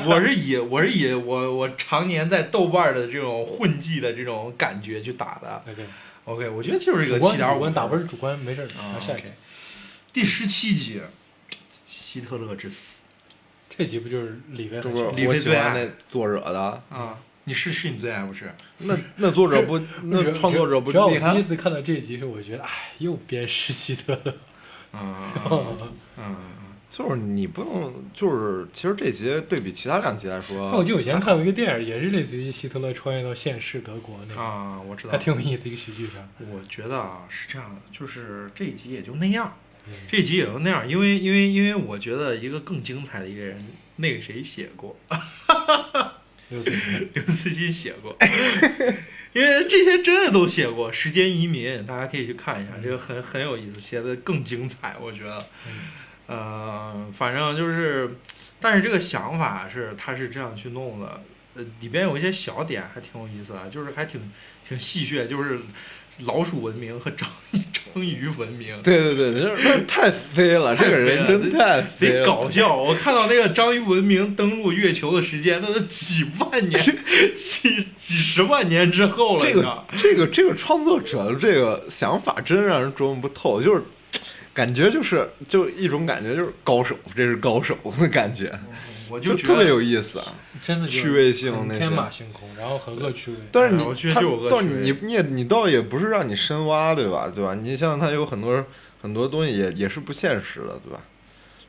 Speaker 3: 我是以我是以我我常年在豆瓣儿的这种混迹的这种感觉去打的。
Speaker 1: OK，
Speaker 3: OK，我觉得就是一个
Speaker 1: 主观
Speaker 3: 七点
Speaker 1: 主
Speaker 3: 五
Speaker 1: 观打分。是主观，没事儿。
Speaker 3: 啊
Speaker 1: 来下一集
Speaker 3: OK，第十七集，希特勒之死
Speaker 1: 这集不就是李维
Speaker 2: 这
Speaker 1: 很
Speaker 2: 不
Speaker 1: 凶
Speaker 3: 李
Speaker 2: 是
Speaker 3: 飞
Speaker 2: 我
Speaker 3: 最
Speaker 2: 喜欢
Speaker 3: 爱
Speaker 2: 那作者的，
Speaker 3: 啊！你是是你最爱不是？
Speaker 2: 那那作者不，
Speaker 1: 只
Speaker 2: 那创作者不
Speaker 1: 只要我
Speaker 2: 厉
Speaker 1: 第一
Speaker 2: 害？
Speaker 1: 次看到这一集时，我觉得哎，又编十七的了。
Speaker 3: 嗯嗯，
Speaker 2: 就是你不能，就是其实这集对比其他两集来 说，
Speaker 1: 那我记得我以前看过一个电影，也是类似于希特勒穿越到现世德国那
Speaker 3: 嗯
Speaker 1: 个，
Speaker 3: 啊，我知道
Speaker 1: 还。挺有意思一个喜剧片。
Speaker 3: 我觉得啊是这样的，就是这一集也就那样，
Speaker 1: 嗯
Speaker 3: 这一集也就那样，因为因为因为我觉得一个更精彩的一个人，那个谁写过，
Speaker 1: 刘慈欣
Speaker 3: 刘慈欣写过，因为这这些真的都写过，《时间移民》，大家可以去看一下，这个很很有意思，写的更精彩，我觉得。呃，反正就是，但是这个想法是他是这样去弄的，呃，里边有一些小点还挺有意思的，就是还挺挺戏谑，就是老鼠文明和章 章鱼文明。
Speaker 2: 对对对，就是那太飞了，这个人真太飞
Speaker 3: 贼
Speaker 2: 了，
Speaker 3: 搞笑！我看到那个章鱼文明登陆月球的时间，那都几万 年、几几十万年之后了。
Speaker 2: 这
Speaker 3: 你知道
Speaker 2: 个这个这个创作者的这个想法真让人琢磨不透，就是感觉就是就一种感觉就是高手，这是高手的感觉，
Speaker 3: 我
Speaker 2: 就
Speaker 3: 就觉
Speaker 2: 特
Speaker 3: 得哎
Speaker 2: 别有意思啊。
Speaker 1: 真的就是
Speaker 2: 趣味性
Speaker 1: 很
Speaker 2: 那些
Speaker 1: 天马行空，然后很恶趣味。
Speaker 2: 但是
Speaker 3: 哎我觉
Speaker 2: 你他
Speaker 3: 得就有恶
Speaker 2: 倒
Speaker 3: 趣
Speaker 2: 你
Speaker 3: 味
Speaker 2: 你也你倒也不是让你深挖对吧？对吧？你像他有很多很多东西也也是不现实的对吧？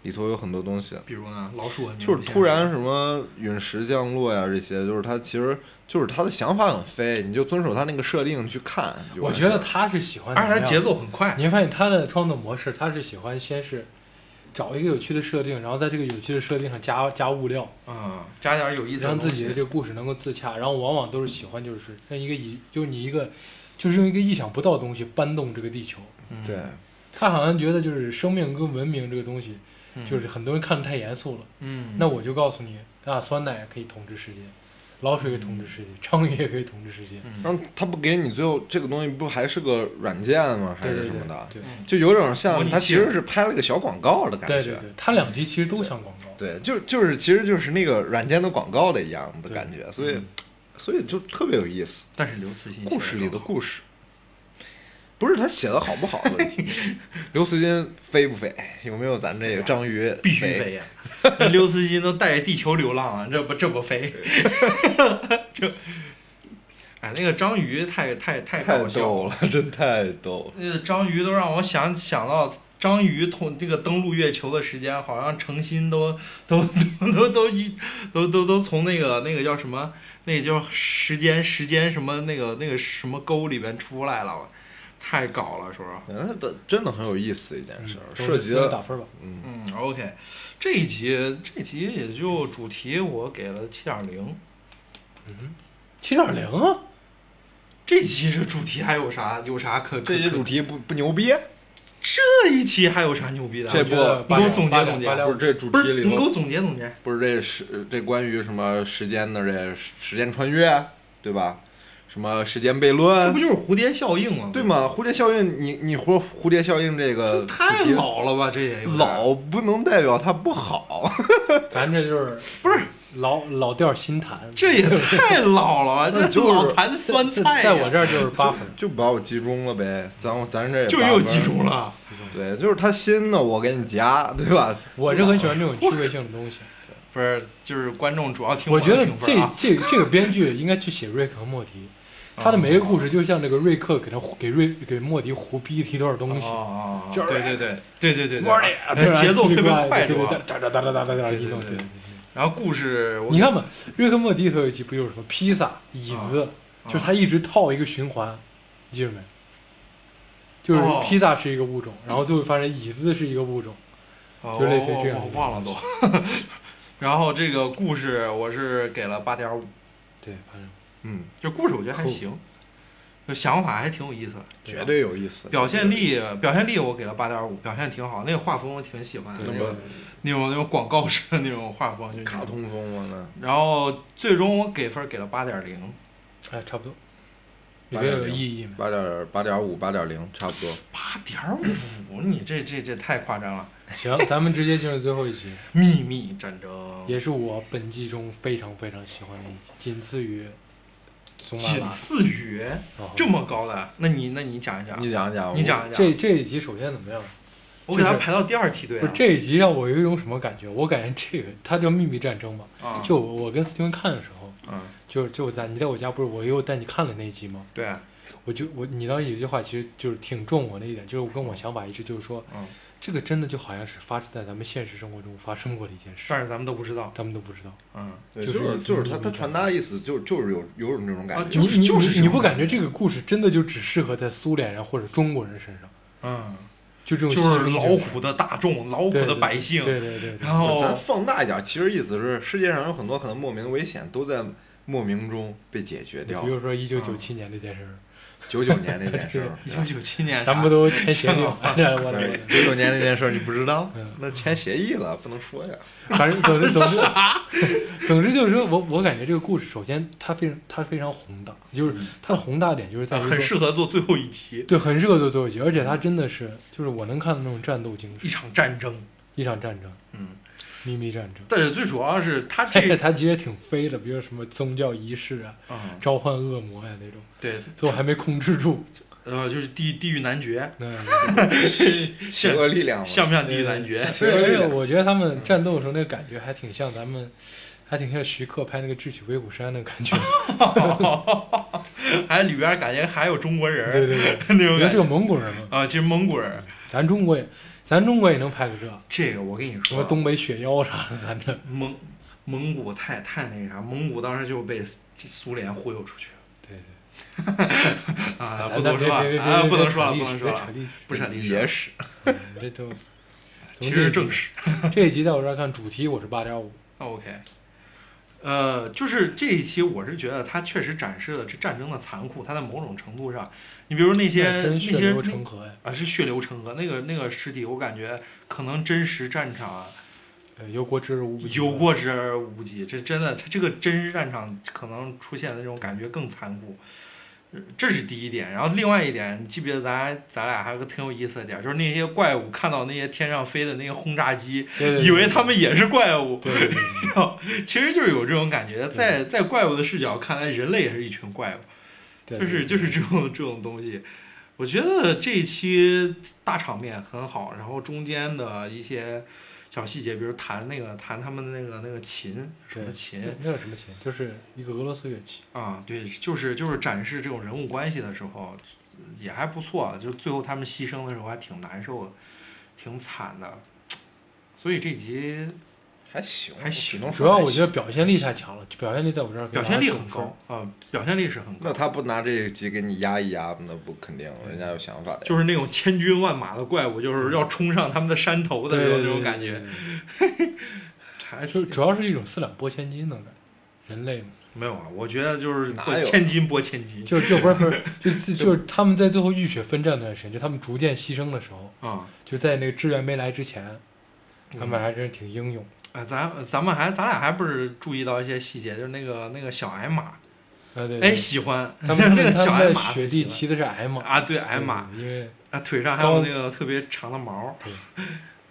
Speaker 2: 里头有很多东西，
Speaker 3: 比如呢，老鼠文明
Speaker 2: 就是突然什么陨石降落呀，这些就是他其实就是他的想法很飞，你就遵守他那个设定去看。就
Speaker 1: 我
Speaker 2: 完
Speaker 1: 觉得
Speaker 2: 事儿
Speaker 1: 他是喜欢，
Speaker 3: 而且它节。奏很快，
Speaker 1: 你会发现他的创作模式，他是喜欢先是找一个有趣的设定，然后在这个有趣的设定上加加物料，
Speaker 3: 嗯，加点有意思的
Speaker 1: 让
Speaker 3: 东西，
Speaker 1: 自己的这个故事能够自洽。然后往往都是喜欢就是让一个以就是你一个就是用一个意想不到的东西搬动这个地球。
Speaker 3: 嗯
Speaker 2: 对，
Speaker 1: 他好像觉得就是生命跟文明这个东西，
Speaker 3: 嗯
Speaker 1: 就是很多人看得太严肃了。
Speaker 3: 嗯，
Speaker 1: 那我就告诉你啊，酸奶可以统治世界，老鼠也可以统治世界，章鱼也可以统治世界。
Speaker 3: 嗯
Speaker 2: 然后他不给你最后这个东西不还是个软件吗？还
Speaker 1: 对
Speaker 2: 是
Speaker 1: 对
Speaker 2: 什
Speaker 1: 对
Speaker 2: 么的？
Speaker 1: 对
Speaker 3: 嗯
Speaker 2: 就有种
Speaker 3: 模
Speaker 2: 像
Speaker 3: 拟
Speaker 2: 他其
Speaker 3: 器
Speaker 2: 实是拍了个小广告的感觉。
Speaker 1: 对对对，他两集其实都像广告。
Speaker 2: 对，就就是其实就是那个软件的广告的一样的感觉，所
Speaker 3: 嗯
Speaker 2: 以所以就特别有意思。
Speaker 3: 但是刘慈欣
Speaker 2: 故事里的故事，不是他写的好不好的问题， 刘慈欣飞不飞，有没有咱这个章鱼
Speaker 3: 必须飞呀，刘慈欣都带着地球流浪啊了，这不这不飞， 这，哎，那个章鱼太太太
Speaker 2: 太
Speaker 3: 搞笑
Speaker 2: 逗了，真太逗了。
Speaker 3: 那个章鱼都让我想想到章鱼通这个登陆月球的时间，好像诚心都都都都都一都都都从那个那个叫什么，那个叫时间时间什么那个那个什么沟里边出来了，太搞了，说。
Speaker 2: 嗯，他真的很有意思一件
Speaker 1: 嗯
Speaker 2: 事，
Speaker 1: 周
Speaker 2: 涉
Speaker 1: 润
Speaker 2: 及
Speaker 1: 思打
Speaker 2: 了
Speaker 1: 分吧。
Speaker 2: 嗯，
Speaker 3: 嗯，OK，这一集这一集也就主题我给了七点零，
Speaker 1: 嗯，七点零啊，
Speaker 3: 这集这主题还有啥有啥可
Speaker 2: 这些
Speaker 3: 可
Speaker 2: 主题不不牛逼，
Speaker 3: 这一期还有啥牛逼的？
Speaker 2: 这
Speaker 1: 我
Speaker 2: 不
Speaker 1: 觉得
Speaker 2: 你
Speaker 1: 八
Speaker 3: 给我
Speaker 1: 点
Speaker 3: 总结
Speaker 1: 八点
Speaker 3: 总结
Speaker 1: 八点
Speaker 2: 不
Speaker 1: 五
Speaker 2: 是这主
Speaker 3: 不
Speaker 2: 题
Speaker 3: 是
Speaker 2: 里
Speaker 3: 你给我
Speaker 2: 头，
Speaker 3: 总结总结，
Speaker 2: 不是这时这关于什么时间的这时间穿越，对吧？什么时间悖论
Speaker 3: 这不，就是蝴蝶效应吗？
Speaker 2: 对吗？蝴蝶效应，你你说蝴蝶效应这
Speaker 1: 呃
Speaker 2: 个
Speaker 3: 这太
Speaker 2: 主题
Speaker 3: 老了吧，这也有点
Speaker 2: 老不能代表它不好，
Speaker 1: 咱这就是
Speaker 3: 不是
Speaker 1: 老老调新谈，
Speaker 3: 这也太 老了吧，这
Speaker 2: 就是
Speaker 3: 老坛酸
Speaker 1: 在
Speaker 3: 菜呀，
Speaker 1: 在我这儿就是八 分。
Speaker 2: 就把我集中了呗。咱咱这也
Speaker 3: 就
Speaker 2: 八
Speaker 3: 又
Speaker 2: 分
Speaker 3: 集中，了。
Speaker 2: 对，就是它新的我给你加，对吧？
Speaker 1: 我是很喜欢这种趣味性的东西。
Speaker 3: 不是，就是观众主要听
Speaker 1: 我
Speaker 3: 的哦
Speaker 1: 觉得
Speaker 3: 评分
Speaker 1: 这
Speaker 3: 啊
Speaker 1: 这这个编剧应该去写瑞克和莫迪，他的每个故事就像这个瑞克给他胡给瑞给莫迪胡逼提多少东西，
Speaker 3: 哦哦哦
Speaker 1: 就是
Speaker 3: 对对对对对对
Speaker 1: 哇嘞突
Speaker 3: 对，
Speaker 1: 然
Speaker 3: 节奏
Speaker 1: 叽里
Speaker 3: 特别
Speaker 1: 呱啦
Speaker 3: 快，是
Speaker 1: 对对
Speaker 3: 吧
Speaker 1: 对，？哒哒哒哒哒哒哒
Speaker 3: 对对
Speaker 1: 一弄
Speaker 3: 对
Speaker 1: 对。
Speaker 3: 对
Speaker 1: 对
Speaker 3: 然后故事，我
Speaker 1: 你看吧，瑞克和莫迪里头有一集不就是什么披萨、椅子，
Speaker 3: 啊
Speaker 1: 就是他一直套一个循环，你记着没？就是
Speaker 3: 哦
Speaker 1: 披萨是一个物种，然后最后发现椅子是一个物种，
Speaker 3: 哦
Speaker 1: 就类似于这样
Speaker 3: 我
Speaker 1: 的
Speaker 3: 我忘了都。 然后这个故事我是给了八点五，
Speaker 1: 对，反正
Speaker 2: 嗯，
Speaker 3: 就故事我觉得还行，就想法还挺有意思的，
Speaker 2: 绝对有意思。
Speaker 3: 表现力表现力我给了八点五，表现挺好，那个画风我挺喜欢的，
Speaker 2: 对
Speaker 3: 那
Speaker 2: 吧
Speaker 3: 种那种那种广告式的那种画风，就是那种
Speaker 2: 卡。通风嘛
Speaker 3: 然后最终我给分给了八点零，
Speaker 1: 哎，差不多。你
Speaker 2: 那，
Speaker 1: 觉得有意义吗？
Speaker 2: 八点八点五八点零差不多。
Speaker 3: 八点五，你这这这太夸张了！
Speaker 1: 行，咱们直接进入最后一集，
Speaker 3: 秘密战争，
Speaker 1: 也是我本季中非常非常喜欢的一集，仅次于松拉
Speaker 3: 仅
Speaker 1: 拉。
Speaker 3: 次于
Speaker 1: 哦
Speaker 3: 这么高的，那你那你讲一讲，
Speaker 2: 你讲一讲，
Speaker 3: 啊你讲一讲，
Speaker 1: 这这一集首先怎么样？
Speaker 3: 我给他
Speaker 1: 就是
Speaker 3: 排到第二梯队
Speaker 1: 不是
Speaker 3: 了。
Speaker 1: 这一集让我有一种什么感觉？我感觉这个它叫秘密战争嘛。
Speaker 3: 啊，
Speaker 1: 就我我跟斯蒂文看的时候，
Speaker 3: 嗯，
Speaker 1: 就就在你在我家不是我又带你看了那一集吗？
Speaker 3: 对，
Speaker 1: 我就我你当时有一句话其实就是挺中我的一点，就是我跟我想法一致，就是说
Speaker 3: 嗯，
Speaker 1: 这个真的就好像是发生在咱们现实生活中发生过的一件事，
Speaker 3: 但是咱们都不知道，
Speaker 1: 咱们都不知道。
Speaker 3: 嗯，
Speaker 2: 对，
Speaker 1: 就
Speaker 2: 就是是就是他
Speaker 1: 秘密
Speaker 2: 他
Speaker 1: 战
Speaker 2: 传达意思就就是有有种这种感
Speaker 3: 啊
Speaker 2: 觉
Speaker 3: 就
Speaker 1: 你，
Speaker 3: 是
Speaker 1: 你
Speaker 3: 就是
Speaker 1: 你
Speaker 3: 这
Speaker 1: 你
Speaker 3: 种
Speaker 1: 不感
Speaker 3: 感
Speaker 1: 觉
Speaker 3: 觉
Speaker 1: 这个故事真的就只适合在苏联人或者中国人身上？
Speaker 3: 嗯，
Speaker 1: 就这种
Speaker 3: 就是
Speaker 1: 牺牲
Speaker 3: 老
Speaker 1: 精神
Speaker 3: 虎的大众，老虎
Speaker 1: 对
Speaker 3: 的
Speaker 1: 对
Speaker 3: 百姓，
Speaker 1: 对对对对，
Speaker 3: 然
Speaker 2: 咱
Speaker 3: 后
Speaker 2: 放大一点，其实意思是世界上有很多可能莫名的危险都在莫名中被解决掉
Speaker 1: 比
Speaker 2: 了。
Speaker 1: 如
Speaker 3: 嗯
Speaker 1: 说一九九七年那件事儿，
Speaker 2: 九九年那件事 儿
Speaker 3: 一九九七年啥，
Speaker 1: 咱们都签协定了，这 我来
Speaker 2: 对，。九九年那件事儿你不知道
Speaker 1: 嗯，
Speaker 2: 那签协议了，不能说呀。
Speaker 1: 反正总之总之， 总之就是说我我感觉这个故事，首先它非常它非常宏大，就是它的宏大点就是在于
Speaker 3: 嗯很嗯
Speaker 1: 说，
Speaker 3: 适合做最后一集，
Speaker 1: 对，很适合做最后一集，而且它真的是就是我能看到那种战斗精
Speaker 3: 一
Speaker 1: 神，
Speaker 3: 场战争。
Speaker 1: 一场战争，
Speaker 2: 嗯，
Speaker 1: 秘密战争。
Speaker 3: 但是最主要是他
Speaker 1: 而且
Speaker 3: 这，
Speaker 1: 它其实挺飞的，比如说什么宗教仪式啊、
Speaker 3: 嗯，
Speaker 1: 召唤恶魔呀、那种，
Speaker 3: 对，
Speaker 1: 最后还没控制住。
Speaker 3: 呃，就是地地狱男爵，
Speaker 1: 那
Speaker 2: 邪恶力
Speaker 1: 哦
Speaker 2: 量嘛，
Speaker 3: 像不像地狱男爵？
Speaker 1: 所以而且我觉得他们战斗的时候那个感觉还挺像咱们，还挺像徐克拍那个《智取威虎山》的感觉。
Speaker 3: 还里边感觉还有中国人儿，
Speaker 1: 对对对，
Speaker 3: 那种
Speaker 1: 原来
Speaker 3: 感
Speaker 1: 是个
Speaker 3: 觉
Speaker 1: 蒙古人嘛，
Speaker 3: 啊，其实蒙古人
Speaker 1: 咱中国也，咱中国也能拍个这，
Speaker 3: 这个我跟你
Speaker 1: 什么
Speaker 3: 说，
Speaker 1: 东北雪妖啥的，咱这
Speaker 3: 蒙蒙古太太那啥，蒙古当时就被这苏联忽悠出去了
Speaker 1: 对，
Speaker 3: 啊，
Speaker 1: 咱
Speaker 3: 不
Speaker 1: 咱
Speaker 3: 能
Speaker 1: 别
Speaker 3: 说了
Speaker 1: 别别
Speaker 3: 啊，
Speaker 1: 别
Speaker 3: 不能
Speaker 1: 别
Speaker 3: 说
Speaker 1: 扯
Speaker 3: 了，不
Speaker 1: 历
Speaker 3: 能
Speaker 1: 史
Speaker 3: 说
Speaker 1: 别
Speaker 3: 了
Speaker 1: 扯历史，
Speaker 3: 不扯历史，
Speaker 2: 野史，
Speaker 1: 对，这都
Speaker 3: 其实正
Speaker 1: 是
Speaker 3: 史。
Speaker 1: 这一集在我这儿看主题我是八点五，
Speaker 3: OK，呃，就是这一期，我是觉得它确实展示了这战争的残酷。它在某种程度上，你比如那些
Speaker 1: 那
Speaker 3: 那
Speaker 1: 真血
Speaker 3: 些
Speaker 1: 流
Speaker 3: 那
Speaker 1: 成河呀，
Speaker 3: 啊，是血流成河，那个那个尸体，我感觉可能真实战场
Speaker 1: 呃，忧国之而无不及
Speaker 3: 有过之而无不及。这真的，它这个真实战场可能出现的那种感觉更残酷。呃这是第一点，然后另外一点，你记不记得咱咱俩还有个挺有意思的点，就是那些怪物看到那些天上飞的那个轰炸机，
Speaker 1: 对对对
Speaker 3: 以为他们也是怪物，
Speaker 1: 对对对对
Speaker 3: 其实就是有这种感觉，在在怪物的视角看来，人类也是一群怪物，
Speaker 1: 对，
Speaker 3: 就是就是这种这种东西。我觉得这一期大场面很好，然后中间的一些小细节，比如弹那个弹他们的那个那个琴，什么
Speaker 1: 对
Speaker 3: 琴
Speaker 1: 那有什么琴？就是一个俄罗斯乐器。
Speaker 3: 啊，对，就是就是展示这种人物关系的时候，也还不错。啊就最后他们牺牲的时候还挺难受的，挺惨的。所以这集
Speaker 2: 还行，
Speaker 3: 还行
Speaker 2: 只能
Speaker 1: 主
Speaker 2: 说
Speaker 1: 要
Speaker 2: 还
Speaker 1: 我觉
Speaker 2: 行
Speaker 1: 得表现力太强了，表现力在我这儿给
Speaker 3: 表现力很
Speaker 1: 打九分
Speaker 3: 高。啊、表现力是很高
Speaker 2: 那。他不拿这个集给你压一压，那不肯定人家有想法的呀。
Speaker 3: 就是那种千军万马的怪物，就是要冲上他们的山头的
Speaker 1: 对
Speaker 3: 那
Speaker 1: 对
Speaker 3: 种
Speaker 1: 对
Speaker 3: 那种
Speaker 1: 对
Speaker 3: 感
Speaker 1: 对
Speaker 3: 觉，
Speaker 1: 对
Speaker 3: 还
Speaker 1: 就主要是一种四两拨千斤的感觉，人类嘛，
Speaker 3: 没有啊？我觉得就是
Speaker 2: 哪
Speaker 3: 都
Speaker 2: 有
Speaker 3: 千金拨千金
Speaker 1: 就就不是不是， 就是就是他们在最后浴血奋战那段时间，就他们逐渐牺牲的时候，
Speaker 3: 啊！
Speaker 1: 就在那个支援没来之前，他们还真是挺英勇。
Speaker 3: 哎，咱咱们还咱俩还不是注意到一些细节，就是那个那个小矮马，
Speaker 1: 啊对，对
Speaker 3: 哎，喜欢
Speaker 1: 他们
Speaker 3: 那个
Speaker 1: 他
Speaker 3: 小
Speaker 1: 们
Speaker 3: 矮
Speaker 1: 在
Speaker 3: 马
Speaker 1: 雪地骑的是矮马，
Speaker 3: 啊，对矮马
Speaker 1: 嗯，因 为
Speaker 3: 啊，腿上还
Speaker 1: 高
Speaker 3: 有那个特别长的毛
Speaker 1: 对，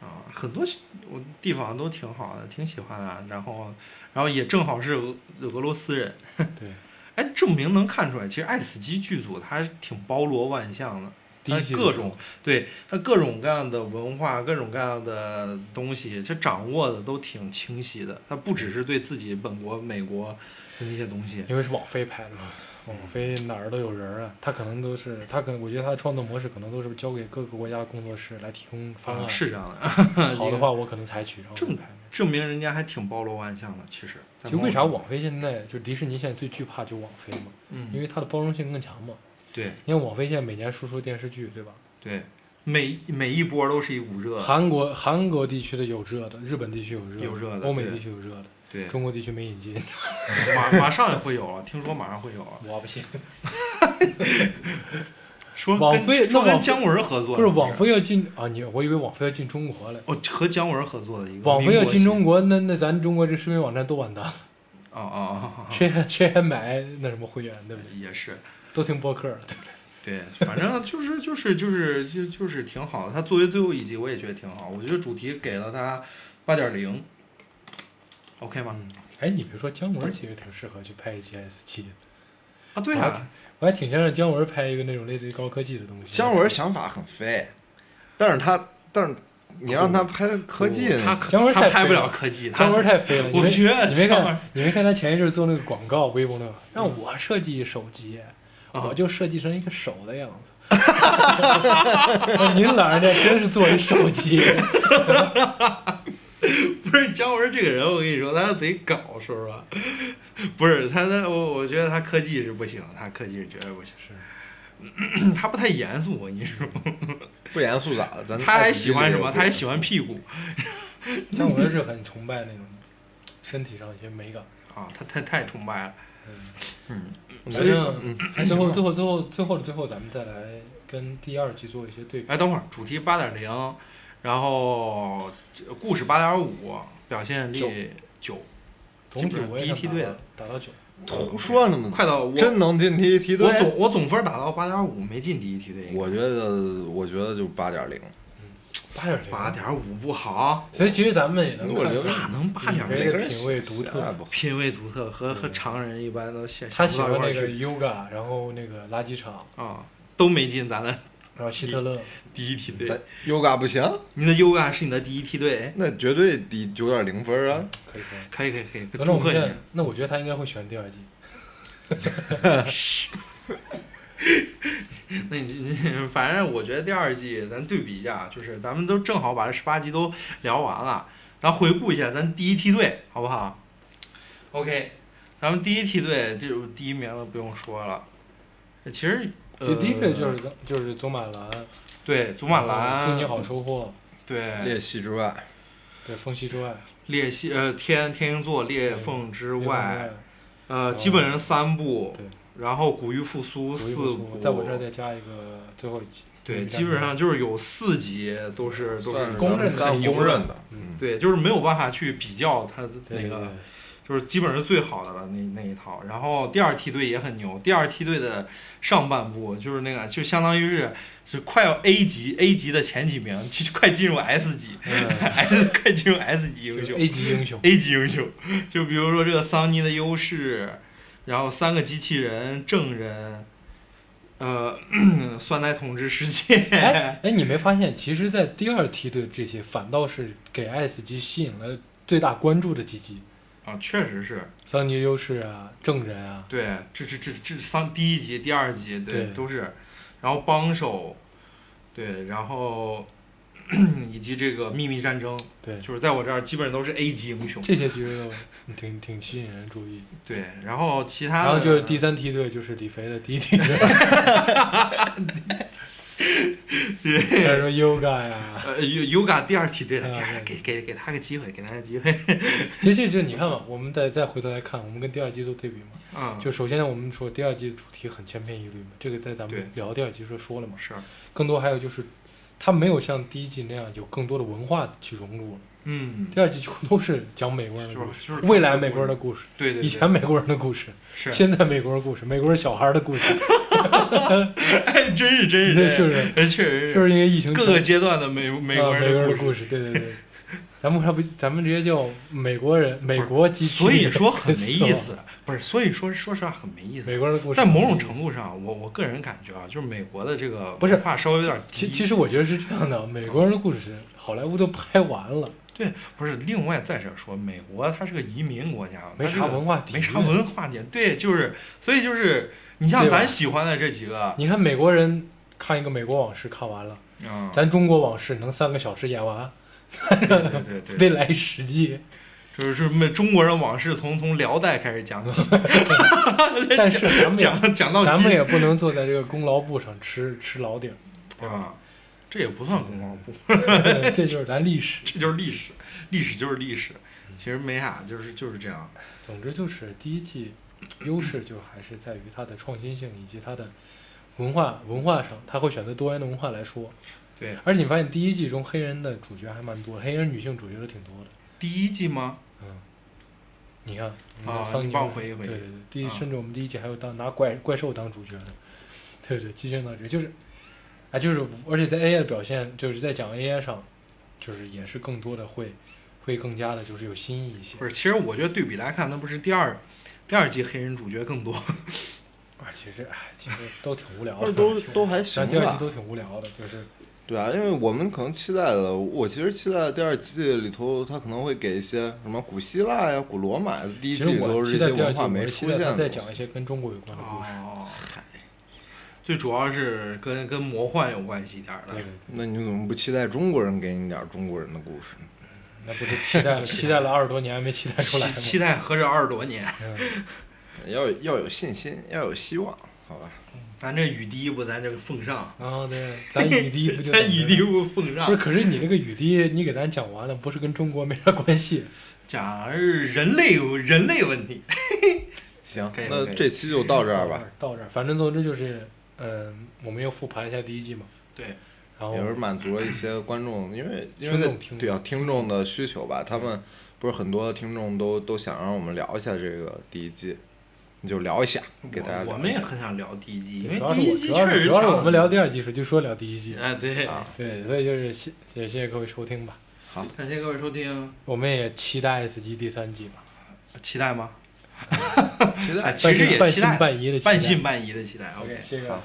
Speaker 3: 啊，很多西我地方都挺好的，挺喜欢的、然后然后也正好是俄俄罗斯人，
Speaker 1: 对
Speaker 3: 哎，证明能看出来，其实爱死机剧组它还是挺包罗万象的，
Speaker 1: 第一
Speaker 3: 它
Speaker 1: 季的
Speaker 3: 各
Speaker 1: 时
Speaker 3: 种对它各种各样的文化、各种各样的东西，其实掌握的都挺清晰的。它不只是对自己本国、美国的那些东西，
Speaker 1: 因为是网飞拍的嘛，网飞哪儿都有人儿啊，他可能都是他可能我觉得他的创作模式可能都是交给各个国家的工作室来提供方
Speaker 3: 啊
Speaker 1: 案，
Speaker 3: 是这样的。
Speaker 1: 好的，话我可能采取，然后
Speaker 3: 这么
Speaker 1: 再拍。
Speaker 3: 证明人家还挺包罗万象的。其实，在
Speaker 1: 其实为啥
Speaker 3: 某种
Speaker 1: 网飞现在就迪士尼现在最惧怕就网飞嘛，
Speaker 3: 嗯，
Speaker 1: 因为它的包容性更强嘛。
Speaker 3: 对
Speaker 1: 你看网飞现在每年输出电视剧，对吧？
Speaker 3: 对，每每一波都是一股热，
Speaker 1: 韩国韩国地区的有热的，日本地区有热的，
Speaker 3: 有热的
Speaker 1: 欧美
Speaker 3: 对
Speaker 1: 地区有热的，
Speaker 3: 对，
Speaker 1: 中国地区没引 进，
Speaker 3: 马马上也会有了，听说马上会有了。
Speaker 1: 我不信。
Speaker 3: 说
Speaker 1: 网
Speaker 3: 跟
Speaker 1: 飞那
Speaker 3: 说跟
Speaker 1: 网飞
Speaker 3: 姜文合作
Speaker 1: 不是
Speaker 3: 呢
Speaker 1: 网飞要进啊，你我以为网飞要进中国嘞。
Speaker 3: 哦，和姜文合作的一个
Speaker 1: 网飞要进中
Speaker 3: 国
Speaker 1: 国，那那咱中国这视频网站都完蛋了，
Speaker 3: 系，哦哦哦哦
Speaker 1: 谁还谁还买那什么会员，对
Speaker 3: 哦
Speaker 1: 不对？，
Speaker 3: 也是，
Speaker 1: 都听播客了，对不对？
Speaker 3: 对，反正就是就是就是就就是挺好的。它作为最后一集，我也觉得挺好。我觉得主题给了它八点零，OK 吗？
Speaker 1: 嗯，哎，你别说，姜文其实挺适合去拍一些 S 七的，
Speaker 3: 啊，对
Speaker 1: 我还
Speaker 3: 啊
Speaker 1: 挺，我还挺想让姜文拍一个那种类似于高科技的东西。
Speaker 2: 姜文想法很飞，但是他但是你让他拍科技，
Speaker 3: 他可
Speaker 1: 姜文
Speaker 3: 他
Speaker 1: 太
Speaker 3: 拍不
Speaker 1: 飞
Speaker 3: 了
Speaker 1: 了
Speaker 3: 科技，他
Speaker 1: 姜文太飞了，你
Speaker 3: 我
Speaker 1: 没
Speaker 3: 觉得
Speaker 1: 你没
Speaker 3: 姜文嗯
Speaker 1: 看你没看他前一阵做那个广告，微博那个让我设计手机，我
Speaker 3: 啊
Speaker 1: 就设计成一个手的样子。 您老人家真是做一手机，
Speaker 3: 不是姜文这个人，我跟你说，他贼搞，说实话，不是他他我我觉得他科技是不行，他科技是绝对不行，是，他不太严肃，我跟你说，
Speaker 2: 不严肃咋了？咱
Speaker 3: 他还
Speaker 2: 爱奇艺
Speaker 3: 喜欢
Speaker 2: 里
Speaker 3: 什
Speaker 2: 有
Speaker 3: 么？
Speaker 2: 不
Speaker 3: 他还
Speaker 2: 严
Speaker 3: 喜
Speaker 2: 肃
Speaker 3: 欢屁股
Speaker 1: 姜文是很崇拜那种身体上一些美感。
Speaker 3: 啊，他太太崇拜了，
Speaker 1: 反
Speaker 3: 嗯
Speaker 2: 嗯
Speaker 1: 正哎最后最后最后最后的最后，咱们再来跟第二季做一些对比。
Speaker 3: 哎，等会儿，主题八点零，然后这故事八点五，表现力九，
Speaker 1: 总体
Speaker 3: 基本上
Speaker 1: 我也
Speaker 3: 第一梯队啊的，
Speaker 1: 打到九，
Speaker 2: 胡说呢嘛，
Speaker 3: 快到我
Speaker 2: 真能进第一梯队
Speaker 3: 我。总我总分打到八点五，没进第一梯队，
Speaker 2: 我觉得，我觉得就八点零，
Speaker 1: 八点零，
Speaker 3: 八。点五不好，
Speaker 1: 所以其实咱们也能
Speaker 2: 我
Speaker 1: 看
Speaker 2: 留
Speaker 1: 出
Speaker 3: 咋能八点
Speaker 1: 每
Speaker 2: 每
Speaker 1: 个
Speaker 2: 个
Speaker 1: 人
Speaker 2: 人
Speaker 1: 品味独特
Speaker 2: 不好。
Speaker 3: 品味独特，和和常人一般都想
Speaker 1: 他
Speaker 3: 想不
Speaker 1: 喜
Speaker 3: 到
Speaker 1: 欢
Speaker 3: 一块儿
Speaker 1: 那个
Speaker 3: 去
Speaker 1: yoga，然后那个垃圾场，
Speaker 3: 啊，都没进咱的
Speaker 1: 然后希特勒，
Speaker 3: 第一梯
Speaker 2: 咱
Speaker 3: 队。
Speaker 2: Yoga 不行，
Speaker 3: 你的 Yoga 是你的第一梯队，
Speaker 2: 那绝对抵九点零分啊！
Speaker 1: 可以可以。
Speaker 3: 可以可以可以，
Speaker 1: 反正
Speaker 3: 祝
Speaker 1: 我
Speaker 3: 贺
Speaker 1: 们现在
Speaker 3: 你。，
Speaker 1: 那我觉得他应该会喜欢第二季。
Speaker 3: 那你你反正我觉得第二季咱对比一下，就是咱们都正好把这十八集都聊完了，咱回顾一下咱第一梯队好不好？OK，咱们第一梯队这种第一名都不用说了，其实呃
Speaker 1: 就第一队就是咱就是祖马兰，呃
Speaker 3: 对祖马兰，
Speaker 1: 祝你好收获，
Speaker 2: 裂
Speaker 3: 对
Speaker 2: 隙之外，
Speaker 1: 对风息之外，
Speaker 3: 裂隙呃天天鹰座裂缝之外，呃基本上三部，
Speaker 1: 对，
Speaker 3: 然后古玉复苏
Speaker 1: 我一
Speaker 3: 四
Speaker 1: 会儿
Speaker 3: 部
Speaker 1: 说，在我这儿再加一个最后一集。
Speaker 3: 对，
Speaker 1: 嗯
Speaker 3: 基本上就是有四集都是都
Speaker 2: 算
Speaker 3: 是
Speaker 2: 是
Speaker 1: 公认的
Speaker 2: 咱
Speaker 1: 第
Speaker 2: 们
Speaker 1: 一
Speaker 2: 三公认
Speaker 1: 的
Speaker 2: 的，嗯，
Speaker 3: 对，就是没有办法去比较它的
Speaker 1: 对
Speaker 3: 那
Speaker 1: 对
Speaker 3: 个
Speaker 1: 对，
Speaker 3: 就是基本上是最好的了那那一套。然后第二梯队也很牛，第二梯队的上半部就是那个就相当于是是快要 A 级 A 级的前几名，就快进入 S 级、
Speaker 1: 嗯
Speaker 3: s 快进入 S 级
Speaker 1: 就 是
Speaker 3: 英雄
Speaker 1: A 级英雄，
Speaker 3: A 级英雄，就比如说这个桑尼的优势，然后三个机器人证人。呃， 酸奶统治世界，
Speaker 1: 哎哎，你没发现，其实，在第二梯队这些反倒是给 S 级吸引了最大关注的几集，
Speaker 3: 啊，确实是，
Speaker 1: 桑尼优势啊，证人啊，
Speaker 3: 对，这这这这三第一集、第二集，对，
Speaker 1: 对
Speaker 3: 都是，然后帮手，对，然后 以及这个秘密战争，
Speaker 1: 对，
Speaker 3: 就是在我这儿基本上都是 A 级英雄，
Speaker 1: 这些其实都嗯挺挺吸引人注意。
Speaker 3: 对，然后其他的，
Speaker 1: 然后就是第三梯队，就是李飞的第一梯队， 比
Speaker 3: 对，
Speaker 1: 如说 Yoga 呀，
Speaker 3: 呃，Yo- Yoga 第二梯队的，
Speaker 1: 啊
Speaker 3: 第二
Speaker 1: 对
Speaker 3: 给给给他个机会，给他个 机会，
Speaker 1: 其实这就你看嘛，我们再再回头来看，我们跟第二季做对比嘛，
Speaker 3: 嗯，
Speaker 1: 就首先我们说第二季主题很千篇一律嘛，这个在咱们
Speaker 3: 对
Speaker 1: 聊第二季时候说了嘛，
Speaker 3: 是，
Speaker 1: 更多还有就是，它没有像第一季那样有更多的文化去融入了。
Speaker 3: 嗯，
Speaker 1: 第二季全都是讲美国人的
Speaker 3: 就是
Speaker 1: 故事，
Speaker 3: 就是
Speaker 1: 未来美国人的故事，
Speaker 3: 对对，对
Speaker 1: 以前美国人的故事，
Speaker 3: 是，
Speaker 1: 现在美国人的故事，美国人小孩的故事，
Speaker 3: 哎，真是真是
Speaker 1: 对
Speaker 3: 这样
Speaker 1: 是
Speaker 3: 哎确实
Speaker 1: 就是因为疫情
Speaker 3: 各个阶段的美美国
Speaker 1: 啊美国
Speaker 3: 人
Speaker 1: 人的
Speaker 3: 的
Speaker 1: 故
Speaker 3: 事，
Speaker 1: 事，对对对。 咱们要不，咱们直接叫美国人、美国机器
Speaker 3: 所以
Speaker 1: 人，
Speaker 3: 说 很没意思，不是，所以说说实话很没意思
Speaker 1: 美。国人的故事
Speaker 3: 在某种程度上，我我个人感觉啊，就是美国的这个
Speaker 1: 不是
Speaker 3: 文化稍微有点低。
Speaker 1: 其其实我觉得是这样的，美国人的故事好莱坞都拍完了，
Speaker 3: 对，不是。另外再者说，美国它是个移民国家，
Speaker 1: 没
Speaker 3: 它是
Speaker 1: 啥
Speaker 3: 个
Speaker 1: 文化底蕴
Speaker 3: 没啥文化点。对，就是所以就是你像
Speaker 1: 对吧
Speaker 3: 咱喜欢的这几个，
Speaker 1: 你看美国人看一个美国往事看完了，
Speaker 3: 嗯，
Speaker 1: 咱中国往事能三个小时演完，
Speaker 3: 对对对
Speaker 1: 得
Speaker 3: 对，
Speaker 1: 来十季。
Speaker 3: 就是就是美中国人往事从从辽代开始讲起，
Speaker 1: 但是咱们也
Speaker 3: 讲讲到
Speaker 1: 咱
Speaker 3: 今
Speaker 1: 们也不能坐在这个功劳簿上吃吃老 底儿，
Speaker 3: 啊，这也不算功劳簿。
Speaker 1: 这就是咱历史。
Speaker 3: 这就是历史，历史就是历史，其实没啥，就是就是这样。
Speaker 1: 总之就是第一季优势就还是在于它的创新性以及它的文化文化上，它会选择多元的文化来说。
Speaker 3: 对，
Speaker 1: 而且你发现第一季中黑人的主角还蛮多，黑人女性主角都挺多的。
Speaker 3: 第一季吗？
Speaker 1: 嗯，你看
Speaker 3: 啊
Speaker 1: 桑
Speaker 3: 你
Speaker 1: 尼
Speaker 3: 帮
Speaker 1: 尔
Speaker 3: 我回忆回忆
Speaker 1: 对对对，第一
Speaker 3: 啊
Speaker 1: 甚至我们第一季还有当拿怪怪兽当主角的，对对，机器人当主角就是，啊就是，而且在 AI 的表现就是在讲 AI 上，就是也是更多的会会更加的就是有新意一些
Speaker 3: 不。是，其实我觉得对比来看，那不是第二第二季黑人主角更多。
Speaker 1: 啊，其实哎，其实都挺无聊
Speaker 2: 不
Speaker 1: 的，
Speaker 2: 是都都
Speaker 3: 哎
Speaker 2: 还
Speaker 1: 虽
Speaker 2: 行
Speaker 1: 然第二季
Speaker 2: 吧
Speaker 1: 都？挺无聊的，就是
Speaker 2: 对啊，因为我们可能期待的，我其实期待第二季里头，他可能会给一些什么古希腊呀、古罗马呀，
Speaker 1: 其
Speaker 2: 第一
Speaker 1: 实
Speaker 2: 季里
Speaker 1: 我
Speaker 2: 都
Speaker 1: 期
Speaker 2: 是
Speaker 1: 待
Speaker 2: 这些
Speaker 1: 第二
Speaker 2: 文
Speaker 1: 季，
Speaker 2: 化
Speaker 1: 我
Speaker 2: 没
Speaker 1: 是期
Speaker 2: 出
Speaker 1: 待
Speaker 2: 现
Speaker 1: 他
Speaker 2: 的
Speaker 1: 再
Speaker 2: 东
Speaker 1: 讲一
Speaker 2: 西。
Speaker 1: 些跟中国有关的故事。
Speaker 3: 哦，最主要是跟跟魔幻有关系一
Speaker 2: 哦
Speaker 3: 点儿的
Speaker 1: 对，对对
Speaker 2: 那你怎么不期待中国人给你点中国人的故事呢？
Speaker 1: 那不 是期待了，期待了二十多年还没期待出
Speaker 3: 期
Speaker 1: 来吗？
Speaker 3: 期待合着二十多年，
Speaker 1: 嗯
Speaker 2: 要要有信心，要有希望，好吧？
Speaker 3: 咱这雨滴不，咱这个奉上，
Speaker 1: 然后对，咱雨滴 不就
Speaker 3: 咱
Speaker 1: 等着
Speaker 3: 雨
Speaker 1: 呢
Speaker 3: 滴不奉
Speaker 1: 不是，
Speaker 3: 上，
Speaker 1: 可是你那个雨滴，你给咱讲完了，不是跟中国没啥关系。
Speaker 3: 讲是人类人类问题，
Speaker 2: 行
Speaker 3: 可以，
Speaker 2: 那
Speaker 3: 可以
Speaker 2: 这期就到这儿吧。，
Speaker 1: 到这儿，反正总之就是，嗯，我们又复盘了一下第一季嘛，
Speaker 3: 对，
Speaker 1: 然后
Speaker 2: 也是满足了一些观众，因为因为
Speaker 1: 听
Speaker 2: 在
Speaker 1: 众听
Speaker 2: 对啊听众的需求吧，他们不是很多听众都都想让我们聊一下这个第一季，你就聊一下，给大家
Speaker 3: 我
Speaker 2: 聊
Speaker 3: 我
Speaker 2: 一
Speaker 3: 们也
Speaker 2: 下
Speaker 3: 很想聊第一季，因
Speaker 1: 主
Speaker 3: 为
Speaker 1: 要
Speaker 3: 第
Speaker 1: 是
Speaker 3: 一
Speaker 1: 我，
Speaker 3: 季
Speaker 1: 主
Speaker 3: 确
Speaker 1: 要是
Speaker 3: 实
Speaker 1: 主要是
Speaker 3: 长
Speaker 1: 我们聊第二季时就说聊第一季，
Speaker 3: 哎，对，
Speaker 2: 啊，
Speaker 1: 对，所以就是谢也谢谢各位收听吧，
Speaker 2: 好，
Speaker 3: 感谢各位收听，
Speaker 1: 我们也期待 S G 第三季吧，
Speaker 3: 期待吗？
Speaker 2: 期待，
Speaker 3: 哎，其实也
Speaker 1: 半
Speaker 3: 期
Speaker 1: 信
Speaker 3: 待，
Speaker 1: 半疑的期待
Speaker 3: 半信半疑的期待。OK，
Speaker 1: 谢谢各位
Speaker 2: 好。